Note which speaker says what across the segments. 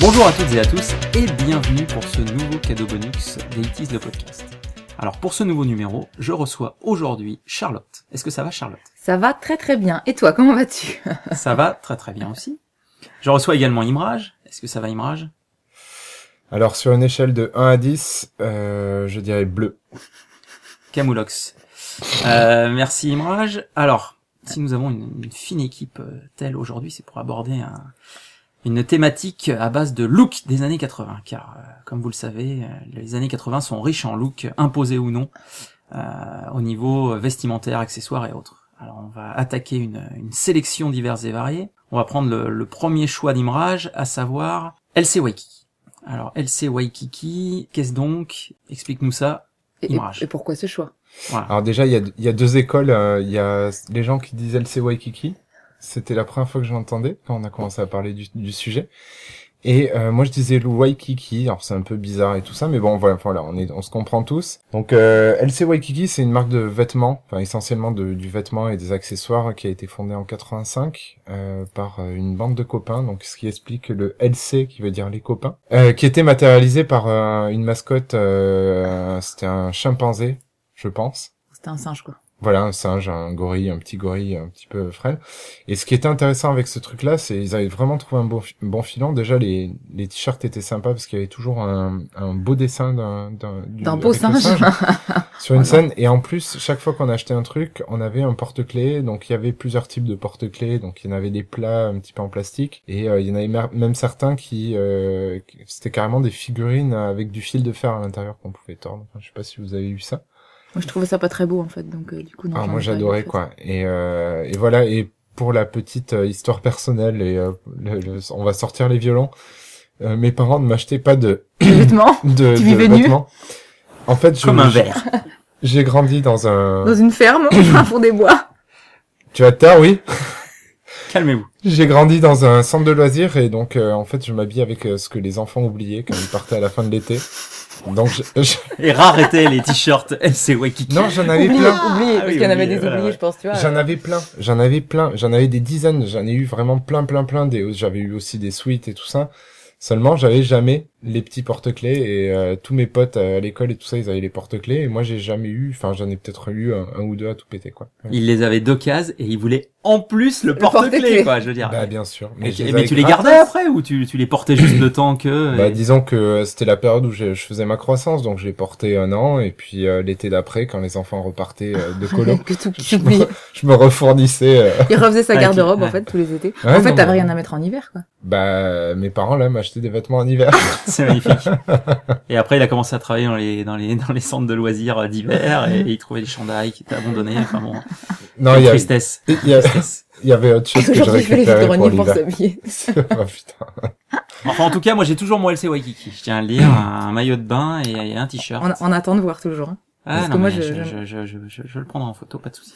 Speaker 1: Bonjour à toutes et à tous et bienvenue pour ce nouveau cadeau bonus d'Aitis le podcast. Alors pour ce nouveau numéro, je reçois aujourd'hui Charlotte. Est-ce que ça va Charlotte
Speaker 2: Ça va très très bien. Et toi, comment vas-tu
Speaker 1: Ça va très très bien aussi. Je reçois également Imrage. Est-ce que ça va Imrage
Speaker 3: Alors sur une échelle de 1 à 10, euh, je dirais bleu.
Speaker 1: Camoulox. Euh, merci Imrage. Alors, si nous avons une, une fine équipe euh, telle aujourd'hui, c'est pour aborder un, une thématique à base de look des années 80, car euh, comme vous le savez, euh, les années 80 sont riches en look, imposés ou non, euh, au niveau vestimentaire, accessoires et autres. Alors on va attaquer une, une sélection diverse et variée. On va prendre le, le premier choix d'Imrage, à savoir LC Waikiki. Alors LC Waikiki, qu'est-ce donc Explique-nous ça,
Speaker 2: et,
Speaker 1: Imrage.
Speaker 2: et pourquoi ce choix
Speaker 3: Alors déjà, il y a, il y a deux écoles. euh, Il y a les gens qui disent LC Waikiki. C'était la première fois que je l'entendais quand on a commencé à parler du, du sujet. Et euh, moi, je disais le Waikiki. Alors c'est un peu bizarre et tout ça, mais bon, voilà, voilà, on, est, on se comprend tous. Donc euh, LC Waikiki, c'est une marque de vêtements, enfin essentiellement de, du vêtement et des accessoires qui a été fondée en 85 euh, par euh, une bande de copains. Donc ce qui explique le LC qui veut dire les copains, euh, qui était matérialisé par euh, une mascotte. euh, C'était un chimpanzé, je pense.
Speaker 2: C'était un singe, quoi.
Speaker 3: Voilà, un singe, un gorille, un petit gorille un petit peu frêle. Et ce qui était intéressant avec ce truc-là, c'est ils avaient vraiment trouvé un bon, fi- bon filant. Déjà, les, les t-shirts étaient sympas parce qu'il y avait toujours un, un beau dessin d'un d'un du-
Speaker 2: D'un beau
Speaker 3: avec le
Speaker 2: singe.
Speaker 3: sur une
Speaker 2: Voilà.
Speaker 3: scène. Et en plus, chaque fois qu'on achetait un truc, on avait un porte-clés. Donc, il y avait plusieurs types de porte-clés. Donc, il y en avait des plats un petit peu en plastique. Et euh, il y en avait mer- même certains qui... euh, qui- C'était carrément des figurines avec du fil de fer à l'intérieur qu'on pouvait tordre. Enfin, je sais pas si vous avez vu ça.
Speaker 2: moi, je trouvais ça pas très beau, en fait. Donc, euh, du coup, non.
Speaker 3: Ah,
Speaker 2: j'en ai
Speaker 3: moi
Speaker 2: pas
Speaker 3: j'adorais
Speaker 2: eu, en fait.
Speaker 3: quoi. Et, euh, et voilà, et pour la petite euh, histoire personnelle, et, euh, le- le- on va sortir les violons. Euh, mes parents ne m'achetaient pas de,
Speaker 2: Les vêtements,
Speaker 3: de,
Speaker 2: Tu
Speaker 3: de
Speaker 2: vivais nu
Speaker 3: vêtements. En fait, je-
Speaker 1: Comme un
Speaker 3: j'ai-
Speaker 1: verre.
Speaker 3: j'ai grandi dans un...
Speaker 2: dans une ferme, au fin fond des bois.
Speaker 3: Tu vas tard, oui
Speaker 1: Calmez-vous.
Speaker 3: J'ai grandi dans un centre de loisirs et donc euh, en fait je m'habille avec euh, ce que les enfants oubliaient quand ils partaient à la fin de l'été. Donc je- je-
Speaker 1: Et rare étaient les t-shirts LC Waikiki.
Speaker 3: non, j'en avais
Speaker 2: Oublié,
Speaker 3: plein.
Speaker 2: oublié,
Speaker 1: Ah
Speaker 2: parce
Speaker 1: oui,
Speaker 2: qu'il y en avait
Speaker 1: oublié,
Speaker 2: des
Speaker 1: voilà,
Speaker 2: oubliés,
Speaker 1: ouais.
Speaker 2: je pense, tu vois.
Speaker 3: J'en avais plein, j'en avais plein, j'en avais des dizaines, j'en ai eu vraiment plein, plein, plein. Des, j'avais eu aussi des suites et tout ça. Seulement, j'avais jamais les petits porte-clés et euh, tous mes potes euh, à l'école et tout ça, ils avaient les porte-clés et moi j'ai jamais eu. Enfin, j'en ai peut-être eu un, un ou deux à tout péter quoi. Ouais.
Speaker 1: Il les avait d'occasion et il voulait en plus le porte-clés,
Speaker 2: porte-clés.
Speaker 1: quoi, je veux dire.
Speaker 3: Bah bien sûr.
Speaker 1: Mais,
Speaker 3: je
Speaker 1: mais
Speaker 3: avais
Speaker 1: tu les
Speaker 3: gratte-
Speaker 1: gardais après ou tu, tu les portais juste le temps que
Speaker 3: Bah
Speaker 1: et-
Speaker 3: disons que euh, c'était la période où je, je faisais ma croissance, donc je les portais un an et puis euh, l'été d'après, quand les enfants repartaient euh, de colo,
Speaker 2: que tout
Speaker 3: je
Speaker 2: qui
Speaker 3: me, je me refournissais. euh,
Speaker 2: Il refaisait sa
Speaker 1: Ah,
Speaker 2: garde-robe,
Speaker 1: qui-
Speaker 2: en fait, tous les étés.
Speaker 3: Ouais,
Speaker 2: en fait,
Speaker 3: non,
Speaker 2: t'avais
Speaker 3: mais-
Speaker 2: rien à mettre en hiver, quoi.
Speaker 3: Bah mes parents là m'achetaient des vêtements en hiver.
Speaker 1: c'est magnifique. et après il a commencé à travailler dans les dans les dans les centres de loisirs euh, d'hiver et, et il trouvait les chandails qui étaient abandonnés. Enfin bon,
Speaker 3: non,
Speaker 1: quelle
Speaker 3: il y a,
Speaker 1: tristesse.
Speaker 3: il y a-
Speaker 1: tristesse.
Speaker 3: Il y avait autre chose que je
Speaker 2: Aujourd'hui, je fais les
Speaker 3: récupérais pour
Speaker 2: hydronies pour
Speaker 3: l'hiver.
Speaker 2: s'habiller.
Speaker 3: oh putain.
Speaker 1: Enfin en tout cas moi j'ai toujours mon LC Waikiki. Je tiens à le dire, un maillot de bain et, et un t-shirt.
Speaker 2: On, on attend de voir toujours. hein.
Speaker 1: Ah
Speaker 2: que
Speaker 1: non
Speaker 2: moi,
Speaker 1: mais je
Speaker 2: je-
Speaker 1: je, je, je, je- je le prendrai en photo, pas de souci.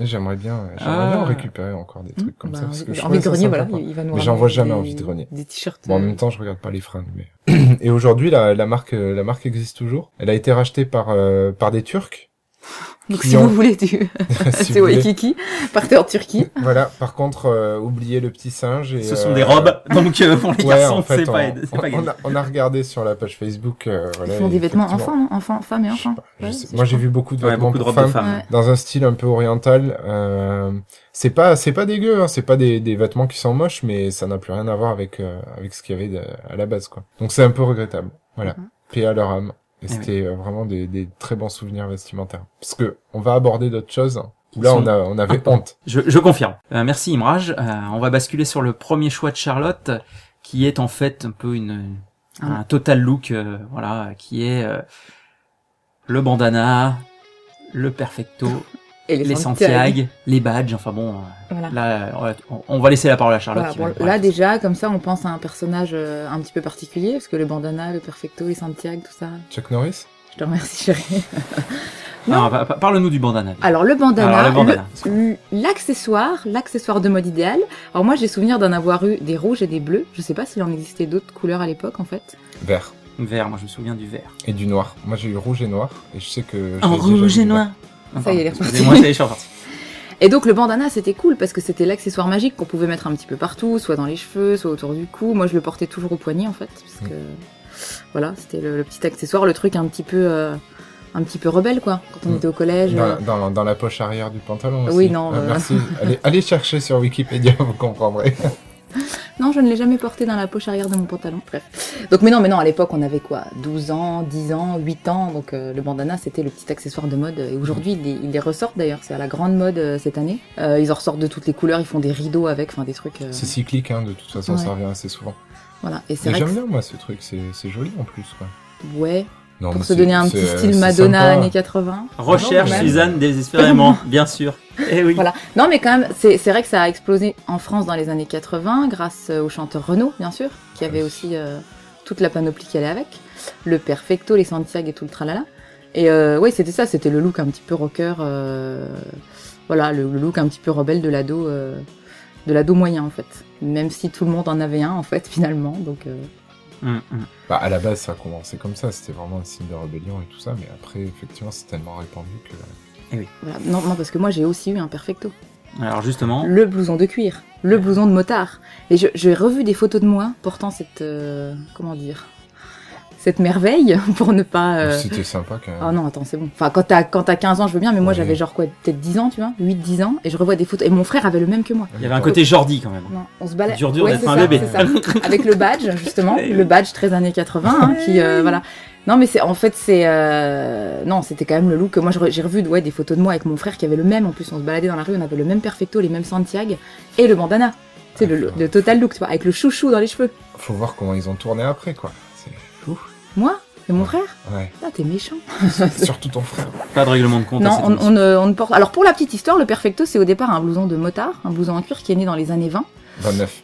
Speaker 3: J'aimerais bien, j'aimerais
Speaker 1: Ah.
Speaker 3: bien en récupérer encore des trucs comme
Speaker 2: Bah,
Speaker 3: ça. Parce que je
Speaker 2: en
Speaker 3: trouvais
Speaker 2: envie
Speaker 3: ça
Speaker 2: de grenier,
Speaker 3: sympa,
Speaker 2: voilà,
Speaker 3: quoi.
Speaker 2: il il va nous
Speaker 3: Mais j'en
Speaker 2: ramener
Speaker 3: vois jamais
Speaker 2: des-
Speaker 3: envie de grenier.
Speaker 2: Des t-shirts.
Speaker 3: Bon, en
Speaker 2: euh,
Speaker 3: même temps, je regarde pas les fringues, mais. Et aujourd'hui, la, la marque, euh, la marque existe toujours. Elle a été rachetée par, euh, par des Turcs.
Speaker 2: Donc,
Speaker 3: qui
Speaker 2: si
Speaker 3: ont-
Speaker 2: vous voulez du
Speaker 3: si
Speaker 2: c'est
Speaker 3: vous voulez.
Speaker 2: Waikiki, partez en Turquie.
Speaker 3: Voilà. Par contre, euh, oubliez le petit singe et.
Speaker 1: Ce sont
Speaker 3: euh,
Speaker 1: des robes, donc euh, pour les
Speaker 3: ouais,
Speaker 1: garçons
Speaker 3: en fait,
Speaker 1: c'est
Speaker 3: on,
Speaker 1: pas c'est
Speaker 3: on-
Speaker 1: pas gagné.
Speaker 3: on a, on a regardé sur la page Facebook. euh, voilà,
Speaker 2: Ils font des
Speaker 3: et
Speaker 2: vêtements
Speaker 3: effectivement,
Speaker 2: enfants, non Enfants, femmes et
Speaker 3: je sais
Speaker 2: enfants.
Speaker 3: pas, je
Speaker 2: Ouais,
Speaker 3: sais-
Speaker 2: c'est
Speaker 3: Moi, j'ai
Speaker 2: ça.
Speaker 3: vu beaucoup de
Speaker 1: Ouais,
Speaker 3: vêtements
Speaker 1: beaucoup de
Speaker 3: pour
Speaker 1: robes de
Speaker 3: femmes.
Speaker 1: femmes.
Speaker 2: Ouais.
Speaker 3: dans un style un peu oriental. Euh, c'est pas c'est pas dégueu, hein, c'est pas des, des vêtements qui sont moches, mais ça n'a plus rien à voir avec euh, avec ce qu'il y avait de- à la base quoi. Donc c'est un peu regrettable. Voilà.
Speaker 2: Mhm.
Speaker 3: Paix à leur âme. Et
Speaker 1: Eh
Speaker 3: c'était euh, vraiment des, des très bons souvenirs vestimentaires. Parce que on va aborder d'autres choses. hein, où Là
Speaker 1: Qui
Speaker 3: on
Speaker 1: sont Ah,
Speaker 3: a on avait honte.
Speaker 1: Je, je confirme. Euh, merci Imrage. Euh, on va basculer sur le premier choix de Charlotte, qui est en fait un peu une
Speaker 2: Ah.
Speaker 1: un total look, euh, voilà, qui est euh, le bandana, le perfecto,
Speaker 2: Et les,
Speaker 1: les
Speaker 2: Santiago.
Speaker 1: Santiago, les badges, enfin bon, euh,
Speaker 2: Voilà.
Speaker 1: là, on va- on, on va laisser la parole à Charlotte.
Speaker 2: Voilà,
Speaker 1: qui
Speaker 2: bon,
Speaker 1: va nous
Speaker 2: là
Speaker 1: parler.
Speaker 2: déjà, comme ça, on pense à un personnage euh, un petit peu particulier, parce que le bandana, le perfecto, les Santiago, tout ça.
Speaker 3: Chuck Norris
Speaker 2: Je te remercie, chérie.
Speaker 1: Non, pa- pa- parle-nous du bandana.
Speaker 2: Alors le bandana,
Speaker 1: Alors, le bandana.
Speaker 2: le- l'accessoire, l'accessoire de mode idéal. Alors moi, j'ai souvenir d'en avoir eu des rouges et des bleus. Je sais pas s'il en existait d'autres couleurs à l'époque, en fait.
Speaker 3: Vert.
Speaker 1: Vert, moi je me souviens du vert.
Speaker 3: Et du noir. Moi, j'ai eu rouge et noir. Et je sais que. je
Speaker 1: En
Speaker 3: l'ai déjà
Speaker 1: rouge
Speaker 3: vu
Speaker 1: et
Speaker 3: là.
Speaker 1: noir.
Speaker 2: Ça y est, elle est repartie.
Speaker 1: Excusez-moi, ça y est, je suis reparti.
Speaker 2: Et donc le bandana, c'était cool parce que c'était l'accessoire magique qu'on pouvait mettre un petit peu partout, soit dans les cheveux, soit autour du cou. Moi, je le portais toujours au poignet en fait, parce que voilà, c'était le, le petit accessoire, le truc un petit peu, euh, un petit peu rebelle quoi, quand on
Speaker 3: Mm.
Speaker 2: était au collège.
Speaker 3: Dans,
Speaker 2: euh,
Speaker 3: la- dans la- dans la poche arrière du pantalon aussi.
Speaker 2: Oui, non,
Speaker 3: Ah,
Speaker 2: euh.
Speaker 3: Merci. allez, allez chercher sur Wikipédia, vous comprendrez.
Speaker 2: Non, je ne l'ai jamais porté dans la poche arrière de mon pantalon. Bref. Donc, mais non, mais non, à l'époque, on avait quoi 12 ans, 10 ans, 8 ans. Donc, euh, le bandana, c'était le petit accessoire de mode. Et aujourd'hui, ils, les- ils les ressortent d'ailleurs. C'est à la grande mode euh, cette année. Euh, ils en ressortent de toutes les couleurs. Ils font des rideaux avec, enfin des trucs. euh,
Speaker 3: C'est cyclique, hein, de toute façon, ça
Speaker 2: Ouais.
Speaker 3: revient assez souvent.
Speaker 2: voilà. Et c'est
Speaker 3: Mais
Speaker 2: vrai.
Speaker 3: j'aime
Speaker 2: Que
Speaker 3: bien, moi, ce truc. C'est c'est joli en plus, quoi.
Speaker 2: c'est- ouais.
Speaker 3: Non,
Speaker 2: Pour
Speaker 3: mais
Speaker 2: se
Speaker 3: c'est-
Speaker 2: donner un
Speaker 3: c'est-
Speaker 2: petit
Speaker 3: euh,
Speaker 2: style
Speaker 3: c'est
Speaker 2: Madonna
Speaker 3: sympa.
Speaker 2: années 80.
Speaker 1: Ah Recherche
Speaker 2: Non, mais-
Speaker 1: Suzanne désespérément, bien sûr. Eh oui.
Speaker 2: Voilà. Non, mais quand même, c'est c'est vrai que ça a explosé en France dans les années 80 grâce euh, au chanteur Renaud, bien sûr, qui avait
Speaker 3: Ouais.
Speaker 2: aussi euh, toute la panoplie qui allait avec, le perfecto, les Santiago et tout le tralala. Et euh, ouais, c'était ça, c'était le look un petit peu rocker, euh, voilà, le, le look un petit peu rebelle de l'ado, euh, de l'ado moyen en fait. Même si tout le monde en avait un en fait finalement, donc euh,
Speaker 1: Hum, hum.
Speaker 3: Bah, à la base, ça a commencé comme ça. C'était vraiment un signe de rébellion et tout ça. Mais après, effectivement, c'est tellement répandu que.
Speaker 2: voilà. Non, non, parce que moi j'ai aussi eu un perfecto.
Speaker 1: Alors justement,
Speaker 2: le blouson de cuir, le blouson de motard. Et je- j'ai revu des photos de moi portant cette euh, comment dire cette merveille pour ne pas. euh,
Speaker 3: C'était sympa quand même.
Speaker 2: Oh non, attends, c'est bon. Enfin, quand t'as quand t'as 15 ans, je veux bien, mais moi
Speaker 3: Ouais.
Speaker 2: j'avais genre quoi, peut-être 10 ans, tu vois, 8-10 ans, et je revois des photos. Et mon frère avait le même que moi.
Speaker 1: il y avait un côté Jordi quand même.
Speaker 2: Euh, Non, on se balade.
Speaker 1: Dur dur
Speaker 2: Ouais,
Speaker 1: d'être
Speaker 2: c'est
Speaker 1: un
Speaker 2: ça,
Speaker 1: bébé.
Speaker 2: c'est ça. Avec le badge, justement,
Speaker 1: Ouais.
Speaker 2: le badge 13 années 80, hein, qui euh, voilà. Non, mais c'est en fait c'est euh, non, c'était quand même le look que moi je re- j'ai revu ouais, des photos de moi avec mon frère qui avait le même. En plus, on se baladait dans la rue, on avait le même perfecto, les mêmes Santiago et le bandana. C'est le, le- le total look, tu vois, avec le chouchou dans les cheveux.
Speaker 3: Faut voir comment ils ont tourné après, quoi. C'est fou.
Speaker 2: Moi et mon frère
Speaker 3: Ouais.
Speaker 2: Ah, t'es méchant.
Speaker 3: Surtout ton frère.
Speaker 1: Pas de règlement de compte. à
Speaker 2: Non,
Speaker 1: cette
Speaker 2: on,
Speaker 1: émission.
Speaker 2: on ne- on ne porte. Alors pour la petite histoire, le perfecto, c'est au départ un blouson de motard, un blouson en cuir qui est né dans les années 20,
Speaker 3: 29.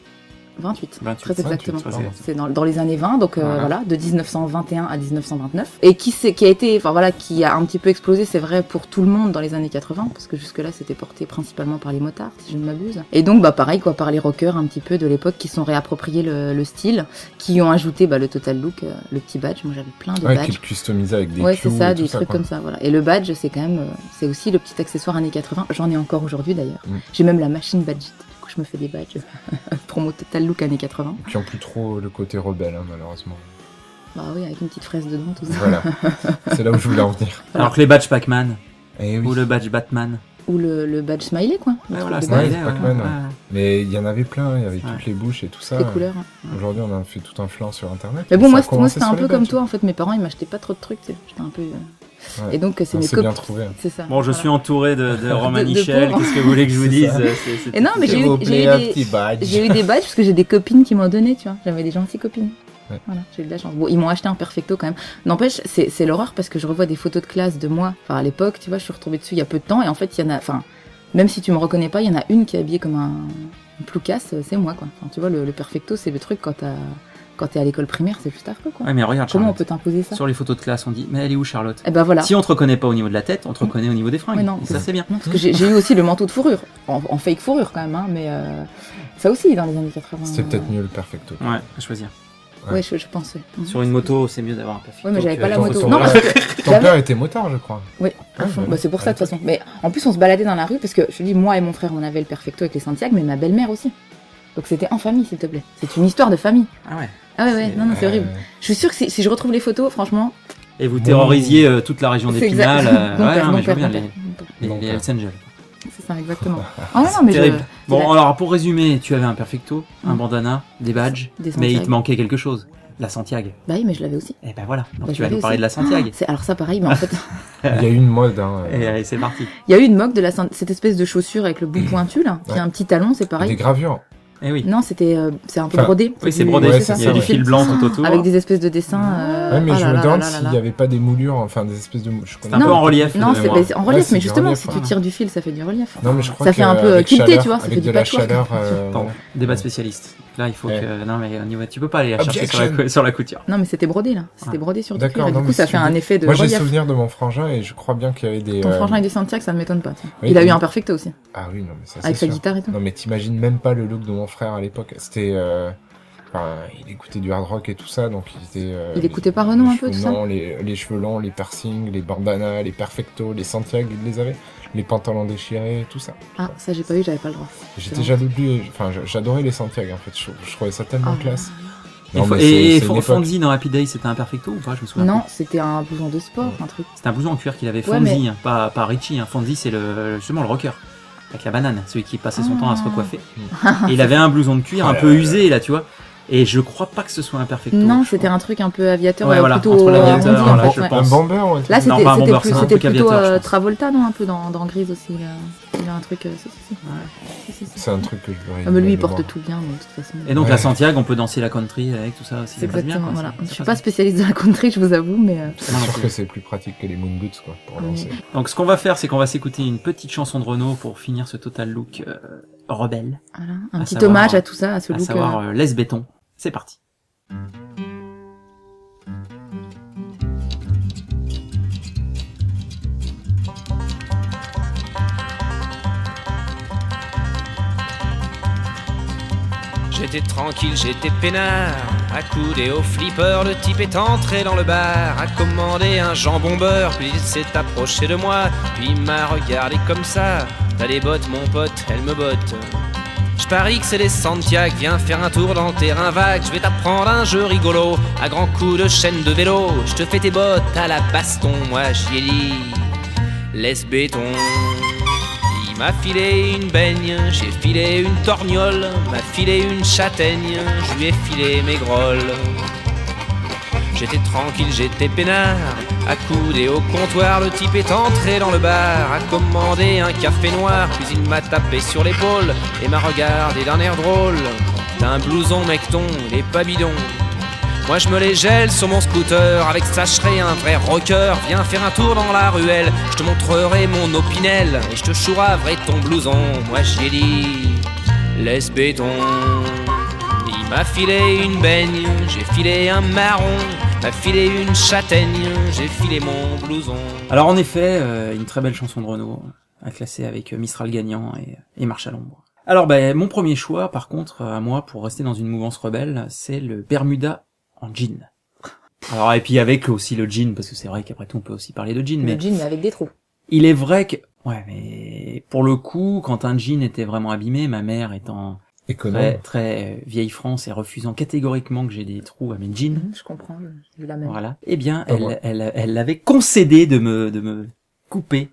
Speaker 2: 28.
Speaker 1: 28,
Speaker 2: Très
Speaker 1: 28,
Speaker 2: exactement.
Speaker 1: ça, c'est-
Speaker 2: C'est dans, dans les années 20, donc euh,
Speaker 1: Voilà.
Speaker 2: voilà. de 1921 à 1929, et qui, s'est- qui a été, enfin voilà, qui a un petit peu explosé, c'est vrai, pour tout le monde dans les années 80, parce que jusque-là, c'était porté principalement par les motards, si je ne m'abuse. Et donc, bah pareil, quoi, par les rockers un petit peu de l'époque qui se sont réappropriés le, le style, qui ont ajouté bah, le total look, euh, le petit badge. Moi, j'avais plein de
Speaker 3: Ouais,
Speaker 2: badges.
Speaker 3: qu'ils customisaient avec des
Speaker 2: Ouais,
Speaker 3: clous
Speaker 2: c'est
Speaker 3: et
Speaker 2: ça,
Speaker 3: tout
Speaker 2: des trucs
Speaker 3: quoi.
Speaker 2: comme ça, voilà. Et le badge, c'est quand même, euh, c'est aussi le petit accessoire années 80. J'en ai encore aujourd'hui d'ailleurs.
Speaker 3: Mm.
Speaker 2: J'ai même la machine badgite. Du coup, je me fais des badges pour mon total look années 80.
Speaker 3: Qui ont plus trop le côté rebelle, hein, malheureusement.
Speaker 2: Bah oui, avec une petite fraise dedans, tout ça.
Speaker 3: Voilà. c'est là où je voulais en venir.
Speaker 1: Alors que les badges Pac-Man
Speaker 3: Eh oui.
Speaker 1: ou le badge Batman.
Speaker 2: Ou le, le badge smiley, quoi. Le
Speaker 1: Ouais,
Speaker 2: truc
Speaker 1: voilà,
Speaker 2: de
Speaker 1: c'est
Speaker 3: Ouais,
Speaker 2: base.
Speaker 1: une idée,
Speaker 3: Pac-Man,
Speaker 1: ouais.
Speaker 3: ouais. Mais il y en avait plein, hein, il y avait
Speaker 1: Ouais.
Speaker 3: toutes les bouches et tout ça.
Speaker 2: les couleurs. hein.
Speaker 3: Aujourd'hui, on a fait tout un flanc sur Internet.
Speaker 2: Mais bon,
Speaker 3: Ça
Speaker 2: moi,
Speaker 3: a
Speaker 2: c'était- moi
Speaker 3: commencé
Speaker 2: c'était un
Speaker 3: sur
Speaker 2: peu
Speaker 3: les
Speaker 2: comme
Speaker 3: badges.
Speaker 2: toi, en fait. Mes parents, ils m'achètaient pas trop de trucs, tu sais. J'étais un peu. euh,
Speaker 3: Ouais.
Speaker 2: Et donc, c'est
Speaker 3: On
Speaker 2: mes
Speaker 3: s'est bien
Speaker 2: copines.
Speaker 3: trouvé. hein.
Speaker 2: C'est ça.
Speaker 1: Bon, je
Speaker 2: Voilà.
Speaker 1: suis entouré de, de Romain
Speaker 2: De- de
Speaker 1: Michel.
Speaker 2: pauvres.
Speaker 1: Qu'est-ce que vous voulez que je vous
Speaker 3: C'est
Speaker 1: dise
Speaker 3: ça.
Speaker 1: euh, c'est- c'est-
Speaker 2: Et non, mais
Speaker 1: c'est-
Speaker 2: j'ai
Speaker 3: S'il
Speaker 2: eu-
Speaker 3: vous
Speaker 2: j'ai
Speaker 3: plaît,
Speaker 2: eu
Speaker 3: un
Speaker 2: des-
Speaker 3: petit badge.
Speaker 2: J'ai eu des badges parce que j'ai des copines qui m'en donnaient, tu vois. J'avais des gentilles copines.
Speaker 3: Ouais.
Speaker 2: Voilà, j'ai eu de la chance. Bon, ils m'ont acheté un perfecto quand même. N'empêche, c'est c'est l'horreur parce que je revois des photos de classe de moi. Enfin, à l'époque, tu vois, je suis retombée dessus il y a peu de temps et en fait, il y en a. Enfin, même si tu me reconnais pas, il y en a une qui est habillée comme un une ploucasse, euh, c'est moi, quoi. Enfin, tu vois, le, le perfecto, c'est le truc quand t'as quand t'es à l'école primaire, c'est juste affreux, quoi.
Speaker 1: Ouais, mais regarde,
Speaker 2: Comment on
Speaker 1: Charlotte.
Speaker 2: peut t'imposer ça
Speaker 1: Sur les photos de classe, on dit Mais elle est où, Charlotte
Speaker 2: Eh ben voilà.
Speaker 1: Si on te reconnaît pas au niveau de la tête, on te reconnaît au niveau des fringues.
Speaker 2: Ouais, non.
Speaker 1: Et ça, c'est bien.
Speaker 2: Non, parce que j'ai j'ai eu aussi le manteau de fourrure, en, en fake fourrure quand même, hein, mais euh, ça aussi dans les années 80.
Speaker 3: C'était
Speaker 2: euh,
Speaker 3: peut-être mieux le perfecto.
Speaker 1: Ouais, à choisir.
Speaker 2: Ouais, je, je pense. ouais. Mhm.
Speaker 1: Sur une moto, c'est mieux d'avoir un perfecto.
Speaker 2: Ouais, mais j'avais
Speaker 1: que-
Speaker 2: pas la
Speaker 1: qu'un
Speaker 3: Ton-
Speaker 2: moto.
Speaker 1: photo.
Speaker 3: Ton,
Speaker 2: Non,
Speaker 3: père,
Speaker 2: parce
Speaker 3: ton
Speaker 2: j'avais-
Speaker 3: père était motard, je crois.
Speaker 2: Ah bah. Oui, à
Speaker 3: Ouais,
Speaker 2: fond.
Speaker 3: ouais.
Speaker 2: Bah, c'est pour ça de toute façon. Mais en plus, on se baladait dans la rue parce que je te dis, moi et mon frère, on avait le perfecto avec les Santiago, mais ma belle-mère aussi. Donc c'était en famille, s'il te plaît. C'est une histoire de famille.
Speaker 1: Ah ouais.
Speaker 2: Ah ouais, ouais,
Speaker 1: C'est-
Speaker 2: non, non, c'est
Speaker 3: Euh,
Speaker 2: horrible. Je suis sûre que si, si je retrouve les photos, franchement,
Speaker 1: Et vous terrorisiez euh, toute la région
Speaker 2: c'est exact.
Speaker 1: d'Épinal. euh,
Speaker 2: Mon
Speaker 1: Ouais,
Speaker 2: père,
Speaker 1: non,
Speaker 2: mon
Speaker 1: mais je
Speaker 2: père,
Speaker 1: reviens
Speaker 2: mon
Speaker 1: les
Speaker 2: père, mon père.
Speaker 1: les-
Speaker 3: Mon
Speaker 1: les
Speaker 3: père.
Speaker 1: Hells Angels.
Speaker 2: euh, C'est ça, exactement. Ah non, non, mais je-
Speaker 1: Terrible.
Speaker 2: c'est
Speaker 1: Bon,
Speaker 2: la-
Speaker 1: alors pour résumer, tu avais un perfecto, un
Speaker 2: Mm.
Speaker 1: bandana, des badges, mais
Speaker 2: Des
Speaker 1: il
Speaker 2: Santiago.
Speaker 1: te manquait quelque chose. La Santiago.
Speaker 2: Bah oui, mais je l'avais aussi.
Speaker 1: Et ben voilà. Donc
Speaker 2: Bah,
Speaker 1: tu
Speaker 2: je
Speaker 1: vas
Speaker 2: l'avais
Speaker 1: nous parler
Speaker 2: aussi.
Speaker 1: de la Santiago.
Speaker 2: Ah, c'est- alors ça, pareil, mais en fait,
Speaker 3: Il y a eu une mode. Hein,
Speaker 1: Et
Speaker 3: euh,
Speaker 1: allez, c'est parti.
Speaker 2: il y a eu une moque de la, San- cette espèce de chaussure avec le bout pointu, là, qui
Speaker 3: Ouais.
Speaker 2: a un petit talon, c'est
Speaker 3: Des
Speaker 2: pareil.
Speaker 3: gravures.
Speaker 1: Eh oui.
Speaker 2: Non, c'était, euh, c'est un peu
Speaker 3: Enfin,
Speaker 2: brodé.
Speaker 1: Oui, c'est
Speaker 2: du-
Speaker 1: brodé.
Speaker 3: Ouais,
Speaker 2: c'est ça,
Speaker 1: il y a
Speaker 3: c'est
Speaker 1: du
Speaker 3: vrai.
Speaker 1: fil blanc tout autour.
Speaker 2: Avec des espèces de dessins. euh,
Speaker 3: Ouais, mais
Speaker 2: oh
Speaker 3: je
Speaker 2: là
Speaker 3: me
Speaker 2: là
Speaker 3: demande
Speaker 2: là là
Speaker 3: s'il
Speaker 2: là.
Speaker 3: n'y avait pas des moulures, enfin des espèces de. mou- Je connais
Speaker 1: C'est un
Speaker 3: pas.
Speaker 1: peu en relief. euh,
Speaker 2: Non,
Speaker 1: de
Speaker 2: c'est
Speaker 1: mémoire.
Speaker 2: bah, c'est- en relief,
Speaker 3: Ouais, c'est
Speaker 2: mais
Speaker 3: du
Speaker 2: justement,
Speaker 3: relief,
Speaker 2: si
Speaker 3: ouais.
Speaker 2: tu tires du fil, ça fait du relief.
Speaker 3: Non, mais je crois
Speaker 2: Ça fait un
Speaker 3: que
Speaker 2: peu, euh,
Speaker 3: avec
Speaker 2: quilté,
Speaker 3: chaleur-
Speaker 2: tu vois, ça
Speaker 3: avec
Speaker 2: fait
Speaker 3: de
Speaker 2: du
Speaker 3: la
Speaker 2: patchwork.
Speaker 3: chaleur. euh,
Speaker 1: Attends,
Speaker 3: voilà.
Speaker 1: débat de spécialiste. Donc Là, il faut
Speaker 3: Ouais.
Speaker 1: que non mais au niveau- tu peux pas aller la chercher sur la,
Speaker 3: Objection.
Speaker 1: cou- sur la couture.
Speaker 2: Non, mais c'était brodé là. C'était
Speaker 1: Ah.
Speaker 2: brodé sur du
Speaker 3: D'accord,
Speaker 2: cuir. Et
Speaker 3: non,
Speaker 2: du coup,
Speaker 3: mais
Speaker 2: ça
Speaker 3: si
Speaker 2: fait
Speaker 3: tu
Speaker 2: un
Speaker 3: dis-
Speaker 2: effet de
Speaker 3: Moi j'ai
Speaker 2: relief.
Speaker 3: souvenir de mon frangin et je crois bien qu'il y avait des.
Speaker 2: Ton
Speaker 3: euh,
Speaker 2: frangin avec du Santiago, ça ne m'étonne pas. tiens.
Speaker 3: Oui,
Speaker 2: il a eu
Speaker 3: oui.
Speaker 2: un perfecto aussi,
Speaker 3: Ah oui, non, mais ça c'est
Speaker 2: avec sa
Speaker 3: sûr.
Speaker 2: guitare et tout.
Speaker 3: Non, mais t'imagines même pas le look de mon frère à l'époque. C'était. euh, Enfin, il écoutait du hard rock et tout ça, donc il était. euh,
Speaker 2: Il
Speaker 3: les-
Speaker 2: écoutait pas Renaud
Speaker 3: les
Speaker 2: un peu, tout
Speaker 3: cheveux
Speaker 2: ça
Speaker 3: longs, les, les cheveux longs, les piercings, les bandanas, les perfectos, les Santiago, il les avait. Les pantalons déchirés, tout ça.
Speaker 2: Ah, ça j'ai pas eu, j'avais pas le droit.
Speaker 3: J'étais
Speaker 2: vrai.
Speaker 3: jaloux de lui, enfin je- j'adorais les Santiago en fait, je, je trouvais ça tellement
Speaker 2: Ah.
Speaker 3: classe.
Speaker 1: Il faut-
Speaker 3: mais c'est-
Speaker 1: et
Speaker 3: c'est
Speaker 1: et
Speaker 3: une époque.
Speaker 1: Fonzie dans Happy Days, c'était un perfecto ou pas Je me souviens.
Speaker 2: Non,
Speaker 1: plus.
Speaker 2: c'était un blouson de sport, un truc.
Speaker 1: C'était un blouson en cuir qu'il avait
Speaker 2: Ouais,
Speaker 1: Fonzie,
Speaker 2: mais-
Speaker 1: hein, pas pas Richie. Hein. Fonzie, c'est le justement le rocker avec la banane, celui qui passait son
Speaker 2: Ah.
Speaker 1: temps à se recoiffer. Et il avait un blouson de cuir un
Speaker 3: Oh là
Speaker 1: peu
Speaker 3: là
Speaker 1: usé là, tu vois. Et je crois pas que ce soit un perfecto.
Speaker 2: Non,
Speaker 1: je crois.
Speaker 2: c'était un truc un peu aviateur,
Speaker 1: Ouais,
Speaker 2: euh,
Speaker 1: voilà,
Speaker 2: plutôt
Speaker 1: entre
Speaker 2: arrondi
Speaker 1: l'aviateur,
Speaker 2: en
Speaker 1: hein, là,
Speaker 2: fait,
Speaker 1: je
Speaker 2: ouais.
Speaker 3: Un
Speaker 1: pense.
Speaker 3: bomber ouais.
Speaker 2: Là,
Speaker 1: Non,
Speaker 2: c'était
Speaker 1: pas un
Speaker 2: c'était
Speaker 1: bomber,
Speaker 2: plus-
Speaker 1: c'est un
Speaker 2: c'était
Speaker 1: truc
Speaker 2: plutôt
Speaker 1: aviateur, je
Speaker 2: euh,
Speaker 1: pense.
Speaker 2: Travolta, non, un peu dans, dans Grise aussi. Il a, il a un truc. euh, si, si, si. Si, si, si.
Speaker 3: C'est un truc que je voudrais.
Speaker 2: Ah, mais lui, il
Speaker 3: mémoire.
Speaker 2: porte tout bien, donc, de toute façon.
Speaker 1: Et donc
Speaker 3: Ouais.
Speaker 1: la Santiago, on peut danser la country avec tout ça aussi.
Speaker 2: C'est
Speaker 1: ça passe bien,
Speaker 2: exactement,
Speaker 1: quoi,
Speaker 2: voilà.
Speaker 1: ça-
Speaker 2: Je
Speaker 1: ça
Speaker 2: suis
Speaker 1: passe
Speaker 2: pas spécialiste de la country, je vous avoue, mais. euh,
Speaker 1: bien.
Speaker 3: C'est sûr que c'est plus pratique que les moon boots quoi pour
Speaker 2: Oui.
Speaker 3: lancer.
Speaker 1: Donc ce qu'on va faire, c'est qu'on va s'écouter une petite chanson de Renault pour finir ce total look euh, rebelle,
Speaker 2: Voilà, un
Speaker 1: À
Speaker 2: petit
Speaker 1: savoir,
Speaker 2: hommage à tout ça, à ce
Speaker 1: à
Speaker 2: look.
Speaker 1: savoir
Speaker 2: euh,
Speaker 1: euh, laisse béton. C'est parti.
Speaker 4: J'étais tranquille, j'étais peinard. Accoudé au flipper, le type est entré dans le bar, a commandé un jambon beurre, puis il s'est approché de moi, puis il m'a regardé comme ça. T'as des bottes, mon pote, elle me botte. Je parie que c'est des Santiago, viens faire un tour dans le terrain vague, je vais t'apprendre un jeu rigolo, à grands coups de chaîne de vélo, je te fais tes bottes à la baston, moi j'y ai dit. Laisse béton. Il m'a filé une baigne, j'ai filé une torgnole, m'a filé une châtaigne, je lui ai filé mes grolles. J'étais tranquille, j'étais peinard, accoudé au comptoir, le type est entré dans le bar, a commandé un café noir, puis il m'a tapé sur l'épaule et m'a regardé d'un air drôle. T'as un blouson mecton, il est pas bidon, moi je me les gèle sur mon scooter Avec sa serai un vrai rocker Viens faire un tour dans la ruelle Je te montrerai mon opinel Et je te chouravrai ton blouson Moi j'y ai dit Laisse béton Il m'a filé une baigne J'ai filé un marron M'a filé une châtaigne J'ai filé mon blouson
Speaker 1: Alors en effet, euh, une très belle chanson de Renault à classer avec euh, Mistral gagnant et, et Marche à l'ombre. Alors ben, mon premier choix, par contre, euh, à moi, pour rester dans une mouvance rebelle, c'est le Bermuda en jean. Alors et puis avec aussi le jean, parce que c'est vrai qu'après tout on peut aussi parler de jean, euh, mais
Speaker 2: Le jean, mais avec des trous.
Speaker 1: il est vrai que... Ouais, mais pour le coup, quand un jean était vraiment abîmé, ma mère étant
Speaker 3: Économe.
Speaker 1: très, très euh, vieille France et refusant catégoriquement que j'ai des trous à mes jeans,
Speaker 2: Je comprends, j'ai la même.
Speaker 1: voilà. Eh bien,
Speaker 3: Pas moi.
Speaker 1: elle, elle, elle avait concédé de me, de me couper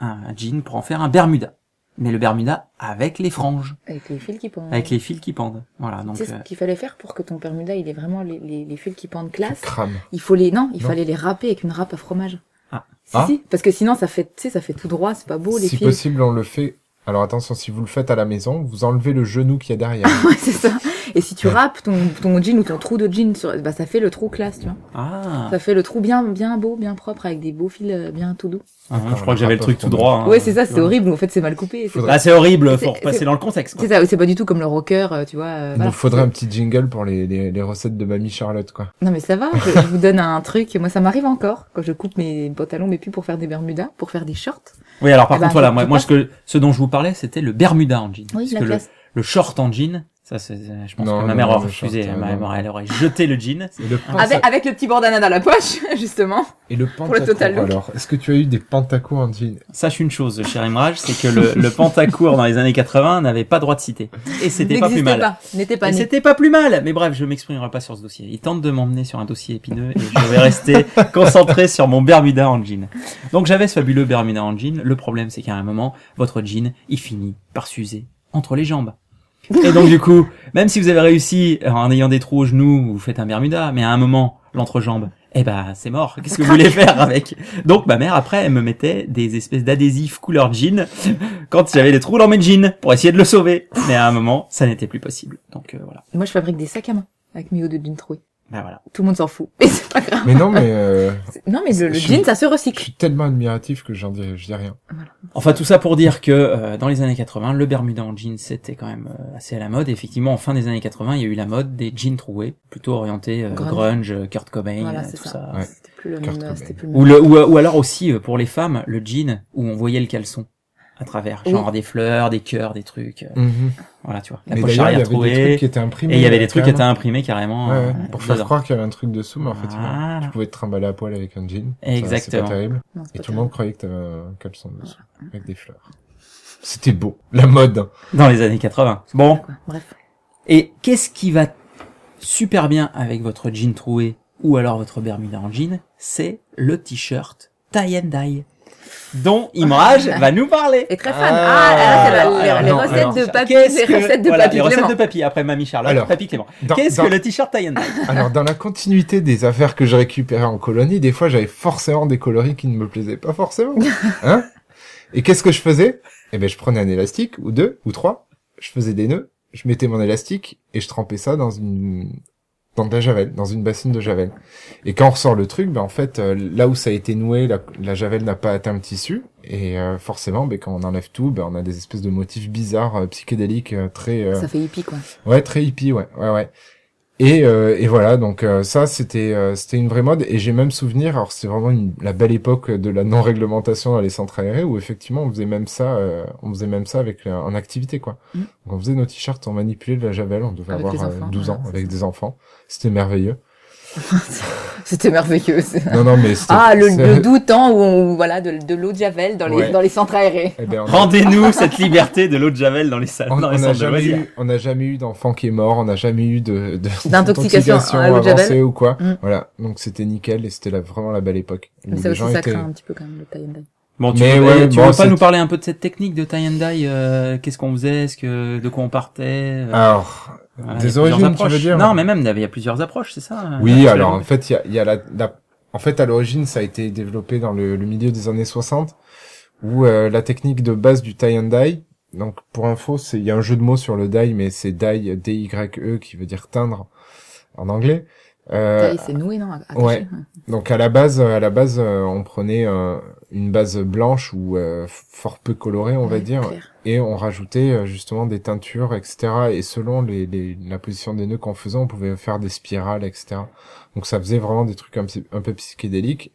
Speaker 1: un, un jean pour en faire un Bermuda. Mais le Bermuda avec les franges,
Speaker 2: Avec les fils qui pendent.
Speaker 1: avec les fils qui pendent. Voilà, donc
Speaker 2: Tu sais
Speaker 1: euh,
Speaker 2: ce qu'il fallait faire pour que ton permuda, il ait vraiment les, les, les fils qui pendent classe
Speaker 3: Crame.
Speaker 2: Il faut les, non, il
Speaker 3: Non.
Speaker 2: fallait les râper avec une râpe à fromage.
Speaker 1: Ah.
Speaker 2: Si,
Speaker 3: Ah.
Speaker 2: si, parce que sinon ça fait, tu sais, ça fait tout droit, c'est pas beau les
Speaker 3: Si
Speaker 2: fils.
Speaker 3: possible, on le fait. Alors attention, si vous le faites à la maison, vous enlevez le genou qu'il y a derrière.
Speaker 2: Ouais, c'est ça. Et si tu râpes ton, ton jean ou ton trou de jean, sur, bah ça fait le trou classe, tu vois.
Speaker 1: ah,
Speaker 2: Ça fait le trou bien, bien beau, bien propre, avec des beaux fils euh, bien tout doux.
Speaker 1: Ah,
Speaker 3: D'accord,
Speaker 1: je crois que
Speaker 3: on
Speaker 1: j'avais le
Speaker 3: va
Speaker 1: truc
Speaker 3: pas
Speaker 1: tout
Speaker 3: prendre.
Speaker 1: droit. hein.
Speaker 2: ouais, c'est ça,
Speaker 1: Tu
Speaker 2: c'est
Speaker 1: vois.
Speaker 2: horrible. En fait, c'est mal coupé. C'est
Speaker 3: Faudrait-
Speaker 1: Ah, c'est horrible, faut
Speaker 2: C'est-
Speaker 1: repasser
Speaker 2: c'est-
Speaker 1: dans le contexte. quoi.
Speaker 2: c'est ça, c'est pas du tout comme le rocker, euh, tu vois. euh,
Speaker 3: Il
Speaker 2: voilà.
Speaker 3: nous faudrait un petit jingle pour les, les, les recettes de Mamie Charlotte, quoi.
Speaker 2: Non mais ça va, je, je vous donne un truc. Moi ça m'arrive encore quand je coupe mes pantalons, mes pulls pour faire des bermudas, pour faire des shorts.
Speaker 1: Oui, alors par
Speaker 2: Eh
Speaker 1: contre,
Speaker 2: ben,
Speaker 1: voilà,
Speaker 2: tu-
Speaker 1: moi,
Speaker 2: tu
Speaker 1: moi
Speaker 2: passes-
Speaker 1: ce, que, ce dont je vous parlais, c'était le Bermuda en jean.
Speaker 2: Oui,
Speaker 1: Parce
Speaker 2: la
Speaker 1: que le,
Speaker 2: classe.
Speaker 1: le short en jean, ça, c'est, je pense
Speaker 3: Non,
Speaker 1: que ma
Speaker 3: non,
Speaker 1: mère
Speaker 3: non,
Speaker 1: aurait
Speaker 3: le short,
Speaker 1: refusé,
Speaker 3: euh,
Speaker 1: ma
Speaker 3: non.
Speaker 1: mère, elle aurait jeté le jean.
Speaker 3: Et le,
Speaker 1: Ah,
Speaker 2: Avec, avec le petit bandana dans la poche, justement.
Speaker 3: et le
Speaker 2: le total
Speaker 3: pantacourt,
Speaker 2: look.
Speaker 3: alors. Est-ce que tu as eu des pantacos en jean
Speaker 1: Sache une chose, cher Imrage, c'est que le, le pantacourt dans les années 80 n'avait pas droit de citer. Et c'était pas plus
Speaker 2: N'existait
Speaker 1: mal.
Speaker 2: pas, n'était pas
Speaker 1: Et
Speaker 2: né.
Speaker 1: c'était pas plus mal Mais bref, je m'exprimerai pas sur ce dossier. Il tente de m'emmener sur un dossier épineux et je vais rester concentré sur mon Bermuda en jean. Donc j'avais ce fabuleux Bermuda en jean. Le problème, c'est qu'à un moment, votre jean, il finit par s'user entre les jambes. Et donc du euh, coup, même si vous avez réussi en ayant des trous aux genoux, vous faites un Bermuda, mais à un moment, l'entrejambe, eh ben c'est mort. Qu'est-ce que vous voulez faire avec Donc ma mère après elle me mettait des espèces d'adhésifs couleur jean quand j'avais des trous dans mes jeans pour essayer de le sauver. Mais à un moment ça n'était plus possible. Donc euh, voilà.
Speaker 2: Moi, je fabrique des sacs à main avec mes hauts de jean troués.
Speaker 1: Ben voilà.
Speaker 2: Tout le monde s'en fout. Mais c'est pas grave.
Speaker 3: Mais non, mais euh,
Speaker 2: C'est- Non, mais le, le
Speaker 3: Je-
Speaker 2: jean, ça se
Speaker 3: je
Speaker 2: recycle.
Speaker 3: suis tellement admiratif que j'en dis, je dis rien.
Speaker 1: Enfin tout ça pour dire que euh, dans les années 80 le Bermuda en jean c'était quand même euh, assez à la mode. Et effectivement en fin des années 80 il y a eu la mode des jeans troués plutôt orientés euh, grunge.
Speaker 2: Grunge.
Speaker 1: Kurt Cobain,
Speaker 2: Voilà,
Speaker 1: euh,
Speaker 2: c'est
Speaker 1: tout
Speaker 2: ça.
Speaker 1: ça.
Speaker 3: Ouais.
Speaker 2: C'était plus le
Speaker 3: Kurt
Speaker 2: même. euh,
Speaker 3: Cobain.
Speaker 2: C'était plus le
Speaker 1: Ou,
Speaker 2: même.
Speaker 1: le, ou, ou alors aussi, euh, pour les femmes, le jean où on voyait le caleçon à travers,
Speaker 2: Oui.
Speaker 1: genre des fleurs, des cœurs, des trucs. euh, Voilà, tu vois, la
Speaker 3: Mm-hmm. Mais
Speaker 1: poche
Speaker 3: d'ailleurs, il y
Speaker 1: arrière
Speaker 3: avait des trucs
Speaker 1: trouée.
Speaker 3: qui étaient imprimés. euh,
Speaker 1: Et il y avait des trucs qui étaient
Speaker 3: carrément.
Speaker 1: imprimés carrément.
Speaker 3: Ouais, ouais,
Speaker 1: euh,
Speaker 3: pour
Speaker 1: dedans.
Speaker 3: faire croire qu'il y avait un truc dessous, mais en fait, non.
Speaker 1: Voilà.
Speaker 3: tu pouvais te trimballer à poil avec un jean. Ça, C'est
Speaker 1: Exactement.
Speaker 3: pas terrible.
Speaker 2: Non, c'est pas
Speaker 3: Et tout le
Speaker 2: terrible.
Speaker 3: monde croyait que t'avais un caleçon dessous, avec des fleurs. C'était beau. La mode. hein.
Speaker 1: Dans les années 80. Bon.
Speaker 2: Quoi. Bref.
Speaker 1: Et qu'est-ce qui va super bien avec votre jean troué ou alors votre Bermuda en jean? C'est le t-shirt tie and dye. Dont Imrage va nous parler.
Speaker 2: Et très fan.
Speaker 3: Ah.
Speaker 2: Ah, là, là, c'est la-
Speaker 1: Alors,
Speaker 2: les, les
Speaker 1: non,
Speaker 2: recettes
Speaker 1: alors,
Speaker 2: de papy,
Speaker 1: qu'est-ce
Speaker 2: les
Speaker 1: que-
Speaker 2: recettes de
Speaker 1: voilà,
Speaker 2: papy
Speaker 1: les recettes
Speaker 2: Clément.
Speaker 1: de papy après mamie Charlotte,
Speaker 3: Alors,
Speaker 1: papy Clément.
Speaker 3: Dans-
Speaker 1: Qu'est-ce
Speaker 3: dans-
Speaker 1: que le t-shirt tie and dye
Speaker 3: Alors, dans la continuité des affaires que je récupérais en colonie, des fois, j'avais forcément des coloris qui ne me plaisaient pas forcément. Hein? Et qu'est-ce que je faisais? Eh ben, je prenais un élastique, ou deux, ou trois, je faisais des nœuds, je mettais mon élastique, et je trempais ça dans une, dans de la javel, dans une bassine de javel. Et quand on ressort le truc, ben, en fait, euh, là où ça a été noué, la, la javel n'a pas atteint le tissu, et euh, forcément, ben, quand on enlève tout, ben, on a des espèces de motifs bizarres, euh, psychédéliques, euh, très, euh,
Speaker 2: Ça fait hippie, quoi.
Speaker 3: Ouais, très hippie, ouais, ouais, ouais. Et, euh, et voilà, donc euh, ça, c'était euh, c'était une vraie mode. Et j'ai même souvenir, alors c'est vraiment une- la belle époque de la non réglementation dans les centres aérés, où effectivement on faisait même ça, euh, on faisait même ça avec la- en activité quoi.
Speaker 2: Mm.
Speaker 3: Donc on faisait nos t-shirts, on manipulait de la javel, on devait
Speaker 2: Avec
Speaker 3: avoir
Speaker 2: les
Speaker 3: euh,
Speaker 2: enfants,
Speaker 3: 12
Speaker 2: ouais,
Speaker 3: ans
Speaker 2: c'est
Speaker 3: avec des enfants. C'était merveilleux.
Speaker 2: C'était merveilleux. c'est-
Speaker 3: Non, non, mais c'était.
Speaker 2: Ah, le,
Speaker 3: c'est-
Speaker 2: le doux temps où on, voilà, de, de l'eau de javel dans les,
Speaker 3: Ouais.
Speaker 2: dans les centres aérés.
Speaker 3: Eh ben, on a-
Speaker 1: Rendez-nous cette liberté de l'eau de javel dans les salles,
Speaker 3: on-
Speaker 1: dans les
Speaker 3: on n'a
Speaker 1: centres de
Speaker 3: jamais
Speaker 1: loisirs.
Speaker 3: eu, on n'a jamais eu d'enfant qui est mort, on n'a jamais eu de de-
Speaker 2: D'intoxication
Speaker 3: d'intoxication
Speaker 2: à l'eau de Javel.
Speaker 3: avancée ou quoi.
Speaker 2: Mm.
Speaker 3: Voilà, donc c'était nickel et c'était la- vraiment la belle époque. où
Speaker 2: Mais ça
Speaker 3: les
Speaker 2: aussi,
Speaker 3: gens
Speaker 2: ça
Speaker 3: étaient-
Speaker 2: craint un petit peu quand même le tie and dye.
Speaker 1: Bon, tu,
Speaker 3: Mais
Speaker 1: veux,
Speaker 3: ouais,
Speaker 1: eh, tu
Speaker 3: bon,
Speaker 1: veux pas
Speaker 3: c'est-
Speaker 1: nous parler un peu de cette technique de tie and dye euh, Qu'est-ce qu'on faisait Est-ce que de quoi on partait euh,
Speaker 3: Alors,
Speaker 1: voilà, il y a
Speaker 3: des
Speaker 1: plusieurs
Speaker 3: origines, tu
Speaker 1: approches.
Speaker 3: veux dire
Speaker 1: Non, mais même il y a plusieurs approches, c'est ça euh,
Speaker 3: Oui,
Speaker 1: tu
Speaker 3: alors en
Speaker 1: l'as-
Speaker 3: fait, il y a, il y a la, la- En fait, à l'origine, ça a été développé dans le, le milieu des années 60, où euh, la technique de base du tie and dye. Donc, pour info, c'est il y a un jeu de mots sur le dye, mais c'est dye, D-Y-E, E, qui veut dire teindre en anglais. Euh,
Speaker 2: Taille, c'est noué, non attaché,
Speaker 3: ouais. Donc à la base, à la base, euh, on prenait euh, une base blanche ou euh, fort peu colorée, on va
Speaker 2: Ouais,
Speaker 3: dire,
Speaker 2: clair.
Speaker 3: et on rajoutait euh, justement des teintures, etc. Et selon les, les- la position des nœuds qu'on faisait, on pouvait faire des spirales, etc. Donc ça faisait vraiment des trucs un, psy- un peu psychédéliques.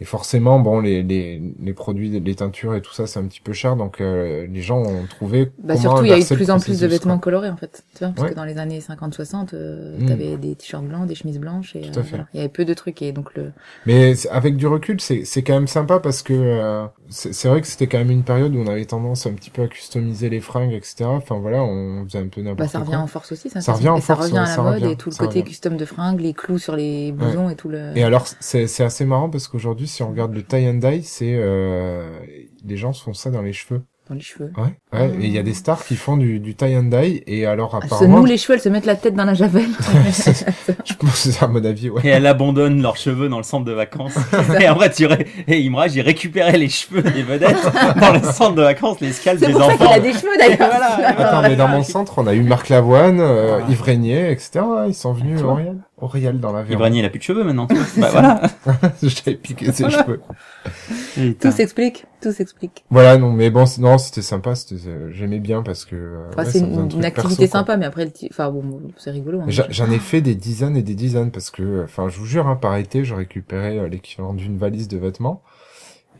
Speaker 3: Et forcément, bon, les, les, les produits, les teintures et tout ça, c'est un petit peu cher, donc euh, les gens ont trouvé.
Speaker 2: Bah,
Speaker 3: comment
Speaker 2: surtout, il y a eu de
Speaker 3: inverser le
Speaker 2: plus en plus de
Speaker 3: processus,
Speaker 2: vêtements
Speaker 3: quoi.
Speaker 2: colorés, en fait. Tu vois, parce
Speaker 3: Ouais.
Speaker 2: que dans les années 50-60, euh,
Speaker 3: Mm.
Speaker 2: t'avais des t-shirts blancs, des chemises blanches, et
Speaker 3: Tout
Speaker 2: euh,
Speaker 3: à fait. Ah bah,
Speaker 2: voilà. il y avait peu de trucs. Et donc, le...
Speaker 3: Mais c'est- avec du recul, c'est c'est quand même sympa parce que euh, c'est c'est vrai que c'était quand même une période où on avait tendance un petit peu à customiser les fringues, etc. Enfin voilà, on faisait un peu
Speaker 2: bah,
Speaker 3: n'importe
Speaker 2: ça
Speaker 3: quoi.
Speaker 2: revient en force aussi, ça.
Speaker 3: Ça
Speaker 2: de toute
Speaker 3: revient en
Speaker 2: façon. Et Ça revient
Speaker 3: force, ouais,
Speaker 2: à la
Speaker 3: ça
Speaker 2: mode,
Speaker 3: revient,
Speaker 2: et tout le
Speaker 3: ça
Speaker 2: côté
Speaker 3: revient.
Speaker 2: custom de fringues, les clous sur les blousons, et tout le...
Speaker 3: Et alors, c'est c'est assez marrant parce qu'aujourd'hui, si on regarde le tie and dye, c'est euh, les gens se font ça dans les cheveux.
Speaker 2: dans les cheveux.
Speaker 3: Ouais. Ouais. Et il y a des stars qui font du, du tie and dye et alors
Speaker 2: Elles se nouent
Speaker 3: apparemment,
Speaker 2: Ah, les cheveux, elles se mettent la tête dans la javel.
Speaker 3: je pense que c'est à mon avis, ouais.
Speaker 1: Et elle abandonne leurs cheveux dans le centre de vacances. et en vrai, tu ré- et Imrage, il récupérait les cheveux des vedettes dans le centre de vacances, les scalps
Speaker 2: c'est
Speaker 1: des
Speaker 2: pour ça qu'il
Speaker 1: enfants.
Speaker 2: a des cheveux, d'ailleurs.
Speaker 1: Voilà.
Speaker 3: Attends, mais dans mon centre, on a eu Marc Lavoine, euh,
Speaker 1: Ah.
Speaker 3: Yves Régnier, etc. Ils sont venus
Speaker 1: Tu
Speaker 3: à
Speaker 1: vois.
Speaker 3: Auriel. Auriel dans la
Speaker 1: Ibrani, il a plus de cheveux maintenant. bah voilà.
Speaker 3: J'avais piqué ses cheveux.
Speaker 2: Tout s'explique, tout s'explique.
Speaker 3: Voilà, non, mais bon, c- non, c'était sympa, c'était, euh, j'aimais bien parce que. euh,
Speaker 2: Enfin,
Speaker 3: ouais,
Speaker 2: c'est
Speaker 3: ça faisait un
Speaker 2: une,
Speaker 3: truc
Speaker 2: une
Speaker 3: perso,
Speaker 2: activité
Speaker 3: quoi.
Speaker 2: sympa, mais après, le t- enfin bon, c'est rigolo. hein.
Speaker 3: Mais j'a- J'en ai fait des dizaines et des dizaines parce que, euh, enfin, je vous jure, hein, par été, je récupérais euh, l'équivalent d'une valise de vêtements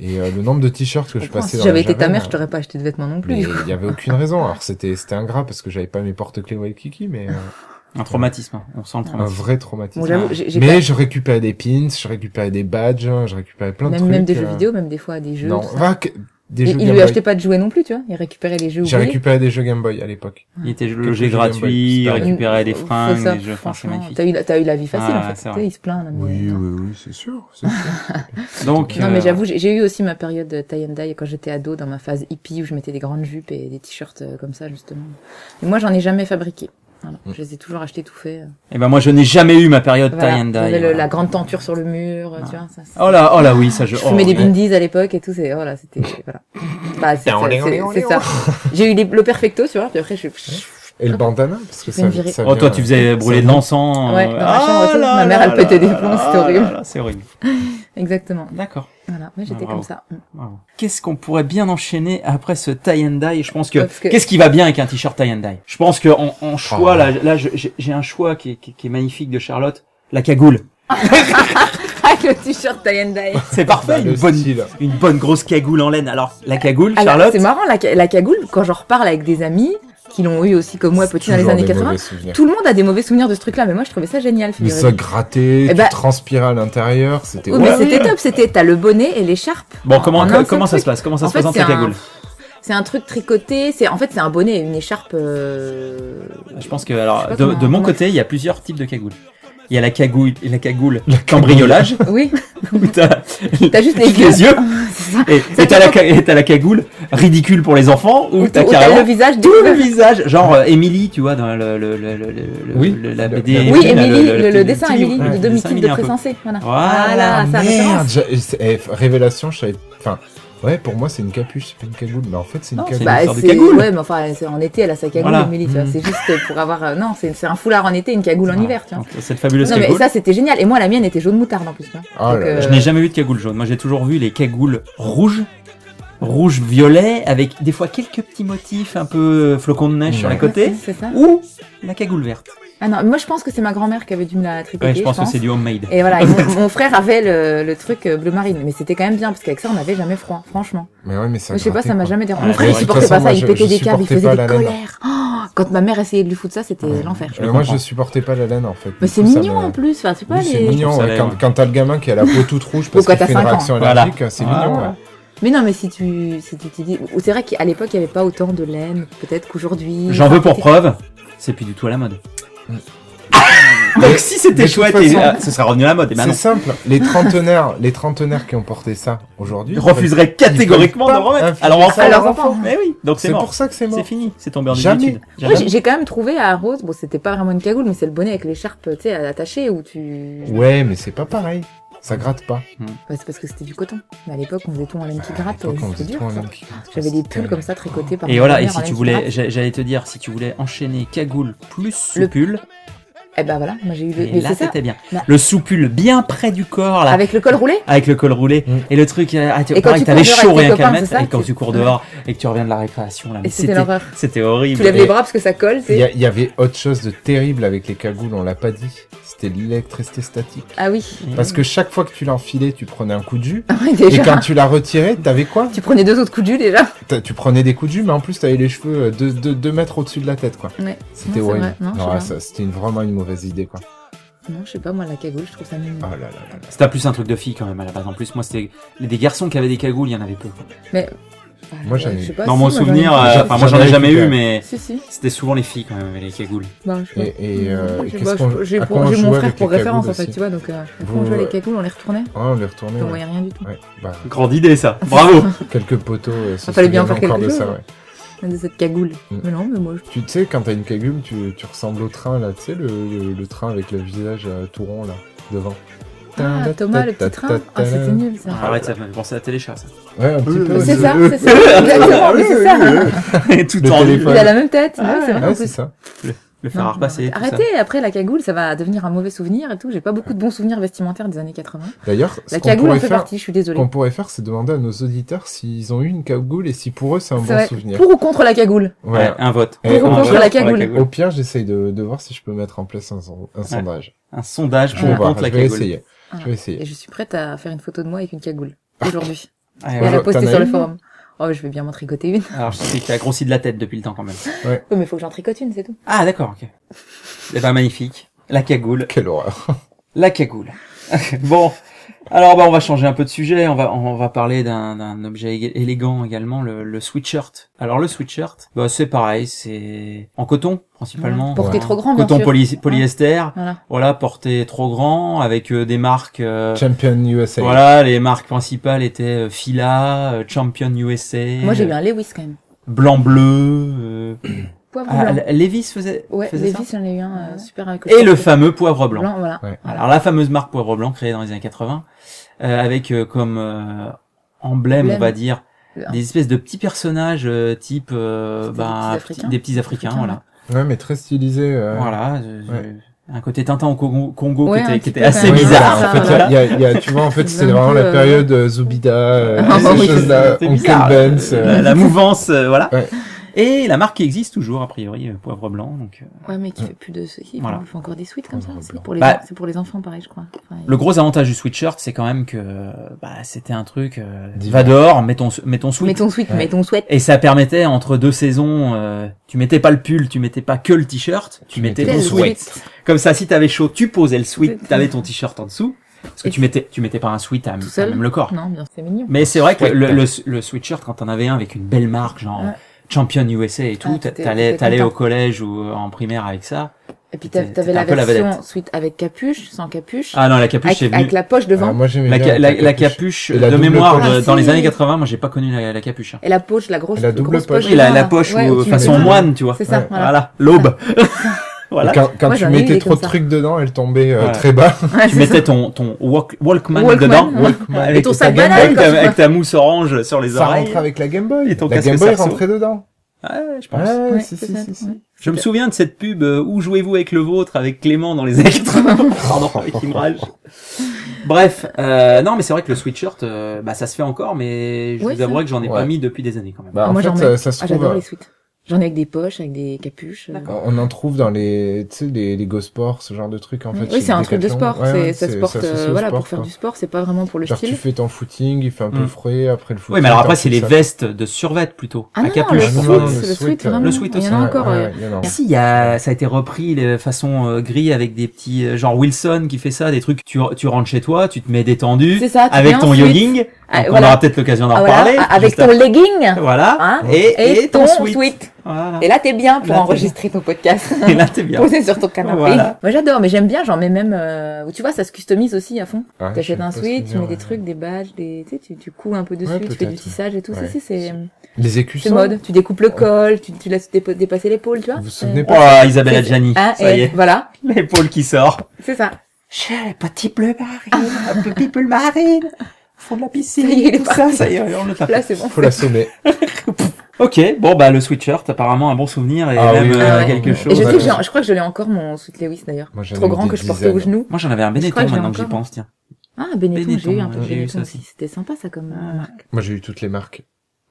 Speaker 3: et euh, le nombre de t-shirts que je,
Speaker 2: Je comprends,
Speaker 3: passais.
Speaker 2: si
Speaker 3: dans
Speaker 2: j'avais
Speaker 3: la
Speaker 2: été ta
Speaker 3: javel,
Speaker 2: mère, je
Speaker 3: euh,
Speaker 2: t'aurais pas acheté de vêtements non plus.
Speaker 3: Mais
Speaker 2: du coup.
Speaker 3: il y avait aucune raison. Alors c'était c'était ingrat parce que j'avais pas mes porte-clés Waikiki, mais euh,
Speaker 1: Un traumatisme. hein. On sent le
Speaker 3: un
Speaker 1: traumatisme.
Speaker 3: vrai
Speaker 2: Ah.
Speaker 3: traumatisme.
Speaker 2: Bon, j'avoue, j'ai j'ai
Speaker 3: mais je récupérais des pins, je récupérais des badges, hein, je récupérais plein de
Speaker 2: même,
Speaker 3: trucs.
Speaker 2: même des jeux
Speaker 3: euh,
Speaker 2: vidéo, même des fois des jeux.
Speaker 3: Non,
Speaker 2: tout ça.
Speaker 3: va, que- des
Speaker 2: Et
Speaker 3: jeux
Speaker 2: il
Speaker 3: Game
Speaker 2: lui
Speaker 3: Boy.
Speaker 2: achetait pas de jouets non plus, tu vois. Il récupérait les jeux
Speaker 3: J'ai
Speaker 2: oubliés.
Speaker 3: récupéré des jeux Game Boy à l'époque.
Speaker 1: Il était le
Speaker 3: Quelques
Speaker 1: jeu
Speaker 3: jeux Game Boy,
Speaker 1: gratuit, il
Speaker 3: c'est pareil.
Speaker 1: récupérait des
Speaker 2: Faut
Speaker 1: fringues,
Speaker 2: ça,
Speaker 1: des jeux. Enfin, c'est
Speaker 2: franchement,
Speaker 1: magnifique.
Speaker 2: T'as eu, la- t'as eu la vie facile,
Speaker 1: Ah,
Speaker 2: en fait.
Speaker 1: c'est
Speaker 2: Tu
Speaker 1: vrai.
Speaker 2: sais, il se plaint, là, mais non.
Speaker 3: oui, c'est sûr. c'est sûr.
Speaker 1: Donc,
Speaker 2: Non, mais
Speaker 1: euh,
Speaker 2: j'avoue, j'ai- j'ai eu aussi ma période de tie and dye quand j'étais ado, dans ma phase hippie, où je mettais des grandes jupes et des t-shirts euh, comme ça, justement. Mais moi, j'en ai jamais fabriqué. Voilà.
Speaker 3: Mm.
Speaker 2: Je les ai toujours achetés tout faits. euh.
Speaker 1: Et ben moi, je n'ai jamais eu ma période
Speaker 2: Voilà.
Speaker 1: tie and die.
Speaker 2: J'avais le-
Speaker 1: Voilà.
Speaker 2: la grande tenture sur le mur,
Speaker 1: Ah.
Speaker 2: tu vois. Ça, c'est-
Speaker 1: Oh là, oh là, oui, ça je.
Speaker 2: Je fumais
Speaker 1: oh,
Speaker 2: des
Speaker 1: ouais.
Speaker 2: bindies à l'époque et tout, c'est voilà, c'était voilà. Bah, c'est
Speaker 3: Léon,
Speaker 2: c'est-
Speaker 3: Léon, Léon,
Speaker 2: c'est
Speaker 3: Léon.
Speaker 2: ça. J'ai eu les- le perfecto, tu vois, puis après je
Speaker 3: Et le bandana, parce que
Speaker 2: Je vais
Speaker 3: ça,
Speaker 2: me virer.
Speaker 3: ça
Speaker 1: Oh, toi,
Speaker 3: vient-
Speaker 1: tu faisais brûler de
Speaker 3: vient-
Speaker 1: l'encens.
Speaker 2: Ouais,
Speaker 1: euh,
Speaker 2: dans la chambre et tout.
Speaker 1: là
Speaker 2: Ma mère, elle
Speaker 1: là
Speaker 2: pétait des
Speaker 1: là
Speaker 2: plombs,
Speaker 1: là
Speaker 2: c'était horrible.
Speaker 1: là, C'est horrible.
Speaker 2: exactement.
Speaker 1: D'accord.
Speaker 2: Voilà, moi j'étais
Speaker 1: Ah, bravo.
Speaker 2: comme ça.
Speaker 1: Bravo. Qu'est-ce qu'on pourrait bien enchaîner après ce tie and die Je pense que
Speaker 2: Ouais, parce que-
Speaker 1: qu'est-ce qui va bien avec un t-shirt tie and die Je pense que en, en choix
Speaker 3: Oh.
Speaker 1: là, là je- j'ai j'ai un choix qui est, qui, qui est magnifique de Charlotte, la cagoule.
Speaker 2: Ah, le t-shirt tie and die.
Speaker 1: C'est
Speaker 3: Bah,
Speaker 1: parfait, une
Speaker 3: le
Speaker 1: bonne
Speaker 3: style.
Speaker 1: une bonne grosse cagoule en laine. Alors la cagoule,
Speaker 2: Ah, Alors,
Speaker 1: Charlotte,
Speaker 2: c'est marrant, la, ca- la cagoule, quand j'en reparle avec des amis qui l'ont eu aussi comme moi petit dans les
Speaker 3: Toujours
Speaker 2: années
Speaker 3: des
Speaker 2: 80,
Speaker 3: mauvais souvenirs.
Speaker 2: tout le monde a des mauvais souvenirs de ce truc-là, mais moi je trouvais ça génial.
Speaker 3: Mais ça
Speaker 2: figurez-vous.
Speaker 3: grattait, tu
Speaker 2: ben-
Speaker 3: transpirais à l'intérieur, c'était
Speaker 2: Oui, Oh, mais
Speaker 1: Ouais.
Speaker 2: c'était top, c'était t'as le bonnet et l'écharpe.
Speaker 1: bon comment euh,
Speaker 2: en un
Speaker 1: comment ça
Speaker 2: seul
Speaker 1: se passe Comment ça
Speaker 2: En
Speaker 1: se
Speaker 2: fait,
Speaker 1: présente
Speaker 2: c'est
Speaker 1: la
Speaker 2: un-
Speaker 1: cagoule
Speaker 2: C'est un truc tricoté, c'est en fait c'est un bonnet et une écharpe. euh,
Speaker 1: Ah, Je pense que
Speaker 2: je sais
Speaker 1: alors
Speaker 2: pas
Speaker 1: de,
Speaker 2: comment-
Speaker 1: de mon
Speaker 2: comment-
Speaker 1: côté, il y a plusieurs types de cagoules. Il y a la cagoule, la cagoule cambriolage
Speaker 2: Oui,
Speaker 1: où t'as
Speaker 2: t'as juste les yeux.
Speaker 1: les yeux
Speaker 2: C'est ça.
Speaker 1: et et t'as la, ca- et t'as la cagoule ridicule pour les enfants où
Speaker 2: Ou
Speaker 1: t'as
Speaker 2: t'as le
Speaker 1: carrément
Speaker 2: visage
Speaker 1: tout le
Speaker 2: découvert.
Speaker 1: visage genre euh, Emily tu vois dans le le le le, le- le-
Speaker 3: Oui.
Speaker 1: le- la
Speaker 3: Le-
Speaker 1: BD
Speaker 3: le-
Speaker 2: Oui,
Speaker 1: là,
Speaker 2: Émilie, le, le
Speaker 1: petit-
Speaker 2: dessin
Speaker 1: petit-
Speaker 2: Émilie
Speaker 1: ouais,
Speaker 2: de
Speaker 1: le
Speaker 2: Domitique
Speaker 1: Émilie
Speaker 2: de
Speaker 1: un peu.
Speaker 2: Crécencé. Voilà.
Speaker 1: Voilà.
Speaker 2: Voilà. Ah, ça,
Speaker 3: merde,
Speaker 2: référence.
Speaker 3: j'ai- c'est- eh, révélation, je savais. Enfin, ouais, pour moi c'est une capuche, c'est pas une cagoule, mais en fait c'est une
Speaker 1: Non,
Speaker 3: cagoule.
Speaker 1: c'est-
Speaker 2: Bah,
Speaker 1: sorte de
Speaker 2: c'est
Speaker 1: cagoule.
Speaker 2: ouais, mais enfin, c'est en été, elle a sa cagoule,
Speaker 1: Voilà.
Speaker 2: Émilie, tu vois.
Speaker 1: Mhm.
Speaker 2: C'est juste pour avoir. euh, non, c'est c'est un foulard en été, une cagoule en
Speaker 1: Voilà.
Speaker 2: hiver, tu vois.
Speaker 1: Ah, Donc, cette fabuleuse
Speaker 2: Non, mais
Speaker 1: cagoule
Speaker 2: ça, c'était génial. Et moi, la mienne était jaune moutarde en plus. tu vois.
Speaker 3: Oh là
Speaker 2: Donc,
Speaker 3: là.
Speaker 2: euh,
Speaker 1: je n'ai jamais vu de cagoule jaune moi j'ai toujours vu les cagoules rouges rouge violet avec des fois quelques petits motifs un peu flocons de neige sur les
Speaker 3: Ouais.
Speaker 1: côtés
Speaker 2: C'est ça.
Speaker 1: ou la cagoule verte
Speaker 2: Ah non, moi, je pense que c'est ma grand-mère qui avait dû me la tricoter.
Speaker 1: ouais je pense que c'est du homemade
Speaker 2: Et voilà, et mon, mon frère avait le, le truc euh, bleu marine, mais c'était quand même bien parce qu'avec ça on n'avait jamais froid, franchement.
Speaker 3: Mais ouais, mais ça.
Speaker 2: Moi, je sais pas,
Speaker 3: grattait,
Speaker 2: ça m'a
Speaker 3: quoi.
Speaker 2: jamais dérangé.
Speaker 1: Ouais,
Speaker 2: Mon frère
Speaker 1: ouais, de
Speaker 2: il
Speaker 1: toute
Speaker 2: supportait
Speaker 3: façon,
Speaker 2: pas
Speaker 3: moi,
Speaker 2: ça, il
Speaker 3: je-
Speaker 2: pétait
Speaker 3: je
Speaker 2: des câbles, il
Speaker 3: supportais
Speaker 2: faisait
Speaker 3: pas
Speaker 2: des
Speaker 3: la laine.
Speaker 2: colères. Oh, quand ma mère essayait de lui foutre ça, c'était
Speaker 1: Ouais.
Speaker 2: l'enfer. je
Speaker 1: Je
Speaker 3: Mais
Speaker 1: le
Speaker 3: moi
Speaker 1: comprends.
Speaker 3: je supportais pas la laine en fait.
Speaker 2: Mais
Speaker 3: Du
Speaker 2: c'est
Speaker 3: coup, ça
Speaker 2: mignon
Speaker 3: me-
Speaker 2: en plus, enfin, c'est pas
Speaker 3: Oui, c'est
Speaker 2: les-
Speaker 3: mignon,
Speaker 1: ça
Speaker 3: ouais,
Speaker 1: laid,
Speaker 3: quand,
Speaker 1: ouais.
Speaker 3: quand t'as le gamin qui a la peau toute rouge parce
Speaker 2: quand
Speaker 3: qu'il
Speaker 2: t'as
Speaker 3: fait une
Speaker 2: cinq ans.
Speaker 3: réaction
Speaker 1: Voilà.
Speaker 3: allergique, c'est
Speaker 1: Ah.
Speaker 3: mignon. ouais.
Speaker 2: euh. Mais non, mais si tu, si tu t'y dis, ou c'est vrai qu'à l'époque il n'y avait pas autant de laine, peut-être qu'aujourd'hui.
Speaker 1: J'en veux pour
Speaker 2: Enfin,
Speaker 1: preuve, c'est plus du tout à la mode.
Speaker 3: Mm.
Speaker 1: Donc si
Speaker 3: de
Speaker 1: c'était
Speaker 3: toute
Speaker 1: chouette,
Speaker 3: façon-
Speaker 1: et, ah, ce serait revenu à la mode. Et
Speaker 3: C'est simple, les trentenaires, les trentenaires qui ont porté ça aujourd'hui.
Speaker 1: ils refuseraient catégoriquement
Speaker 3: Ils
Speaker 1: de
Speaker 3: peuvent pas
Speaker 1: remettre.
Speaker 3: infliger
Speaker 1: Alors
Speaker 3: ça
Speaker 1: enfant,
Speaker 2: à leurs
Speaker 1: alors enfant.
Speaker 2: enfants.
Speaker 1: Mais oui, donc c'est
Speaker 3: C'est
Speaker 1: mort.
Speaker 3: pour ça que c'est
Speaker 1: C'est
Speaker 3: mort.
Speaker 1: fini, c'est tombé en
Speaker 3: Jamais.
Speaker 1: désuétude.
Speaker 2: Moi, j'ai- j'ai quand même trouvé à Rose, bon, c'était pas vraiment une cagoule, mais c'est le bonnet avec l'écharpe, tu sais, attachée où tu.
Speaker 3: Ouais, mais c'est pas pareil. Ça gratte pas.
Speaker 2: Bah, c'est parce que c'était du coton. Mais à l'époque, on faisait tout en laine qui gratte,
Speaker 3: Toi,
Speaker 2: euh,
Speaker 3: quand Ah, on
Speaker 2: c'était dur.
Speaker 3: faisait tout en
Speaker 2: ça.
Speaker 3: laine qui gratte,
Speaker 2: J'avais des
Speaker 3: c'était
Speaker 2: pulls comme ça tricotés par
Speaker 1: Et
Speaker 2: ma
Speaker 1: voilà, et
Speaker 2: grand-mère en
Speaker 1: si
Speaker 2: laine
Speaker 1: tu
Speaker 2: qui
Speaker 1: voulais,
Speaker 2: gratte.
Speaker 1: j'a- j'allais te dire, si tu voulais enchaîner cagoule plus
Speaker 2: Le-
Speaker 1: soupule,
Speaker 2: Eh ben voilà, moi j'ai eu le.
Speaker 1: et
Speaker 2: Mais
Speaker 1: là
Speaker 2: c'est ça.
Speaker 1: c'était bien.
Speaker 2: Bah.
Speaker 1: Le soupule bien près du corps, là, avec,
Speaker 2: Avec le col roulé
Speaker 1: le col roulé,
Speaker 3: Mm.
Speaker 1: et le truc, euh, ah, tu-
Speaker 2: Et quand
Speaker 1: pareil,
Speaker 2: tu
Speaker 1: t'avais
Speaker 2: cours dehors
Speaker 1: chaud
Speaker 2: avec tes
Speaker 1: rien qu'à
Speaker 2: copains,
Speaker 1: mettre,
Speaker 2: c'est ça
Speaker 1: et quand
Speaker 2: Tu-
Speaker 1: tu cours dehors, et que tu reviens de la récréation, là, mais
Speaker 2: Et c'était
Speaker 1: c'était,
Speaker 2: l'horreur.
Speaker 1: c'était horrible.
Speaker 2: Tu lèves les
Speaker 3: Et-
Speaker 2: bras parce que ça colle,
Speaker 3: Il y,
Speaker 2: c'est.
Speaker 3: a- il y avait autre chose de terrible avec les cagoules, on l'a pas dit. C'était l'électricité statique.
Speaker 2: Ah oui.
Speaker 1: Et-
Speaker 3: Parce que chaque fois que tu l'enfilais, tu prenais un coup de jus.
Speaker 2: Ah ouais,
Speaker 3: Et
Speaker 2: déjà.
Speaker 3: quand tu la retirais, t'avais quoi
Speaker 2: Tu prenais deux autres coups de jus déjà.
Speaker 3: T'as- Tu prenais des coups de jus, mais en plus t'avais les cheveux 2 de, de, deux mètres au-dessus de la tête, quoi.
Speaker 2: Ouais.
Speaker 3: C'était
Speaker 2: Non, c'est
Speaker 3: horrible.
Speaker 2: vrai. Non, je
Speaker 3: Non,
Speaker 2: sais
Speaker 3: ouais,
Speaker 2: pas.
Speaker 3: ça, c'était une- vraiment une mauvaise idée, quoi.
Speaker 2: Non, je sais pas, moi la cagoule, je trouve ça mignon.
Speaker 3: Oh là là là là.
Speaker 1: C'était plus un truc de fille quand même à la base. En plus, moi, c'était des garçons qui avaient des cagoules, il y en avait peu.
Speaker 2: Ah,
Speaker 3: Moi, j'en ai
Speaker 2: je sais
Speaker 3: eu.
Speaker 2: pas,
Speaker 1: Dans
Speaker 2: si,
Speaker 1: mon
Speaker 2: moi, j'en ai
Speaker 1: souvenir,
Speaker 2: eu.
Speaker 1: euh,
Speaker 3: J'en-
Speaker 1: enfin, moi, j'en ai
Speaker 3: j'en ai
Speaker 1: jamais eu,
Speaker 3: récupéré.
Speaker 1: mais
Speaker 2: Si, si.
Speaker 1: c'était souvent les filles quand même avec les cagoules.
Speaker 2: Bah, je sais pas.
Speaker 3: Et, et, euh,
Speaker 2: Je sais
Speaker 3: qu'est-ce
Speaker 2: pas,
Speaker 3: qu'on-
Speaker 2: je- J'ai
Speaker 3: à
Speaker 2: j'ai
Speaker 3: quoi on jouait
Speaker 2: mon frère
Speaker 3: avec
Speaker 2: pour
Speaker 3: les
Speaker 2: référence
Speaker 3: cagoules
Speaker 2: en fait,
Speaker 3: aussi
Speaker 2: tu vois, donc euh, je
Speaker 3: Vous,
Speaker 2: on jouait
Speaker 3: euh,
Speaker 2: les cagoules, on les retournait,
Speaker 3: Ouais, Ah, on les retournait.
Speaker 2: on
Speaker 3: ouais.
Speaker 2: voyait rien du tout.
Speaker 3: Ouais, bah,
Speaker 1: Grande idée ça. Bravo.
Speaker 3: quelques poteaux euh, se
Speaker 2: Ah, fallait bien
Speaker 3: souviennent
Speaker 2: faire
Speaker 3: encore
Speaker 2: quelque
Speaker 3: de ça,
Speaker 2: chose.
Speaker 3: ouais.
Speaker 2: De cette cagoule.
Speaker 3: Mm.
Speaker 2: Mais non, mais moi je.
Speaker 3: Tu tu sais, quand t'as une cagule, tu, tu ressembles au train, là, tu sais, le, le, le train avec le visage euh, tout rond, là, devant.
Speaker 2: Ah,
Speaker 3: Ta-
Speaker 2: Thomas,
Speaker 3: ta-
Speaker 2: le
Speaker 3: ta-
Speaker 2: petit train.
Speaker 3: ta-
Speaker 2: Ah,
Speaker 3: ta-
Speaker 2: c'était nul ça.
Speaker 1: Arrête, ça me fait penser à la téléchat ça.
Speaker 3: Ouais, un petit
Speaker 1: Euh,
Speaker 3: peu.
Speaker 2: C'est
Speaker 3: le-
Speaker 2: ça,
Speaker 3: le-
Speaker 2: c'est ça.
Speaker 1: Ah
Speaker 2: Exactement, mais Ah c'est ça.
Speaker 1: Et tout
Speaker 3: Le
Speaker 1: en
Speaker 2: Il
Speaker 3: téléphone.
Speaker 2: a la même tête.
Speaker 1: Ah,
Speaker 2: ouais, c'est vrai, en
Speaker 3: Ouais,
Speaker 2: plus.
Speaker 3: c'est ça.
Speaker 1: Le
Speaker 2: Non,
Speaker 1: fer à
Speaker 2: non,
Speaker 1: repasser. tout ça.
Speaker 2: Arrêtez, après la cagoule, ça va devenir un mauvais souvenir et tout. J'ai pas beaucoup de bons souvenirs vestimentaires des années 80.
Speaker 3: D'ailleurs, ce
Speaker 2: La
Speaker 3: qu'on
Speaker 2: cagoule en
Speaker 3: pourrait
Speaker 2: fait
Speaker 3: faire,
Speaker 2: partie, je suis
Speaker 3: ce
Speaker 2: désolée.
Speaker 3: qu'on pourrait faire, c'est demander à nos auditeurs s'ils ont eu une cagoule et si pour eux c'est un
Speaker 2: C'est
Speaker 3: bon
Speaker 2: vrai.
Speaker 3: souvenir.
Speaker 2: Pour ou contre la cagoule
Speaker 1: Ouais,
Speaker 3: Voilà.
Speaker 1: un vote.
Speaker 3: Et
Speaker 2: Pour ou
Speaker 3: on
Speaker 2: contre
Speaker 3: va-
Speaker 2: la cagoule
Speaker 3: Au pire, j'essaye de, de voir si je peux mettre en place un, son- un sondage.
Speaker 1: Un sondage
Speaker 3: Je
Speaker 1: pour
Speaker 3: vais
Speaker 1: ou
Speaker 3: voir,
Speaker 1: contre
Speaker 3: je
Speaker 1: la
Speaker 3: vais
Speaker 1: cagoule.
Speaker 3: essayer. Je vais essayer.
Speaker 2: Et je suis prête à faire une photo de moi avec une cagoule. Aujourd'hui.
Speaker 1: Ah,
Speaker 2: Et
Speaker 1: ouais.
Speaker 2: à la
Speaker 3: T'en
Speaker 2: poster
Speaker 3: as
Speaker 2: sur le
Speaker 3: une
Speaker 2: forum. Oh, je vais bien m'en tricoter une.
Speaker 1: Alors je sais que t'as grossi de la tête depuis le temps quand même.
Speaker 2: Oui, mais faut que j'en tricote une, c'est tout.
Speaker 1: Ah d'accord, ok. Eh ben magnifique. La cagoule.
Speaker 3: Quelle horreur.
Speaker 1: La cagoule. bon, alors bah on va changer un peu de sujet. On va on va parler d'un d'un objet ég- élégant également, le, le sweatshirt. Alors le sweatshirt, bah c'est pareil, c'est en coton principalement.
Speaker 2: Voilà. Porté trop grand, bien
Speaker 1: Coton
Speaker 2: sûr.
Speaker 1: poly- polyester.
Speaker 2: Voilà.
Speaker 1: Voilà, porté trop grand avec euh, des marques. euh,
Speaker 3: Champion USA.
Speaker 1: voilà, les marques principales étaient euh, Fila, euh, Champion USA,
Speaker 2: Moi, j'ai eu un Lewis quand même.
Speaker 1: Blanc Bleu. euh,
Speaker 2: poivre
Speaker 1: Ah,
Speaker 2: blanc.
Speaker 1: L- Levi's faisait,
Speaker 2: Ouais,
Speaker 1: faisait
Speaker 2: Levi's,
Speaker 1: ça
Speaker 2: j'en ai eu un euh, super. euh, que je
Speaker 1: Et le
Speaker 2: portais.
Speaker 1: fameux poivre blanc.
Speaker 2: Blanc, voilà.
Speaker 3: Ouais.
Speaker 2: Voilà.
Speaker 1: Alors la fameuse marque poivre blanc créée dans les années 80, euh, avec euh, comme euh, emblème, on
Speaker 2: Emblème.
Speaker 1: va dire,
Speaker 2: Le-
Speaker 1: des espèces de petits personnages euh, type euh,
Speaker 2: C'était
Speaker 1: bah,
Speaker 2: des petits Africains.
Speaker 1: des petits africains,
Speaker 2: Africains,
Speaker 1: voilà.
Speaker 3: Ouais, mais très stylisé. euh,
Speaker 1: Voilà, je- je-
Speaker 3: Ouais.
Speaker 1: un côté Tintin au Congo, Congo
Speaker 2: Ouais,
Speaker 1: qui
Speaker 2: un
Speaker 1: était, qui
Speaker 2: petit
Speaker 1: était
Speaker 2: peu
Speaker 1: assez
Speaker 2: quand
Speaker 3: Oui,
Speaker 2: même.
Speaker 1: bizarre.
Speaker 3: voilà,
Speaker 2: ça,
Speaker 3: en fait, il
Speaker 2: voilà.
Speaker 3: y a- il y a- tu vois, en fait,
Speaker 2: C'est
Speaker 3: c'était
Speaker 2: un
Speaker 3: vraiment
Speaker 2: peu,
Speaker 3: la
Speaker 2: euh,
Speaker 3: période euh, Zubida, euh,
Speaker 2: Ah, bah
Speaker 3: ces
Speaker 2: oui,
Speaker 3: choses-là,
Speaker 1: C'était bizarre,
Speaker 3: Uncle Benz.
Speaker 1: euh,
Speaker 3: euh,
Speaker 1: la, la mouvance, euh, voilà.
Speaker 3: Ouais.
Speaker 1: Et la marque existe toujours, a priori, euh, Poivre Blanc. Donc, euh,
Speaker 2: Ouais, mais qui fait plus de ceci.
Speaker 1: Voilà.
Speaker 2: On fait encore des suites comme ça
Speaker 3: Poivre
Speaker 2: aussi.
Speaker 3: blanc.
Speaker 2: Pour les,
Speaker 1: Bah-
Speaker 2: c'est pour les enfants, pareil, je crois. Enfin,
Speaker 1: le gros avantage du sweatshirt, c'est quand même que euh, bah, c'était un truc. Euh,
Speaker 3: Divers.
Speaker 1: va dehors, mets ton, mets ton sweat.
Speaker 2: Mets ton sweat,
Speaker 3: Ouais.
Speaker 2: mets ton sweat.
Speaker 1: Et ça permettait entre deux saisons, euh, tu mettais pas le pull, tu mettais pas que le t-shirt, tu
Speaker 3: Tu
Speaker 1: mettais
Speaker 3: mettais
Speaker 1: ton
Speaker 3: le
Speaker 1: sweat. Comme ça, si t'avais chaud, tu posais le sweat,
Speaker 2: Exactement.
Speaker 1: t'avais ton t-shirt en dessous, parce que
Speaker 2: Et
Speaker 1: tu mettais, tu mettais pas un sweat à, à
Speaker 2: seul.
Speaker 1: même le corps.
Speaker 2: Non, bien, c'est mignon.
Speaker 1: Mais c'est vrai que
Speaker 3: Sweat.
Speaker 1: le, le, le sweatshirt, quand t'en avais un avec une belle marque, genre
Speaker 2: Ouais.
Speaker 1: Champion USA et tout,
Speaker 2: Ah, t'étais-
Speaker 1: t'allais,
Speaker 2: t'étais
Speaker 1: t'allais
Speaker 2: content.
Speaker 1: au collège ou euh, en primaire avec ça.
Speaker 2: Et puis
Speaker 1: T'étais-
Speaker 2: t'avais t'avais
Speaker 1: t'étais
Speaker 2: la
Speaker 1: un peu la
Speaker 2: version
Speaker 1: vedette.
Speaker 2: sweat avec capuche, sans capuche,
Speaker 1: Ah non, la capuche, Ah,
Speaker 2: avec,
Speaker 1: c'est venu.
Speaker 2: avec la poche
Speaker 3: alors
Speaker 2: devant
Speaker 3: moi, j'aimais
Speaker 1: La,
Speaker 3: bien
Speaker 1: ca- la, la capuche,
Speaker 3: Et la
Speaker 1: de
Speaker 3: double
Speaker 1: mémoire,
Speaker 3: poche.
Speaker 1: de-
Speaker 2: Ah,
Speaker 1: dans les
Speaker 2: si.
Speaker 1: années 80, moi j'ai pas connu la, la capuche. hein.
Speaker 2: et la poche, la grosse,
Speaker 3: La
Speaker 2: la
Speaker 3: double
Speaker 2: grosse poche.
Speaker 3: poche.
Speaker 1: Oui, la, la
Speaker 2: noire.
Speaker 1: poche
Speaker 2: Ouais,
Speaker 1: ou
Speaker 2: au-dessus
Speaker 1: façon
Speaker 2: du dos.
Speaker 1: moine, tu vois.
Speaker 2: C'est ça,
Speaker 3: Ouais.
Speaker 2: voilà.
Speaker 1: Voilà, l'aube. voilà.
Speaker 3: Quand, quand
Speaker 2: Moi,
Speaker 3: tu
Speaker 2: j'en ai eu
Speaker 3: mettais
Speaker 2: des
Speaker 3: trop de
Speaker 2: comme ça.
Speaker 3: trucs dedans, elle tombait euh,
Speaker 1: Ouais.
Speaker 3: très bas.
Speaker 2: Ouais,
Speaker 1: tu
Speaker 2: c'est ça.
Speaker 1: mettais ton, ton walk- Walkman,
Speaker 2: Walkman,
Speaker 1: dedans,
Speaker 2: ouais.
Speaker 3: Walkman.
Speaker 1: avec,
Speaker 2: ton
Speaker 1: ta
Speaker 2: sac
Speaker 1: Game
Speaker 2: banane,
Speaker 1: Boy,
Speaker 2: quand
Speaker 1: avec
Speaker 2: tu
Speaker 1: ta-
Speaker 2: vois.
Speaker 1: avec ta mousse orange sur les
Speaker 3: Ça
Speaker 1: oreilles.
Speaker 3: rentre avec la Game Boy.
Speaker 1: Et ton
Speaker 3: la
Speaker 1: casque
Speaker 3: Game Boy
Speaker 1: cerceau.
Speaker 3: rentrait dedans.
Speaker 1: Ouais, je pense.
Speaker 3: Ouais,
Speaker 2: Ouais,
Speaker 3: si,
Speaker 2: c'est
Speaker 3: si,
Speaker 2: ça,
Speaker 3: si, si.
Speaker 2: ouais.
Speaker 1: Je me souviens de cette pub euh, Où jouez-vous avec le vôtre avec Clément dans les années 80 Pardon, avec Imrage. Bref, euh, non mais c'est vrai que le sweatshirt, euh, bah ça se fait encore, mais je
Speaker 2: Ouais,
Speaker 1: vous
Speaker 2: ça.
Speaker 1: avouerai que j'en ai pas
Speaker 3: Ouais.
Speaker 1: mis depuis des années quand même.
Speaker 3: Bah,
Speaker 2: Ah,
Speaker 3: en
Speaker 2: moi, j'en
Speaker 3: fait,
Speaker 2: mets.
Speaker 3: euh, ça se
Speaker 2: Ah,
Speaker 3: trouve,
Speaker 2: j'adore
Speaker 3: euh,
Speaker 2: les sweats. J'en ai avec des poches, avec des capuches. euh.
Speaker 1: D'accord.
Speaker 3: on en trouve dans les, tu sais, les, les go sports, ce genre de trucs, en fait.
Speaker 2: Oui,
Speaker 3: chez
Speaker 2: c'est un truc de
Speaker 3: Decathlon.
Speaker 2: sport.
Speaker 3: Ouais, ouais,
Speaker 2: c'est- ça se
Speaker 3: c'est-
Speaker 2: porte,
Speaker 3: s'associe
Speaker 2: euh,
Speaker 3: au
Speaker 2: voilà, pour
Speaker 3: sport,
Speaker 2: faire
Speaker 3: quoi.
Speaker 2: du sport. C'est pas vraiment pour le
Speaker 3: Genre, tu
Speaker 2: style.
Speaker 3: fais ton footing, il fait un peu
Speaker 1: Mm.
Speaker 3: frais, après le footing.
Speaker 1: Oui, mais alors après
Speaker 3: t'as
Speaker 1: c'est les
Speaker 3: ça.
Speaker 1: vestes de survêt plutôt,
Speaker 2: Ah
Speaker 1: à
Speaker 2: non,
Speaker 1: capuche.
Speaker 2: le
Speaker 3: Ah non,
Speaker 1: pour
Speaker 3: non,
Speaker 1: moi.
Speaker 2: sweat, le sweat,
Speaker 3: euh,
Speaker 2: vraiment.
Speaker 1: le sweat
Speaker 2: Il y
Speaker 1: aussi,
Speaker 2: en a
Speaker 3: Ouais,
Speaker 2: encore.
Speaker 3: ouais,
Speaker 2: euh,
Speaker 3: ouais, il y en a.
Speaker 1: Si, il y a, ça a été repris de façon euh, gris avec des petits, euh, genre Wilson qui fait ça, des trucs, tu, tu rentres chez toi, tu te mets détendu,
Speaker 2: C'est ça. tu mets
Speaker 1: avec
Speaker 2: un
Speaker 1: ton
Speaker 2: sweat.
Speaker 1: jogging, donc
Speaker 2: Ah,
Speaker 1: on
Speaker 2: voilà.
Speaker 1: aura peut-être l'occasion d'en
Speaker 2: Ah, voilà,
Speaker 1: reparler.
Speaker 2: Avec
Speaker 1: juste
Speaker 2: ton
Speaker 1: après.
Speaker 2: legging.
Speaker 1: Voilà.
Speaker 2: Hein
Speaker 1: Et,
Speaker 2: Et, ton sweat.
Speaker 1: Voilà.
Speaker 2: Et là, t'es bien pour
Speaker 1: Là, t'es
Speaker 2: enregistrer ton podcast.
Speaker 1: Et là, t'es bien.
Speaker 2: Posé sur ton canapé.
Speaker 1: Voilà.
Speaker 2: Moi, j'adore, mais j'aime bien. J'en mets même, euh, tu vois, ça se customise aussi à fond.
Speaker 3: Ouais, je
Speaker 2: T'achètes
Speaker 3: sais
Speaker 2: un
Speaker 3: pas
Speaker 2: sweat, tu
Speaker 3: ce
Speaker 2: mets
Speaker 3: souvenir,
Speaker 2: des
Speaker 3: ouais.
Speaker 2: trucs, des badges, des, tu sais, tu, tu couds un peu dessus,
Speaker 3: Ouais,
Speaker 2: tu fais du
Speaker 3: peut-être,
Speaker 2: tissage et tout.
Speaker 3: ouais.
Speaker 2: Si, si, c'est,
Speaker 3: Les écussons.
Speaker 2: c'est mode. Tu découpes le col, tu, tu laisses dépa- dépasser l'épaule, tu vois.
Speaker 3: Vous vous souvenez
Speaker 1: Oh,
Speaker 3: pas
Speaker 1: Isabelle
Speaker 2: C'est-
Speaker 1: Adjani.
Speaker 2: Ah,
Speaker 1: ça y
Speaker 2: et
Speaker 1: est.
Speaker 2: voilà.
Speaker 1: L'épaule qui sort.
Speaker 2: C'est ça.
Speaker 1: J'ai petit bleu marine, un petit bleu marine. Fond de la piscine.
Speaker 2: Ça y est, il est
Speaker 1: tout ça,
Speaker 2: parti.
Speaker 1: ça y est, on le tape.
Speaker 2: Là, c'est bon.
Speaker 3: Faut l'assommer.
Speaker 1: Ok, bon, bah, le sweatshirt, apparemment, un bon souvenir et
Speaker 3: Ah
Speaker 1: même
Speaker 3: oui,
Speaker 1: euh,
Speaker 2: ouais.
Speaker 1: quelque
Speaker 2: Et
Speaker 1: chose.
Speaker 2: je sais
Speaker 3: Ouais.
Speaker 2: que j'ai, je crois que je l'ai encore mon sweat Lewis d'ailleurs.
Speaker 3: Moi, j'en ai
Speaker 2: Trop
Speaker 3: eu
Speaker 2: grand
Speaker 3: des
Speaker 2: que je portais
Speaker 3: dizaines.
Speaker 2: au genou.
Speaker 1: Moi, j'en avais un Benetton
Speaker 2: crois que je l'ai
Speaker 1: maintenant que j'y
Speaker 2: encore.
Speaker 1: pense, tiens.
Speaker 2: Ah, Benetton, j'ai eu un peu
Speaker 1: Benetton,
Speaker 2: de
Speaker 1: j'ai eu
Speaker 2: Benetton
Speaker 1: ça
Speaker 2: aussi.
Speaker 1: aussi.
Speaker 2: C'était sympa ça comme
Speaker 1: Ah.
Speaker 2: marque.
Speaker 3: Moi, j'ai eu toutes les marques.